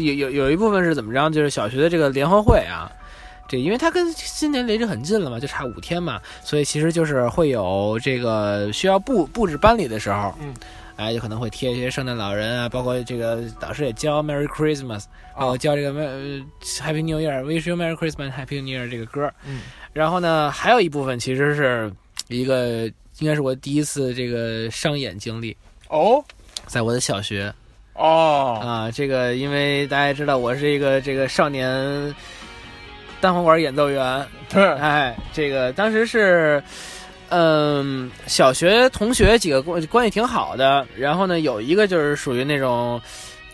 S4: 有有有一部分是怎么着，就是小学的这个联欢会啊。这因为它跟今年离着很近了嘛，就差五天嘛，所以其实就是会有这个需要布布置班里的时候，
S2: 嗯，
S4: 哎，有可能会贴一些圣诞老人啊，包括这个导师也教 Merry Christmas，
S2: 哦
S4: 包括教这个 Mer- 呃 Happy New Year，Wish you Merry Christmas Happy New Year 这个歌。
S2: 嗯，
S4: 然后呢，还有一部分其实是一个应该是我第一次这个商演经历，
S2: 哦
S4: 在我的小学
S2: 哦，
S4: 啊，这个因为大家也知道我是一个这个少年单簧管演奏员，
S2: 对，
S4: 哎，这个当时是，嗯，小学同学几个关关系挺好的，然后呢，有一个就是属于那种。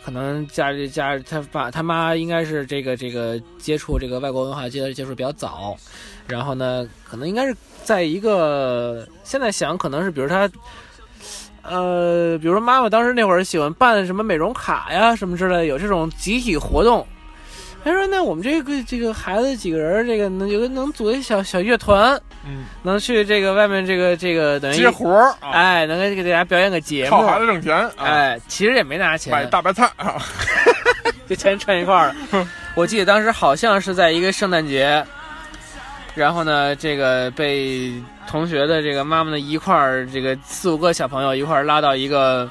S4: 可能家里家他爸他妈应该是这个这个接触这个外国文化接接触比较早，然后呢，可能应该是在一个现在想可能是比如他，呃，比如说妈妈当时那会儿喜欢办什么美容卡呀什么之类的，有这种集体活动，他说：“那我们这个这个孩子几个人儿，这个能有个能组一小小乐团，
S2: 嗯，
S4: 能去这个外面这个这个等于
S2: 接活儿啊，
S4: 哎，能给给大家表演个节目
S2: 靠。孩子挣钱啊，
S4: 哎，其实也没拿
S2: 买
S4: 钱，
S2: 大白菜啊，
S4: 这钱串一块儿了。我记得当时好像是在一个圣诞节，然后呢，这个被同学的这个妈妈呢一块儿，这个四五个小朋友一块儿拉到一个，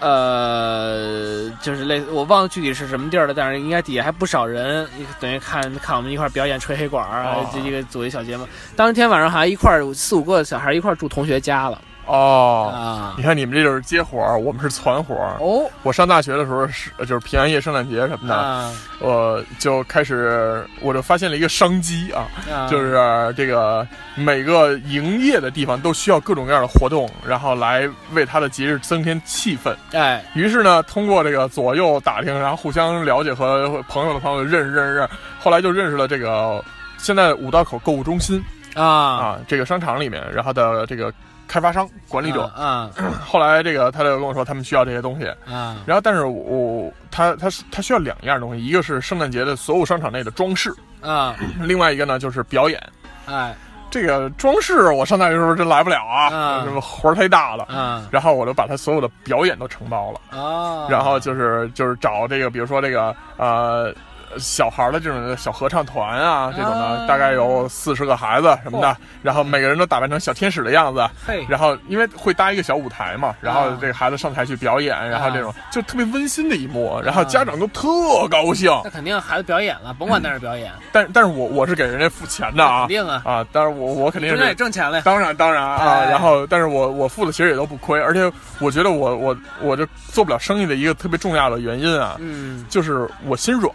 S4: 呃，就是类似我忘了具体是什么地儿了，但是应该底下还不少人，等于看看我们一块儿表演吹黑管儿啊
S2: 哦，
S4: 这、一个组一小节目。当天晚上还一块儿四五个小孩一块儿住同学家了
S2: 哦。
S4: 啊。
S2: 你看你们这就是接活儿，我们是攒活儿。
S4: 哦
S2: 我上大学的时候是就是平安夜、圣诞节什么的，
S4: 啊，
S2: 我就开始我就发现了一个商机啊，
S4: 啊
S2: 就是这个每个营业的地方都需要各种各样的活动，然后来为他的节日增添气氛。
S4: 哎，
S2: 于是呢，通过这个左右打听，然后互相了解和朋友的朋友认识认识认识，后来就认识了这个现在五道口购物中心
S4: 啊，
S2: 啊，这个商场里面，然后的这个开发商管理者。
S4: 啊
S2: 后来这个他就跟我说，他们需要这些东西，
S4: 啊
S2: 然后但是我他他他需要两样东西，一个是圣诞节的所有商场内的装饰，
S4: 啊，
S2: 另外一个呢就是表演。
S4: 哎
S2: 这个装饰我上大学的时候真来不了啊，
S4: 嗯
S2: 什么活儿太大了。
S4: 啊
S2: 然后我就把他所有的表演都承包了。
S4: 啊，
S2: 然后就是就是找这个，比如说这个呃小孩儿的这种小合唱团啊，这种的，
S4: 啊
S2: 大概有四十个孩子什么的，
S4: 嚯
S2: 然后每个人都打扮成小天使的样子，
S4: 嘿
S2: 然后因为会搭一个小舞台嘛，然后
S4: 嗯啊
S2: 这个孩子上台去表演，然后这种就特别温馨的一幕，然后
S4: 啊
S2: 家长都特高兴，
S4: 那肯定孩子表演了，甭管在哪儿表演，
S2: 但但是我我是给人家付钱的啊
S4: 肯定啊，
S2: 啊，但是我我肯定
S4: 中间也
S2: 是。
S4: 挣钱了呀，
S2: 当然，当然啊，
S4: 哎
S2: 然后，但是我我付的其实也都不亏，而且我觉得我我我就做不了生意的一个特别重要的原因啊，
S4: 嗯，
S2: 就是我心软，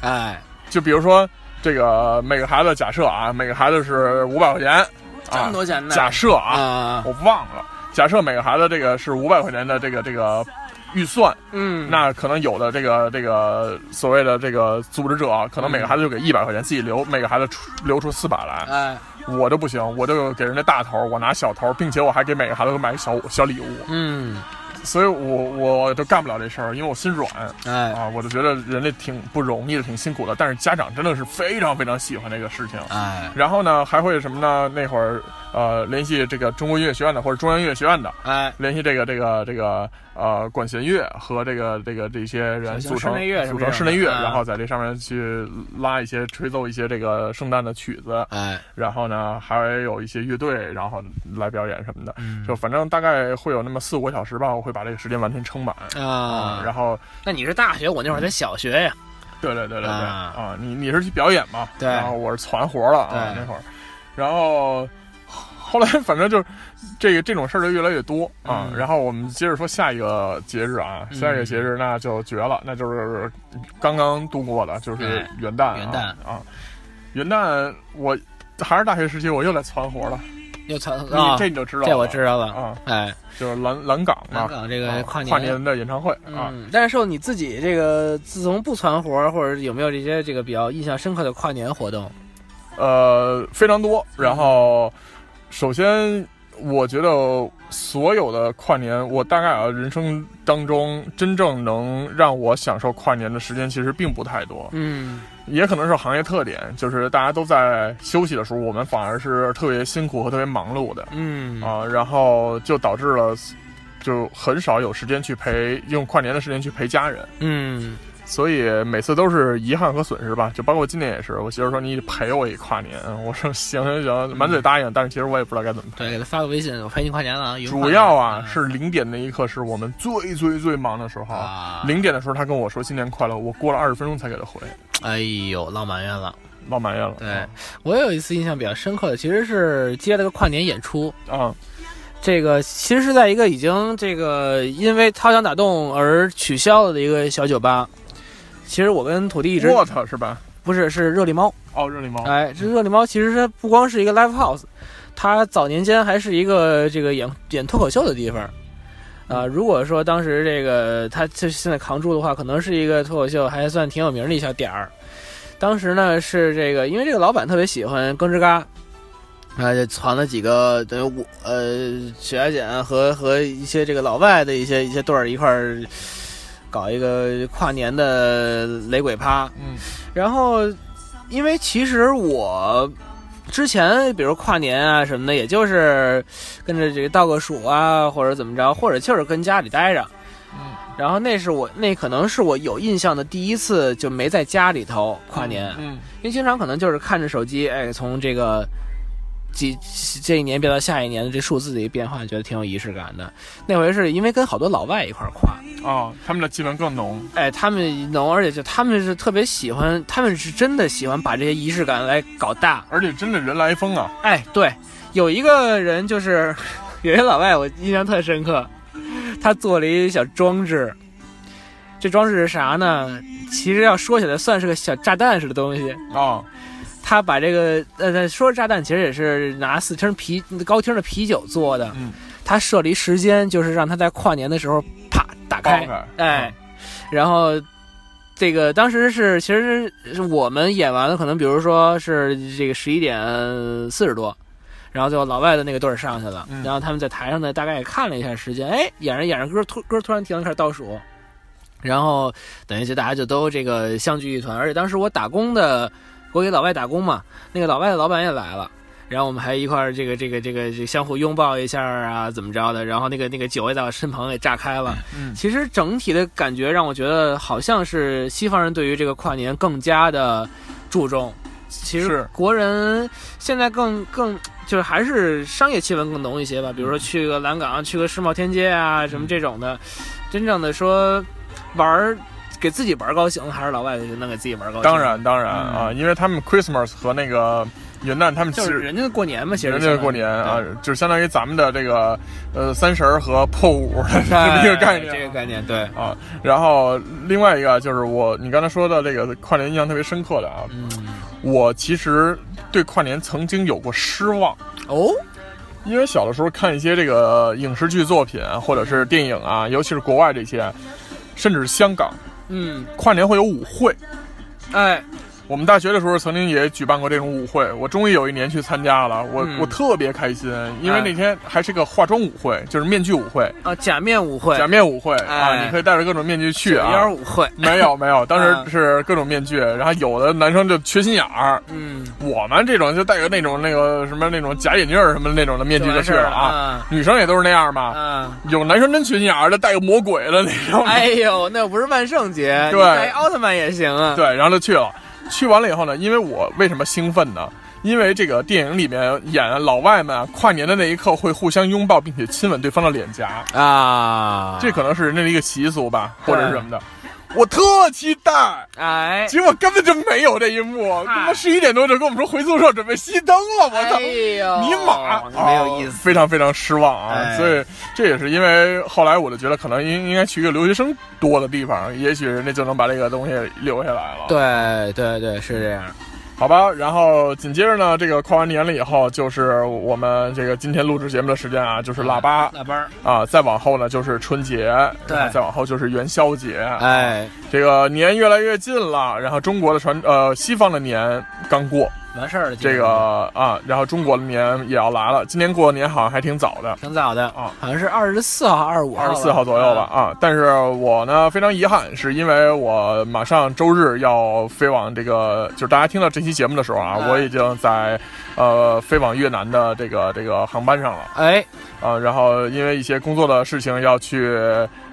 S4: 哎，
S2: 就比如说这个每个孩子假设啊，每个孩子是五百块钱
S4: 这么
S2: 啊，
S4: 多钱呢，
S2: 假设啊，
S4: 啊，
S2: 我忘了，假设每个孩子这个是五百块钱的这个这个预算，
S4: 嗯，
S2: 那可能有的这个这个所谓的这个组织者啊，可能
S4: 嗯
S2: 每个孩子就给一百块钱，自己留每个孩子出留出四百来，
S4: 哎，
S2: 我就不行，我就给人家大头，我拿小头，并且我还给每个孩子都买个小小礼物，
S4: 嗯，
S2: 所以我我就干不了这事儿，因为我心软。
S4: 哎
S2: 啊，我就觉得人家挺不容易的，挺辛苦的，但是家长真的是非常非常喜欢这个事情。
S4: 哎
S2: 然后呢，还会什么呢？那会儿呃，联系这个中国音乐学院的或者中央音乐学院的，
S4: 哎，
S2: 联系这个这个这个呃管弦乐和这个这个这些人
S4: 小型
S2: 组成
S4: 室内乐什
S2: 组
S4: 么
S2: 成
S4: 这样
S2: 室内乐，
S4: 的啊
S2: 然后在这上面去拉一些吹奏一些这个圣诞的曲子，
S4: 哎，
S2: 然后呢还有一些乐队，然后来表演什么的。
S4: 嗯
S2: 就反正大概会有那么四五个小时吧，我会把这个时间完全撑满
S4: 啊，
S2: 然后
S4: 那你是大学，我那会儿才小学呀，
S2: 对对对对对
S4: 啊
S2: 啊！你你是去表演嘛？
S4: 对
S2: 然后我是攒活了啊
S4: 对
S2: 那会儿，然后后来反正就是这个这种事儿就越来越多啊。
S4: 嗯
S2: 然后我们接着说下一个节日啊，
S4: 嗯
S2: 下一个节日那就绝了，那就是刚刚度过的，就是
S4: 对
S2: 元旦啊、
S4: 元旦
S2: 啊，元旦我还是大学时期我又来攒活了，
S4: 又操
S2: 你
S4: 啊，
S2: 这你就知道了，
S4: 这我知道了，
S2: 啊，
S4: 哎，
S2: 就是蓝蓝港
S4: 南
S2: 嘛。
S4: 港这个
S2: 啊
S4: 跨
S2: 跨年的演唱会啊，
S4: 嗯，但是受你自己这个自从不攒活儿，或者有没有这些这个比较印象深刻的跨年活动？
S2: 呃，非常多。然后，首先，我觉得所有的跨年，我大概啊，人生当中真正能让我享受跨年的时间，其实并不太多，
S4: 嗯
S2: 也可能是行业特点，就是大家都在休息的时候，我们反而是特别辛苦和特别忙碌的
S4: 嗯
S2: 啊，然后就导致了。就很少有时间去陪，用跨年的时间去陪家人。
S4: 嗯
S2: 所以每次都是遗憾和损失吧，就包括今年也是。我媳妇说你陪我一跨年，我说行行行，满嘴答应，但是其实我也不知道该怎么
S4: 对，给他发个微信，我陪你跨年了啊。愉快
S2: 主要啊，是零点那一刻是我们最最最忙的时候
S4: 啊。
S2: 零点的时候，他跟我说新年快乐，我过了二十分钟才给他回，
S4: 哎呦，浪埋怨了。
S2: 闹埋怨了。啊
S4: 对我有一次印象比较深刻的，其实是接了个跨年演出，
S2: 啊，
S4: 这个其实是在一个已经这个因为超想打动而取消了的一个小酒吧。其实我跟土地一直
S2: what 是吧？
S4: 不是是热力猫，
S2: 哦，热力猫。
S4: 哎，这热力猫其实它不光是一个 live house，它早年间还是一个这个演演脱口秀的地方。啊、如果说当时这个它这现在扛住的话，可能是一个脱口秀还算挺有名的一小点儿。当时呢是这个，因为这个老板特别喜欢耿直嘎，啊，就传了几个等于我呃雪雅姐和和一些这个老外的一些一些队儿一块儿搞一个跨年的雷鬼趴，
S2: 嗯
S4: 然后，因为其实我之前，比如跨年啊什么的，也就是跟着这个倒个数啊，或者怎么着，或者就是跟家里待着。
S2: 嗯，
S4: 然后那是我那可能是我有印象的第一次就没在家里头跨年，
S2: 嗯
S4: 因为经常可能就是看着手机，哎，从这个几这一年变到下一年的这数字的一个变化，觉得挺有仪式感的。那回是因为跟好多老外一块儿跨，
S2: 哦，他们的气氛更浓。
S4: 哎，他们能，而且就他们是特别喜欢，他们是真的喜欢把这些仪式感来搞大。
S2: 而且真的人来疯啊！
S4: 哎，对，有一个人就是 有一个老外，我印象特深刻，他做了一小装置，这装置是啥呢？其实要说起来算是个小炸弹似的东西。
S2: 啊，
S4: 他把这个呃，说是炸弹，其实也是拿四听啤高听的啤酒做的。
S2: 嗯，
S4: 他设了一时间，就是让他在跨年的时候啪打
S2: 爆
S4: 开，
S2: 开，
S4: 哎，然后这个当时是其实是我们演完了，可能比如说是这个十一点四十多，然后最后老外的那个队儿上去了，
S2: 嗯
S4: 然后他们在台上呢大概也看了一下时间，哎，演着演着歌突歌突然停了，开始倒数。然后等于就大家就都这个相聚一团，而且当时我打工的，我给老外打工嘛，那个老外的老板也来了。然后我们还一块儿这个这个这个这个相互拥抱一下啊，怎么着的？然后那个那个酒也在我身旁给炸开了，
S2: 嗯
S4: 其实整体的感觉让我觉得好像是西方人对于这个跨年更加的注重。其实
S2: 是
S4: 国人现在更更就是还是商业气氛更浓一些吧，比如说去个蓝港，去个世贸天街啊，什么这种的，真正的说玩儿给自己玩儿高兴，还是老外能给自己玩儿高兴。
S2: 当，然当然
S4: 哦嗯
S2: 啊，因为他们 Christmas 和那个元旦，他们其
S4: 就是
S2: 实
S4: 人家过年嘛，其实
S2: 人家过年啊，就相当于咱们的这个呃三十儿和破五儿 啊的
S4: 对，哎
S2: 这么一个概念。
S4: 这个概念对，
S2: 啊，然后另外一个就是我，你刚才说的这个跨年印象特别深刻的啊，
S4: 嗯，
S2: 我其实对跨年曾经有过失望，
S4: 哦，
S2: 因为小的时候看一些这个影视剧作品啊或者是电影啊，尤其是国外这些，甚至是香港，
S4: 嗯，
S2: 跨年会有舞会。
S4: 哎，
S2: 我们大学的时候曾经也举办过这种舞会，我终于有一年去参加了，我、
S4: 嗯
S2: 我特别开心，因为那天还是个化妆舞会，就是面具舞会、
S4: 啊，假面舞会，
S2: 假面舞会、啊，
S4: 哎
S2: 你可以戴着各种面具去
S4: 九
S2: 啊
S4: 幺。舞会，
S2: 没有没有，当
S4: 啊
S2: 时是各种面具，然后有的男生就缺心眼儿，
S4: 嗯，
S2: 我们这种就戴个那种那个什么那种假眼镜儿什么那种的面具就
S4: 完
S2: 去
S4: 事儿
S2: 了啊。
S4: 啊。
S2: 女生也都是那样嘛，
S4: 啊，
S2: 有男生真缺心眼儿的，戴个魔鬼的那种，
S4: 哎呦，那不是万圣节，
S2: 对
S4: 你带奥特曼也行啊。
S2: 对，然后就去了。去完了以后呢，因为我为什么兴奋呢？因为这个电影里面演老外们啊跨年的那一刻会互相拥抱并且亲吻对方的脸颊，
S4: 啊，
S2: 这可能是人家的一个习俗吧，或者是
S4: 对
S2: 什么的。我特期待，
S4: 哎，
S2: 结果根本就没有这一幕，他妈
S4: 嗨
S2: 十一点多就跟我们说回宿舍准备熄灯了，我操！
S4: 哎呦，
S2: 尼玛，
S4: 没有意
S2: 啊
S4: 思。
S2: 非常非常失望啊！
S4: 哎
S2: 所以这也是因为后来我就觉得，可能应应该去一个留学生多的地方，也许人家就能把这个东西留下来了。，
S4: 对对对，是这样。
S2: 好吧。然后紧接着呢，这个跨完年了以后，就是我们这个今天录制节目的时间啊，就是腊八
S4: 腊八儿，
S2: 啊，再往后呢就是春节，
S4: 哎对
S2: 然后再往后就是元宵节。
S4: 哎，
S2: 这个年越来越近了，然后中国的传呃西方的年刚过，
S4: 完事儿了。
S2: 这个
S4: 嗯
S2: 啊，然后中国的年也要来了。今年过年好像还挺早的。
S4: 挺早的
S2: 啊，
S4: 好像是二十四号、二十五号、
S2: 二十四号左右吧。啊，但是我呢非常遗憾，是因为我马上周日要飞往这个，就是大家听到这期节目的时候啊，
S4: 嗯
S2: 我已经在呃飞往越南的这个这个航班上了
S4: 哎，
S2: 啊。然后因为一些工作的事情要去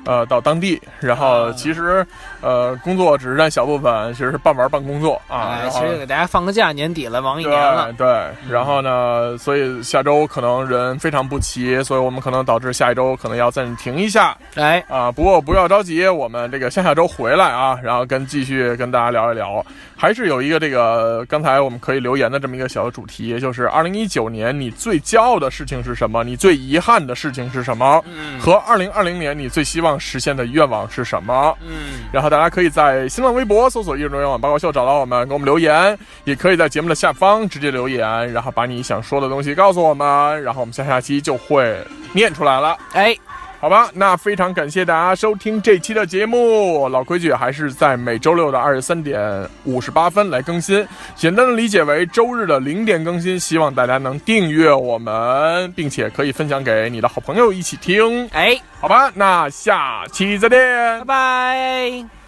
S2: 呃，到当地，然后
S4: 啊
S2: 其实，呃，工作只是占小部分，其实是半玩半工作啊。
S4: 哎，
S2: 然
S4: 其
S2: 后
S4: 实给大家放个假，年底了，忙一年了嗯
S2: 对。对，然后呢，所以下周可能人非常不齐，所以我们可能导致下一周可能要暂停一下
S4: 哎，
S2: 啊。不过不要着急，我们这个下下周回来啊，然后跟继续跟大家聊一聊，还是有一个这个刚才我们可以留言的这么一个小主题，就是二零一九年你最骄傲的事情是什么？你最遗憾的事情是什么？
S4: 嗯
S2: 和二零二零年你最希望实现的愿望是什么？
S4: 嗯，
S2: 然后大家可以在新浪微博搜索“一人中央网八卦秀”找到我们，给我们留言，也可以在节目的下方直接留言，然后把你想说的东西告诉我们，然后我们下下期就会念出来了，
S4: 哎，
S2: 好吧？那非常感谢大家收听这期的节目，老规矩还是在每周六的二十三点五十八分来更新，简单的理解为周日的零点更新，希望大家能订阅我们，并且可以分享给你的好朋友一起听，
S4: 哎，
S2: 好吧？那下期再见
S4: 拜。拜。